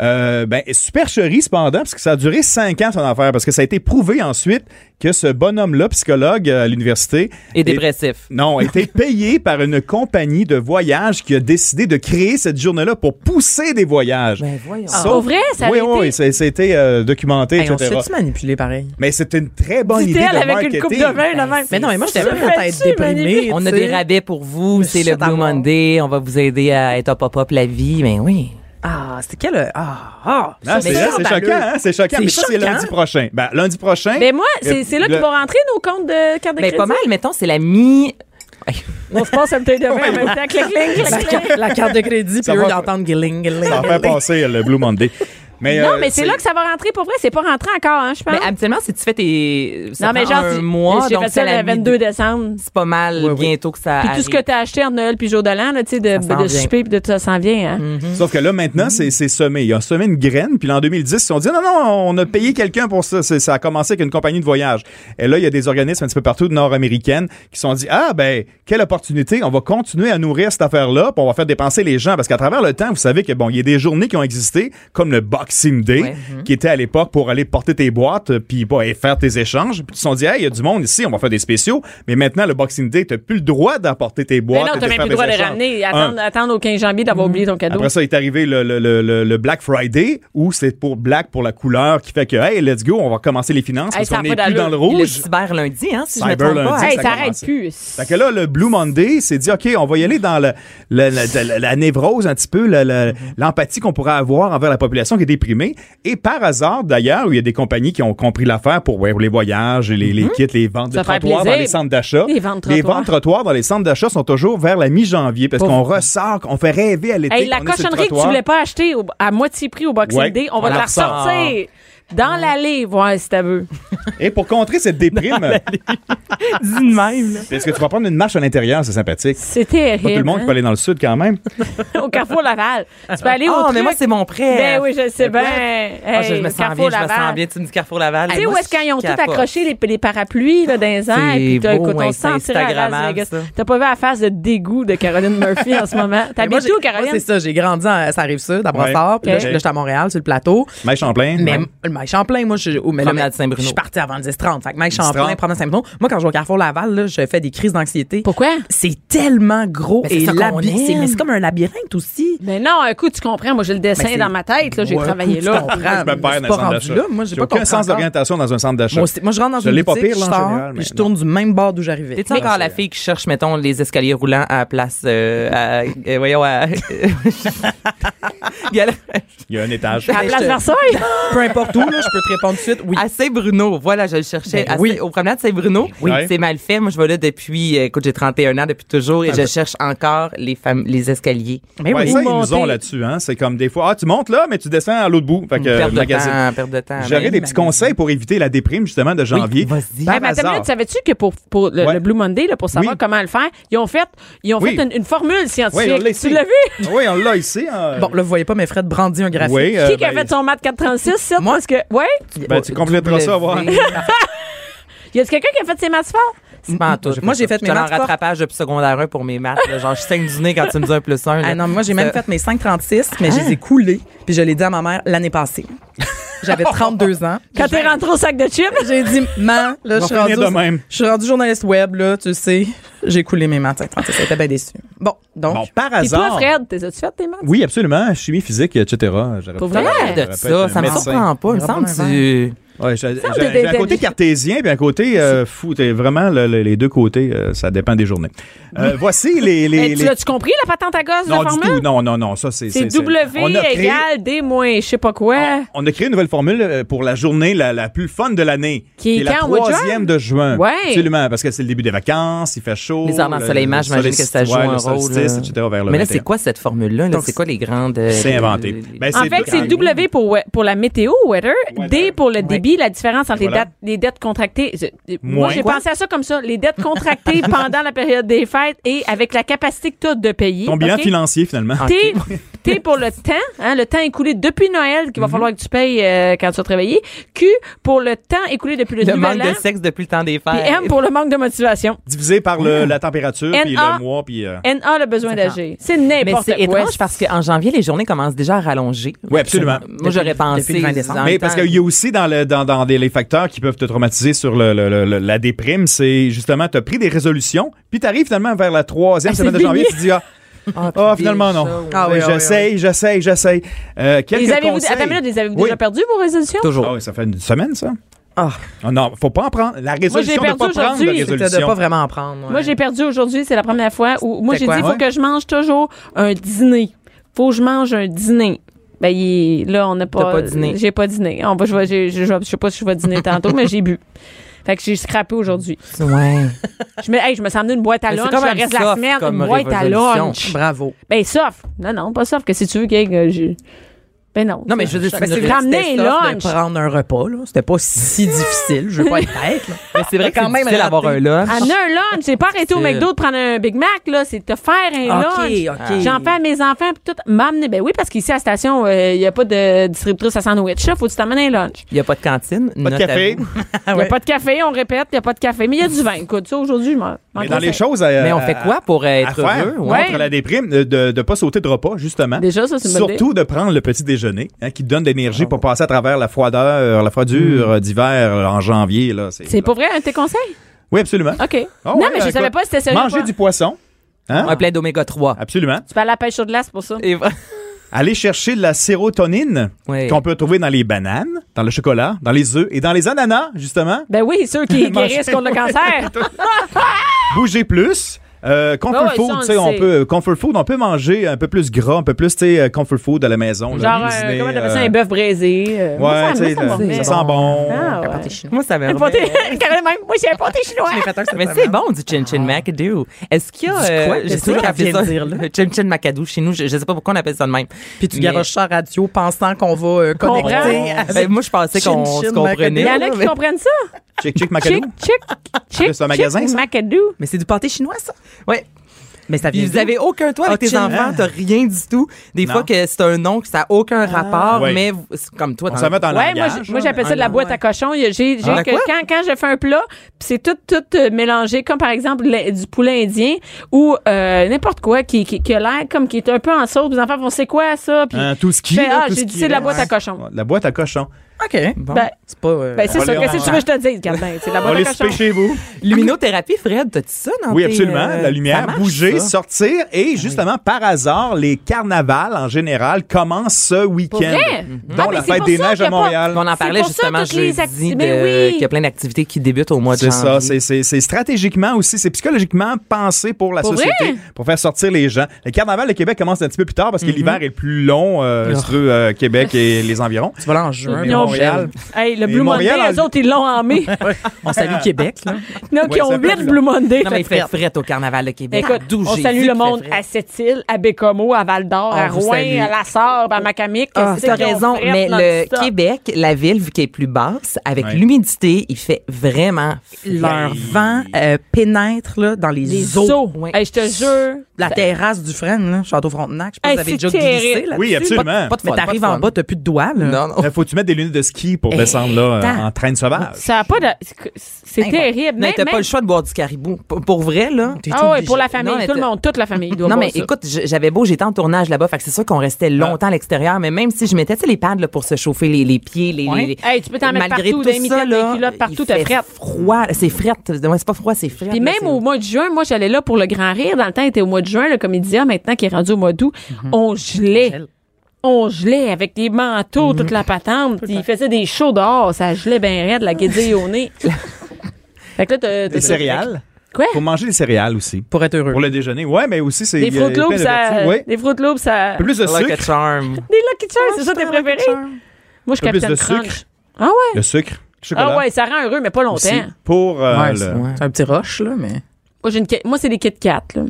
Speaker 3: Euh, ben, supercherie, cependant, parce que ça a duré cinq ans, son affaire, parce que ça a été prouvé ensuite que ce bonhomme-là, psychologue euh, à l'université.
Speaker 4: Et
Speaker 3: est-
Speaker 4: dépressif.
Speaker 3: Non, a été payé par une compagnie de voyage qui a décidé de créer cette journée-là pour pousser des voyages.
Speaker 4: Ben, voyons. Ben,
Speaker 3: Sauf-
Speaker 1: Ah, pour vrai? Ça
Speaker 3: oui,
Speaker 1: avait
Speaker 3: oui,
Speaker 1: été-
Speaker 3: oui, ça, ça a été euh, documenté,
Speaker 2: Hey, on se
Speaker 3: etc.
Speaker 2: fait-tu manipuler pareil?
Speaker 3: Mais c'est une très bonne idée de
Speaker 1: Dit-elle avec
Speaker 3: marketing.
Speaker 1: une coupe de vin, là même.
Speaker 2: Mais non, mais moi, j'étais
Speaker 1: Ça
Speaker 2: même à être
Speaker 1: fait-tu
Speaker 2: déprimée.
Speaker 1: manipuler?
Speaker 4: On
Speaker 2: tu
Speaker 4: a
Speaker 2: sais.
Speaker 4: des rabais pour vous, c'est le
Speaker 2: Shut
Speaker 4: Blue
Speaker 2: up.
Speaker 4: Monday, on va vous aider à être au pop-up la vie, mais oui.
Speaker 2: Ah, c'est quel. Ah, ah.
Speaker 3: Non,
Speaker 2: ça,
Speaker 3: c'est
Speaker 2: ça,
Speaker 3: là, c'est
Speaker 2: ça,
Speaker 3: choquant, hein? C'est choquant.
Speaker 2: C'est
Speaker 3: Mais ça, c'est
Speaker 2: choquant.
Speaker 3: lundi prochain. Ben, lundi prochain.
Speaker 1: Ben moi,
Speaker 3: le-
Speaker 1: c'est c'est là
Speaker 3: le-
Speaker 1: qu'ils vont rentrer nos comptes de carte de
Speaker 4: Ben
Speaker 1: crédit.
Speaker 4: pas mal, mettons, c'est la mi...
Speaker 1: On se passe un bouteille de vin en même temps. Clic, clic, clic,
Speaker 2: La,
Speaker 1: clic.
Speaker 2: ca- la carte de crédit, puis
Speaker 3: Ça
Speaker 2: eux,
Speaker 3: va-
Speaker 2: ils entendent guiling, guiling.
Speaker 3: Ça va faire passer le Blue Monday. Mais,
Speaker 1: Non,
Speaker 3: euh,
Speaker 1: mais c'est là que ça va rentrer pour vrai. C'est pas rentré encore, hein, je pense.
Speaker 4: Mais habituellement, si tu fais tes... Ça
Speaker 1: non, mais
Speaker 4: prend
Speaker 1: genre,
Speaker 4: un
Speaker 1: si-
Speaker 4: mois,
Speaker 1: j'ai
Speaker 4: donc
Speaker 1: fait
Speaker 4: c'est
Speaker 1: ça
Speaker 4: la
Speaker 1: le 22 décembre.
Speaker 4: C'est pas mal bientôt que ça
Speaker 1: Puis tout ce que
Speaker 4: arrive.
Speaker 1: t'as acheté en Noël puis jour de l'an, là, tu sais, de,
Speaker 4: Ça s'en
Speaker 1: de
Speaker 4: vient.
Speaker 1: souper puis de tout ça s'en vient, hein.
Speaker 3: Sauf que là, maintenant, c'est c'est semé. Ils ont semé une graine, puis là, en 2010, ils se sont dit, non, non, on a payé quelqu'un pour ça. C'est- Ça a commencé avec une compagnie de voyage. Et là, il y a des organismes un petit peu partout nord-américaines qui se sont dit, ah, ben, quelle opportunité. On va continuer à nourrir cette affaire-là, puis on va faire dépenser les gens. Parce qu'à travers le temps, vous savez que, bon, il y a des journées qui ont existé, comme le Boxing Day,
Speaker 4: Ouais.
Speaker 1: mhm.
Speaker 3: qui était à l'époque pour aller porter tes boîtes, euh, puis bah, et faire tes échanges. Puis ils se sont dit, hey, il y a du monde ici, on va faire des spéciaux. Mais maintenant, le Boxing Day, t'as plus le droit d'apporter tes
Speaker 1: Mais
Speaker 3: boîtes.
Speaker 1: Ben non,
Speaker 3: et
Speaker 1: t'as
Speaker 3: de
Speaker 1: même
Speaker 3: faire
Speaker 1: plus
Speaker 3: des
Speaker 1: le droit de
Speaker 3: échanges.
Speaker 1: ramener.
Speaker 3: Un.
Speaker 1: Attendre, attendre au 15 janvier d'avoir oublié ton cadeau.
Speaker 3: Après ça, est arrivé le, le- le- le- le Black Friday où c'est pour black pour la couleur qui fait que hey let's go on va commencer les finances
Speaker 1: Hey,
Speaker 3: parce
Speaker 1: ça a pas
Speaker 3: qu'on n'est plus
Speaker 1: d'allure.
Speaker 3: dans le
Speaker 4: Le
Speaker 3: rouge.
Speaker 4: cyber lundi, hein, si je me
Speaker 3: Cyber
Speaker 4: trompe pas.
Speaker 3: lundi,
Speaker 4: hein.
Speaker 1: Hey,
Speaker 3: ça
Speaker 1: ça
Speaker 3: commence.
Speaker 1: arrête plus.
Speaker 3: Fait que là le Blue Monday c'est dit ok on va y aller dans le- le- la, la- la- la névrose un petit peu la- la- l'empathie qu'on pourrait avoir envers la population qui est déprimée et par hasard d'ailleurs où il y a des compagnies qui ont compris l'affaire pour, ouais, pour les voyages les, les kits les ventes de
Speaker 1: Mhm. Ça fait
Speaker 3: trottoirs dans
Speaker 1: plaisir.
Speaker 3: les centres d'achat
Speaker 1: Les ventes
Speaker 3: les
Speaker 1: trottoirs.
Speaker 3: ventes trottoirs dans les centres d'achat sont toujours vers la mi-janvier parce
Speaker 1: Pauvre.
Speaker 3: qu'on ressort on fait rêver à l'été
Speaker 1: Hey, la
Speaker 3: qu'on est sur le
Speaker 1: cochonnerie que tu
Speaker 3: trottoir.
Speaker 1: voulais pas acheter au- à moitié prix au Boxing
Speaker 3: Ouais,
Speaker 1: Day, on
Speaker 3: on
Speaker 1: va te
Speaker 3: la
Speaker 1: la
Speaker 3: ressort.
Speaker 1: ressortir dans l'allée, voir si t'as vu.
Speaker 3: Et pour contrer cette déprime,
Speaker 4: Dis de même, là.
Speaker 3: parce que tu vas prendre une marche à l'intérieur, c'est sympathique.
Speaker 1: C'est
Speaker 3: Pas
Speaker 1: terrible.
Speaker 3: tout le monde qui peut aller dans le sud quand même.
Speaker 1: hein. au Carrefour Laval. Tu peux aller au
Speaker 4: Oh,
Speaker 1: truc.
Speaker 4: mais moi, c'est mon prêt.
Speaker 1: Ben oui, je sais
Speaker 4: Le
Speaker 1: bien.
Speaker 4: prêt. Ah, je-
Speaker 1: Hey,
Speaker 4: je me sens
Speaker 1: Carrefour
Speaker 4: bien, je me
Speaker 1: Laval.
Speaker 4: sens bien. Tu me dis Carrefour Laval.
Speaker 1: Tu sais,
Speaker 4: Hey,
Speaker 1: où
Speaker 4: moi,
Speaker 1: est-ce qu'ils ont
Speaker 4: je
Speaker 1: tout
Speaker 4: capote.
Speaker 1: accroché les, les parapluis là, dans les airs?
Speaker 4: C'est
Speaker 1: Puis t'as-
Speaker 4: beau,
Speaker 1: écoute,
Speaker 4: hein,
Speaker 1: on se
Speaker 4: c'est
Speaker 1: sentirait à Las
Speaker 4: Instagrammable,
Speaker 1: Vegas.
Speaker 4: ça.
Speaker 1: T'as pas vu la face de dégoût de Caroline Murphy en ce moment?
Speaker 2: Mais moi,
Speaker 1: T'habites
Speaker 2: j'ai-
Speaker 1: où,
Speaker 2: moi,
Speaker 1: Caroline?
Speaker 2: C'est ça, j'ai grandi, à- ça arrive ça, d'abord
Speaker 3: Ouais.
Speaker 2: ça, puis là,
Speaker 3: Ok.
Speaker 2: je- là, j'étais à Montréal, sur le plateau.
Speaker 3: Mike Champlain.
Speaker 2: Mais
Speaker 3: ouais.
Speaker 2: le Mike Champlain, moi, je, oh, mais
Speaker 4: Promenade
Speaker 2: mais-
Speaker 4: Saint-Bruno.
Speaker 2: je suis parti avant le 10-30. Fait que Mike Champlain,
Speaker 3: 10-30.
Speaker 2: promenade Saint-Bruno. Moi, quand je vais au Carrefour Laval, là, je fais des crises d'anxiété.
Speaker 1: Pourquoi?
Speaker 2: C'est tellement gros
Speaker 4: Mais c'est
Speaker 2: et
Speaker 4: ça qu'on
Speaker 2: labyrinthe. C'est
Speaker 4: aime.
Speaker 2: mais c'est comme un labyrinthe aussi.
Speaker 1: Mais non, un coup, tu comprends. Moi, j'ai le
Speaker 2: Mais
Speaker 1: dessin
Speaker 2: c'est-
Speaker 1: dans ma tête. là, J'ai
Speaker 2: Ouais,
Speaker 1: travaillé
Speaker 2: tu
Speaker 1: là.
Speaker 2: comprends.
Speaker 3: Je me
Speaker 2: mais
Speaker 3: perds
Speaker 2: c'est
Speaker 3: dans
Speaker 2: pas
Speaker 3: un centre
Speaker 2: rendu
Speaker 3: d'achat.
Speaker 2: là. Moi, j'ai pas
Speaker 3: aucun
Speaker 2: compris
Speaker 3: sens
Speaker 2: encore.
Speaker 3: d'orientation dans un centre d'achat.
Speaker 2: Moi, aussi- moi, je rentre dans
Speaker 3: Je
Speaker 2: une
Speaker 3: l'ai pas
Speaker 2: boutique,
Speaker 3: pire, là,
Speaker 2: je
Speaker 3: en général,
Speaker 2: sors,
Speaker 3: mais
Speaker 2: puis je
Speaker 3: non.
Speaker 2: tourne du même bord d'où j'arrivais.
Speaker 4: T'es-tu encore la fille qui cherche, mettons, les escaliers roulants à place. euh, à, euh, voyons, à. Gala-
Speaker 3: Il y a un étage.
Speaker 1: À la
Speaker 2: Mais
Speaker 1: place
Speaker 2: je te-
Speaker 1: Versailles?
Speaker 2: Peu importe où, là, je peux te répondre tout de suite. Oui.
Speaker 4: À Saint-Bruno, voilà, je le cherchais.
Speaker 2: Ben
Speaker 4: À
Speaker 2: oui.
Speaker 4: Saint- Au promenade Saint-Bruno,
Speaker 3: oui. Ouais.
Speaker 4: c'est mal fait. Moi, je vais là depuis, euh, écoute, j'ai 31 ans depuis toujours
Speaker 3: Ah ben.
Speaker 4: et je cherche encore les, fam- les escaliers.
Speaker 2: Mais
Speaker 3: Ouais,
Speaker 2: oui.
Speaker 3: ça,
Speaker 2: Où
Speaker 3: ils nous ont
Speaker 2: monter?
Speaker 3: là-dessus. Hein? C'est comme des fois, ah, tu montes là, mais tu descends à l'autre bout. Fait que,
Speaker 4: perte,
Speaker 3: euh,
Speaker 4: de
Speaker 3: magazine.
Speaker 4: temps, perte de temps, Ben,
Speaker 3: J'aurais
Speaker 4: Mais-
Speaker 3: des petits conseils pour éviter la déprime, justement, de janvier.
Speaker 4: vas-y.
Speaker 3: Par
Speaker 1: Hey, mais attends une
Speaker 3: hasard.
Speaker 1: minute, savais-tu que pour, pour le,
Speaker 3: Ouais.
Speaker 1: le Blue Monday, là, pour savoir
Speaker 3: Oui.
Speaker 1: comment le faire, ils ont fait, ils ont
Speaker 3: Oui.
Speaker 1: fait une, une formule
Speaker 3: Oui,
Speaker 1: scientifique.
Speaker 3: on l'a ici. Ah
Speaker 1: tu l'as vu?
Speaker 3: Oui, on l'a ici. hein.
Speaker 2: Bon, là, vous voyez pas, mais Fred brandit un graphique.
Speaker 3: Oui, euh,
Speaker 1: qui qui a
Speaker 3: ben,
Speaker 1: fait son maths 436? ça?
Speaker 2: Moi-
Speaker 1: Parce que, ouais?
Speaker 3: ben, tu compléteras ça à voir.
Speaker 4: W.
Speaker 1: Y a quelqu'un qui a fait ses maths forts?
Speaker 4: C'est pas en tout.
Speaker 2: Moi, j'ai fait mes
Speaker 4: J'étais en
Speaker 2: maths fortes.
Speaker 4: rattrapage depuis secondaire 1 pour mes maths. là. Genre, je saigne du nez quand tu me dis un plus un. là.
Speaker 2: Ah non, moi, j'ai même
Speaker 4: Mm. Ça- Ah.
Speaker 2: fait mes 5,36, mais je les ai coulés, puis je l'ai dit à ma mère l'année passée. J'avais 32 ans.
Speaker 1: Quand t'es rentré au sac de chips?
Speaker 2: J'ai dit, man, là, je suis
Speaker 3: finir
Speaker 2: rendue
Speaker 3: de
Speaker 2: au-
Speaker 3: même.
Speaker 2: Je suis rendu journaliste web, là, tu sais. J'ai coulé mes maths 5,36. J'étais bien déçue. Bon, donc.
Speaker 3: Bon, par
Speaker 1: Et toi,
Speaker 3: hasard.
Speaker 1: Fred, t'es as-tu fait tes maths?
Speaker 3: Oui, Euh, absolument. Chimie physique, etc. J'aurais
Speaker 1: Pour
Speaker 3: pu-
Speaker 1: vrai?
Speaker 3: j'aurais pu
Speaker 4: de
Speaker 3: être
Speaker 4: ça,
Speaker 3: médecin.
Speaker 4: ça me
Speaker 3: Ah, ben,
Speaker 4: surprend pas. Il me semble que tu.
Speaker 3: Ouais, j'ai, j'ai-
Speaker 1: t'es-
Speaker 3: j'ai un
Speaker 1: t'es-
Speaker 3: côté
Speaker 1: t'es-
Speaker 3: cartésien puis un côté euh, fou. T'es vraiment le- le- les deux côtés, euh, ça dépend des journées. Euh, voici les. les,
Speaker 1: Mais
Speaker 3: les-
Speaker 1: tu l'as-tu compris, la patente à gosse,
Speaker 3: non,
Speaker 1: la
Speaker 3: du
Speaker 1: formule?
Speaker 3: tout. Non, non, non. Ça, c'est.
Speaker 1: C'est
Speaker 3: on
Speaker 1: W
Speaker 3: a créé- Ah.
Speaker 1: égale D moins je sais pas quoi.
Speaker 3: On a créé une nouvelle formule euh, pour la journée la, la plus fun de l'année.
Speaker 1: Qui est
Speaker 3: la
Speaker 1: quand, au mois de
Speaker 3: troisième
Speaker 1: juin?
Speaker 3: de juin.
Speaker 1: Ouais.
Speaker 3: Absolument, parce que c'est le début des vacances, il fait chaud.
Speaker 4: Les arts
Speaker 3: Oh, le-
Speaker 4: d'ensoleillement,
Speaker 3: le
Speaker 4: j'imagine que
Speaker 3: solstice,
Speaker 4: ça joue
Speaker 3: ouais,
Speaker 4: un
Speaker 3: le
Speaker 4: rôle.
Speaker 3: solstice,
Speaker 4: euh.
Speaker 3: etc., vers le
Speaker 4: Mais
Speaker 3: 21.
Speaker 4: là, c'est quoi cette formule-là? là?
Speaker 2: Donc,
Speaker 4: C'est quoi les grandes. euh,
Speaker 3: c'est inventé.
Speaker 4: les- les-
Speaker 3: Ben,
Speaker 1: En
Speaker 3: c'est
Speaker 1: fait,
Speaker 3: tout-
Speaker 1: c'est W pour, we- pour la météo, weather, D pour le débit, la différence entre les,
Speaker 3: Voilà.
Speaker 1: dates, les dettes contractées. Je- euh,
Speaker 3: Moins.
Speaker 1: Moi, j'ai
Speaker 3: Quoi?
Speaker 1: pensé à ça comme ça. Les dettes contractées pendant la période des fêtes et avec la capacité que tu as de payer.
Speaker 3: Ton bilan
Speaker 1: OK?
Speaker 4: Ah.
Speaker 3: financier, finalement.
Speaker 1: T, T pour le temps, hein, le temps écoulé depuis Noël qu'il
Speaker 3: Mm-hmm.
Speaker 1: va falloir que tu payes euh, quand tu vas travailler. Q pour le temps écoulé depuis le,
Speaker 4: Le
Speaker 1: nouvel
Speaker 4: manque
Speaker 1: an.
Speaker 4: de sexe depuis le temps des
Speaker 1: Puis
Speaker 4: fêtes.
Speaker 1: M pour le manque de motivation.
Speaker 3: Divisé par
Speaker 1: Ah.
Speaker 3: le- la température, puis
Speaker 1: NA.
Speaker 3: le mois, puis... euh,
Speaker 1: NA, le besoin d'agir. C'est
Speaker 4: Mais
Speaker 1: n'importe quoi.
Speaker 4: c'est étrange parce qu'en janvier, les journées commencent déjà à rallonger.
Speaker 3: Oui, absolument.
Speaker 4: Moi, j'aurais pensé.
Speaker 2: depuis le 20 décembre.
Speaker 4: en
Speaker 3: Mais
Speaker 4: même
Speaker 3: parce
Speaker 4: temps-
Speaker 3: qu'il y a aussi dans, le, dans, dans des- les facteurs qui peuvent te traumatiser sur le, le- le- le- la déprime, c'est justement, tu as pris des résolutions, puis tu arrives finalement vers la troisième semaine de janvier, tu te dis, ah,
Speaker 4: Ah,
Speaker 3: ah,
Speaker 4: puis
Speaker 3: finalement non.
Speaker 4: déjà, ouais.
Speaker 2: Ah oui, ah oui,
Speaker 3: j'essaye, j'essaye, j'essaye. Euh, quelques
Speaker 1: les avez-vous,
Speaker 3: conseils.
Speaker 1: attends une minute, les avez-vous
Speaker 3: Oui.
Speaker 1: déjà perdu vos résolutions?
Speaker 4: Toujours.
Speaker 3: Ah oui, ça fait une semaine, ça.
Speaker 2: Ah,
Speaker 3: Ah non, faut pas en prendre. La résolution
Speaker 1: perdu
Speaker 3: de pas prendre
Speaker 1: aujourd'hui.
Speaker 3: de
Speaker 2: c'est
Speaker 3: résolution.
Speaker 2: de pas vraiment en prendre. ouais.
Speaker 1: Moi, j'ai perdu aujourd'hui, c'est la première fois où moi j'ai dit
Speaker 4: quoi?
Speaker 1: il faut
Speaker 3: Ouais.
Speaker 1: que je mange toujours un dîner. Faut que je mange un dîner. Ben il est- là on n'a pas,
Speaker 4: pas dîné.
Speaker 1: J'ai pas dîné. On va je vais- j'ai- je je- je sais pas si je vais dîner tantôt mais j'ai bu. Fait que j'ai scrappé aujourd'hui.
Speaker 4: Ouais.
Speaker 1: Je me hey, je me suis amené une boîte à
Speaker 4: Mais c'est
Speaker 1: lunch
Speaker 4: quand même
Speaker 1: le reste de la
Speaker 4: soft
Speaker 1: semaine,
Speaker 4: comme
Speaker 1: une boîte à
Speaker 4: résolution.
Speaker 1: lunch.
Speaker 2: Bravo.
Speaker 1: Ben sauf. Non non, pas sauf que si tu veux Greg, euh, j'ai- Ben non.
Speaker 4: Non, mais je veux dire,
Speaker 2: Mais
Speaker 4: c'est
Speaker 2: c'est
Speaker 4: une
Speaker 2: vrai que
Speaker 1: ramener
Speaker 2: c'était
Speaker 1: un
Speaker 2: soft
Speaker 1: lunch.
Speaker 2: de prendre un repas. là. C'était pas si difficile. Je veux pas être bête. là.
Speaker 4: Mais c'est vrai que
Speaker 2: Quand
Speaker 4: c'est
Speaker 2: même
Speaker 4: difficile d'avoir un
Speaker 2: raté.
Speaker 4: lunch.
Speaker 1: Amener un lunch, c'est pas arrêter au
Speaker 4: C'est-
Speaker 1: McDo de prendre un Big Mac, là, c'est te faire un lunch. Ah.
Speaker 2: OK, OK.
Speaker 1: J'en fais à mes enfants, puis tout. M'amener. Ben oui, parce qu'ici, à la station, il n'y a pas de distributrice à sandwich. Là, faut que tu t'amènes un lunch.
Speaker 4: Il n'y a pas de cantine.
Speaker 3: Pas de café.
Speaker 2: Ah
Speaker 1: Il n'y a pas de café, on répète, il n'y a pas de café. Mais il y a du vin. Écoute, ça, aujourd'hui, je m'en.
Speaker 3: Mais dans les choses euh, à,
Speaker 4: Mais on fait quoi pour
Speaker 3: à, à
Speaker 4: être
Speaker 3: faire
Speaker 4: heureux?
Speaker 1: Ouais.
Speaker 3: contre la déprime, de- de ne pas sauter de repas, justement.
Speaker 1: Déjà, ça, c'est une bonne idée.
Speaker 3: Surtout de prendre le petit déjeuner hein, qui te donne de
Speaker 4: Ah
Speaker 3: l'énergie pour passer à travers la froideur, la froidure
Speaker 4: Mm.
Speaker 3: euh, d'hiver euh, en janvier. Là,
Speaker 1: C'est pas vrai, un de tes conseils?
Speaker 3: Oui, absolument.
Speaker 1: OK.
Speaker 3: Ah
Speaker 1: non,
Speaker 3: ouais,
Speaker 1: mais je
Speaker 3: écoute,
Speaker 1: savais pas si c'était sérieux. ou
Speaker 3: Manger
Speaker 1: pas.
Speaker 3: du poisson. Hein?
Speaker 4: Un plein d'oméga 3.
Speaker 3: Absolument.
Speaker 1: Tu peux aller à la pêche sur glace pour ça.
Speaker 4: Et voilà.
Speaker 3: Aller chercher de la sérotonine
Speaker 4: Ouais.
Speaker 3: qu'on peut trouver dans les bananes, dans le chocolat, dans les œufs et dans les ananas, justement.
Speaker 1: Ben oui, ceux qui
Speaker 3: Manger-
Speaker 1: guérissent contre le cancer.
Speaker 3: bouger plus. Euh, comfort
Speaker 1: Ah ouais,
Speaker 3: food,
Speaker 1: ça, on
Speaker 3: tu sais,
Speaker 1: le
Speaker 3: on
Speaker 1: sait.
Speaker 3: peut comfort food, on peut manger un peu plus gras, un peu plus, tu sais, euh, comfort food à la maison. là,
Speaker 1: Genre, euh,
Speaker 3: cuisiner,
Speaker 1: comment t'appelles ça,
Speaker 3: euh,
Speaker 1: un bœuf braisé? euh, moi,
Speaker 3: Ouais,
Speaker 1: ça- moi,
Speaker 3: tu sais,
Speaker 1: ça me
Speaker 3: ça,
Speaker 1: remet.
Speaker 3: sent bon.
Speaker 1: Ah, ouais.
Speaker 4: Moi, ça me
Speaker 1: Un pâté-
Speaker 4: remet-
Speaker 1: Carole, même, moi, j'ai un pâté chinois.
Speaker 2: J'ai fait un cette
Speaker 4: Mais c'est
Speaker 2: semaine.
Speaker 4: bon du Chin Chin McAdoo. Est-ce qu'il y a.
Speaker 2: Ah. Du quoi?
Speaker 4: euh, J'ai
Speaker 2: Qu'est-ce
Speaker 4: toujours
Speaker 2: qu'elle
Speaker 4: appelé
Speaker 2: vient
Speaker 4: ça
Speaker 2: de dire, là?
Speaker 4: le Chin Chin McAdoo chez nous. Je, je sais pas pourquoi on appelle ça de même.
Speaker 2: Puis tu
Speaker 4: Mais-
Speaker 2: garoches ça à radio pensant qu'on va euh,
Speaker 1: Comprends.
Speaker 2: connecter. avec-
Speaker 4: Ben, moi, je pensais qu'on
Speaker 2: Chin
Speaker 4: se
Speaker 2: Chin
Speaker 1: Il
Speaker 4: comprenait.
Speaker 1: y en
Speaker 2: là,
Speaker 1: a qui
Speaker 2: mais-
Speaker 1: comprennent ça.
Speaker 3: Chick, chick, macadou.
Speaker 1: Chick, chick, chick.
Speaker 3: C'est un magasin,
Speaker 1: chick,
Speaker 3: ça?
Speaker 1: Macadou.
Speaker 2: Mais c'est du pâté chinois, ça?
Speaker 4: Ouais.
Speaker 2: Mais ça
Speaker 4: Puis
Speaker 2: vient
Speaker 4: vous avez aucun toit avec
Speaker 2: Ah,
Speaker 4: tes
Speaker 2: Chin-
Speaker 4: enfants, t'as rien du tout. Des
Speaker 3: Non.
Speaker 4: fois que c'est un nom que ça a
Speaker 2: Ah.
Speaker 4: aucun rapport,
Speaker 3: Ouais.
Speaker 4: mais vous- c'est comme toi,
Speaker 3: On
Speaker 4: dans-
Speaker 3: se met dans le
Speaker 1: Ouais, moi,
Speaker 3: langage.
Speaker 1: j'ai- moi j'appelle ça de la
Speaker 4: Ah,
Speaker 1: boîte à
Speaker 4: ouais.
Speaker 1: cochon. Il y a- J'ai, j'ai
Speaker 4: Ah,
Speaker 1: que-
Speaker 4: quoi?
Speaker 1: quand, quand je fais un plat, pis c'est tout, tout euh, mélangé, comme par exemple le- du poulet indien ou euh, n'importe quoi qui, qui, qui a l'air comme qui est un peu en sauce. Les enfants vont c'est quoi ça? Puis
Speaker 3: Hein, tout ce qui
Speaker 1: je fais,
Speaker 3: là,
Speaker 1: ah,
Speaker 3: tout ce
Speaker 1: j'ai
Speaker 3: qui
Speaker 1: dit c'est de
Speaker 3: est
Speaker 1: la
Speaker 3: là.
Speaker 1: boîte à cochon.
Speaker 3: Ouais, La boîte à cochon.
Speaker 2: OK.
Speaker 4: Bon.
Speaker 1: Ben,
Speaker 2: C'est pas... euh,
Speaker 1: ben c'est
Speaker 3: On
Speaker 1: sûr,
Speaker 3: les
Speaker 1: qu'est-ce que tu veux que je te dise, Carlin? C'est de la
Speaker 3: On
Speaker 1: boîte
Speaker 3: les
Speaker 1: à cochon.
Speaker 3: souper chez vous.
Speaker 4: Luminothérapie, Fred, t'as-tu ça dans
Speaker 3: Oui,
Speaker 4: tes,
Speaker 3: absolument.
Speaker 4: euh,
Speaker 3: la
Speaker 4: ça
Speaker 3: lumière,
Speaker 4: marche,
Speaker 3: bouger,
Speaker 4: ça?
Speaker 3: sortir.
Speaker 1: Ah
Speaker 3: Et justement, par hasard, les carnavals en général commencent ce week-end.
Speaker 1: vrai?
Speaker 3: Dont
Speaker 1: Ah, mais
Speaker 3: la
Speaker 1: c'est
Speaker 3: fête
Speaker 1: pour
Speaker 3: des
Speaker 1: ça
Speaker 3: neiges
Speaker 1: qu'il y
Speaker 3: à
Speaker 1: a pas-
Speaker 3: Montréal.
Speaker 4: On en parlait
Speaker 1: pour ça,
Speaker 4: justement
Speaker 1: toutes les
Speaker 4: jeudi
Speaker 1: acti-
Speaker 4: de-
Speaker 1: Mais oui.
Speaker 4: qu'il y a plein d'activités qui débutent au mois de
Speaker 3: C'est ça,
Speaker 4: janvier.
Speaker 3: c'est- c'est c'est stratégiquement aussi, c'est psychologiquement pensé pour la
Speaker 1: Pour
Speaker 3: société,
Speaker 1: vrai? Mm-hmm.
Speaker 3: pour faire sortir les gens. Le carnaval de Québec commence un petit peu plus tard parce que l'hiver est le plus long euh, sur euh, Québec et les environs.
Speaker 2: Tu vas là en juin.
Speaker 3: Mais
Speaker 2: mais
Speaker 1: ont-
Speaker 3: Montréal,
Speaker 1: Mmh. Hey, le
Speaker 3: Mais
Speaker 1: Blue Monday,
Speaker 3: Montréal, en-
Speaker 1: eux autres, ils l'ont en mai.
Speaker 2: On salue Québec, là.
Speaker 1: Non, qui
Speaker 3: Ouais,
Speaker 1: ont
Speaker 3: ça peut
Speaker 1: huit
Speaker 3: être
Speaker 1: Blue Monday.
Speaker 4: Non, mais il fait fret au Carnaval de Québec.
Speaker 1: Ben, Écoute,
Speaker 4: D'où
Speaker 1: on
Speaker 4: j'ai
Speaker 1: salue
Speaker 4: dit
Speaker 1: le
Speaker 4: qu'il fait
Speaker 1: monde
Speaker 4: fret.
Speaker 1: à Sept-Îles, à Bécomo, à Val-d'Or, à
Speaker 2: On vous
Speaker 1: Rouen,
Speaker 2: salue.
Speaker 1: à La Sarbe, à Macamic.
Speaker 4: Ah,
Speaker 1: Qu'est-ce
Speaker 4: t'as
Speaker 1: qu'ils ont
Speaker 4: raison,
Speaker 1: fait
Speaker 4: mais le
Speaker 1: non-stop?
Speaker 4: Québec, la ville, vu qu'elle est plus basse, avec
Speaker 3: Ouais.
Speaker 4: l'humidité, il fait vraiment frais.
Speaker 2: Leur vent euh, pénètre là, dans les,
Speaker 1: Les
Speaker 2: eaux.
Speaker 1: eaux.
Speaker 4: Ouais.
Speaker 1: Hey, je te jure.
Speaker 2: La terrasse du Fresne, là, Château-Frontenac, je pense
Speaker 1: Hey,
Speaker 2: que vous avez
Speaker 1: c'est
Speaker 2: déjà
Speaker 1: terrible.
Speaker 2: glissé là
Speaker 3: Oui, absolument.
Speaker 4: Pas de
Speaker 2: Mais
Speaker 4: fun,
Speaker 2: t'arrives
Speaker 4: pas de
Speaker 2: en
Speaker 4: fun.
Speaker 2: bas, t'as plus de doigts, là.
Speaker 4: Non, non.
Speaker 3: Euh, faut-tu mettre des lunettes de ski pour
Speaker 2: Eh,
Speaker 3: descendre là, euh,
Speaker 2: attends.
Speaker 3: en train de sauvage?
Speaker 1: Ça a pas de... C'est terrible. Même,
Speaker 4: Non, Ben, t'as pas
Speaker 1: même-
Speaker 4: le choix de boire du caribou. P- Pour vrai, là.
Speaker 2: T'es
Speaker 1: Ah ouais,
Speaker 2: obligé.
Speaker 1: pour la
Speaker 4: Non,
Speaker 1: famille,
Speaker 4: mais
Speaker 1: tout le
Speaker 4: t'as-
Speaker 1: monde, toute la famille doit
Speaker 4: Non,
Speaker 1: boire
Speaker 4: mais
Speaker 1: ça.
Speaker 4: écoute, je- j'avais beau, j'étais en tournage là-bas, fait que c'est sûr qu'on restait
Speaker 1: Ah.
Speaker 4: longtemps à l'extérieur, mais même si je mettais, tu sais, les pads là, pour se chauffer les, les pieds, les, les- les-
Speaker 1: Hey, tu peux t'en mettre
Speaker 4: malgré
Speaker 1: partout,
Speaker 4: tout
Speaker 1: des mitaines,
Speaker 4: ça,
Speaker 1: des
Speaker 4: là,
Speaker 1: culottes,
Speaker 4: il
Speaker 1: partout,
Speaker 4: fait
Speaker 1: t'es frette.
Speaker 4: froid, c'est frette. Ouais, c'est pas froid, c'est frette.
Speaker 1: Puis
Speaker 4: là,
Speaker 1: même
Speaker 4: c'est-
Speaker 1: au mois de juin, moi j'allais là pour le grand rire. Dans le temps, il était au mois de juin, le comédien maintenant qui est rendu au mois d'août.
Speaker 4: Mhm.
Speaker 1: On gelait. On gelait avec des
Speaker 4: Mhm.
Speaker 1: manteaux, toute la patente. Il faisait des shows dehors, ça gelait bien raide, la guédille au nez. fait que là, t'as-
Speaker 3: Des
Speaker 1: t'as-
Speaker 3: céréales?
Speaker 1: Quoi?
Speaker 3: Faut manger des céréales aussi.
Speaker 2: Pour être heureux.
Speaker 3: Pour le déjeuner. Ouais, mais aussi, c'est.
Speaker 1: Des
Speaker 3: il y a
Speaker 1: Fruit Loops,
Speaker 3: euh, plein de vertus.
Speaker 1: ça.
Speaker 3: Ouais.
Speaker 1: Des Fruit Loops, ça.
Speaker 3: Un peu plus de
Speaker 4: Like a
Speaker 3: sucre.
Speaker 4: charm.
Speaker 1: Des Lucky Charms, c'est ça tes préférés? Moi, je
Speaker 3: Un peu plus
Speaker 1: Captain
Speaker 3: de
Speaker 1: Crunch.
Speaker 3: sucre.
Speaker 1: Ah ouais?
Speaker 3: Le sucre. Le chocolat.
Speaker 1: Ah ouais, ça rend heureux, mais pas
Speaker 3: aussi,
Speaker 1: longtemps.
Speaker 3: Pour. euh,
Speaker 2: Ouais,
Speaker 3: le-
Speaker 2: c'est ouais. C'est un petit roche, là, mais
Speaker 1: Moi, j'ai une Ki- Moi, c'est des Kit Kat, là.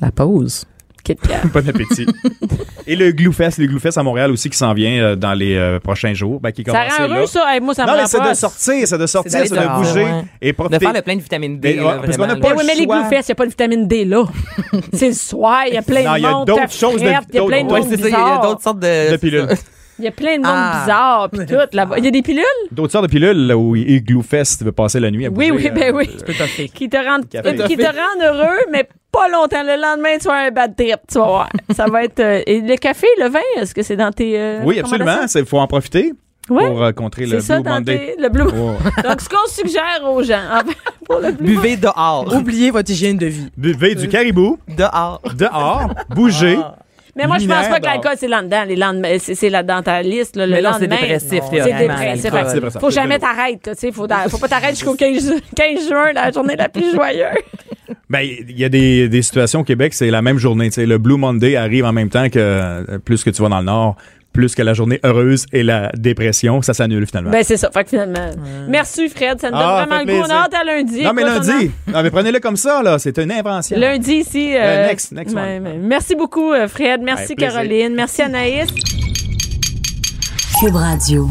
Speaker 2: la pause.
Speaker 1: Kit Kat.
Speaker 3: Bon appétit. Et le Gloufest, le Gloufest à Montréal aussi qui s'en vient euh, dans les euh, prochains jours. Ben, qui
Speaker 1: Ça
Speaker 3: commence
Speaker 1: rend
Speaker 3: là.
Speaker 1: heureux, ça. Hey, moi, ça me
Speaker 3: non, mais
Speaker 1: rend
Speaker 3: c'est
Speaker 1: pas.
Speaker 3: de sortir, c'est de sortir,
Speaker 2: d'aller
Speaker 3: c'est de
Speaker 2: dehors,
Speaker 3: bouger
Speaker 4: ouais.
Speaker 3: et
Speaker 4: De
Speaker 3: profiter.
Speaker 4: faire le plein de vitamine D.
Speaker 3: Mais,
Speaker 4: là,
Speaker 3: ouais, parce qu'on
Speaker 4: vraiment,
Speaker 3: n'a pas
Speaker 4: là.
Speaker 1: Ben oui, mais les
Speaker 3: choix.
Speaker 1: Gloufest, il n'y a pas de vitamine D là. c'est le soir, il y a plein
Speaker 3: Non,
Speaker 1: de
Speaker 3: il y a
Speaker 1: monde.
Speaker 3: d'autres
Speaker 1: t'as
Speaker 3: choses de-
Speaker 1: frette, Il y a plein de
Speaker 3: d'autres-
Speaker 4: Ouais,
Speaker 1: monde
Speaker 4: c'est ça, il y a
Speaker 1: bizarre.
Speaker 2: Oh!
Speaker 4: d'autres sortes de.
Speaker 3: De pilules.
Speaker 1: Il y a plein de monde
Speaker 4: Ah.
Speaker 1: bizarre, puis tout là-bas. Il y a des pilules?
Speaker 3: D'autres sortes de pilules là, où il- Gloufest veut passer la nuit à
Speaker 1: Oui,
Speaker 3: bouger,
Speaker 1: oui, ben
Speaker 3: euh,
Speaker 1: oui. Qui te rendent,
Speaker 3: Café.
Speaker 1: qui te rendent heureux, mais pas longtemps. Le lendemain, tu as un bad trip, tu vas voir. Ça va être. euh, et le café, le vin, est-ce que c'est dans tes. euh,
Speaker 3: Oui, absolument.
Speaker 1: recommandations?
Speaker 3: Il faut en profiter
Speaker 1: Ouais.
Speaker 3: pour euh, contrer le
Speaker 1: C'est ça,
Speaker 3: Blue
Speaker 1: dans
Speaker 3: Monday.
Speaker 1: tes- le Blue
Speaker 3: Oh.
Speaker 1: Donc, ce qu'on suggère aux gens, en fait, pour le Blue
Speaker 4: Buvez dehors.
Speaker 2: Oubliez votre hygiène de vie.
Speaker 3: Buvez du caribou
Speaker 4: dehors.
Speaker 3: dehors, bougez.
Speaker 1: Mais moi, je pense
Speaker 3: Luminaire
Speaker 1: pas que
Speaker 3: dehors.
Speaker 1: l'alcool, c'est là-dedans. Les lendemains, c'est, c'est là dans ta liste. Là, le
Speaker 4: Mais là, c'est
Speaker 1: lendemain,
Speaker 4: dépressif,
Speaker 1: C'est
Speaker 4: théoriquement,
Speaker 1: dépressif.
Speaker 4: l'alcool.
Speaker 3: C'est dépressif.
Speaker 1: Faut jamais t'arrêter. là, Tu sais, faut, t'a- faut pas t'arrêter jusqu'au 15, ju- 15 juin, la journée la plus joyeuse.
Speaker 3: Ben, il y a des, des situations au Québec, c'est la même journée. tu sais. le Blue Monday arrive en même temps que euh, plus que tu vas dans le Nord, plus que la journée heureuse et la dépression, ça s'annule finalement.
Speaker 1: Ben, c'est ça. Fait que finalement. Merci, Fred. Ça nous donne
Speaker 3: Ah,
Speaker 1: vraiment le
Speaker 3: fait
Speaker 1: goût. On a
Speaker 3: plaisir.
Speaker 1: hâte à lundi.
Speaker 3: non, mais
Speaker 1: Écoute, on a-
Speaker 3: lundi, non, mais prenez-le comme ça, là, c'est une invention.
Speaker 1: Lundi ici.
Speaker 3: Euh, next, next
Speaker 1: ben,
Speaker 3: one.
Speaker 1: ben, merci beaucoup, euh, Fred. Merci,
Speaker 3: Ouais, plaisir.
Speaker 1: Caroline. Merci, Anaïs.
Speaker 6: Cube Radio.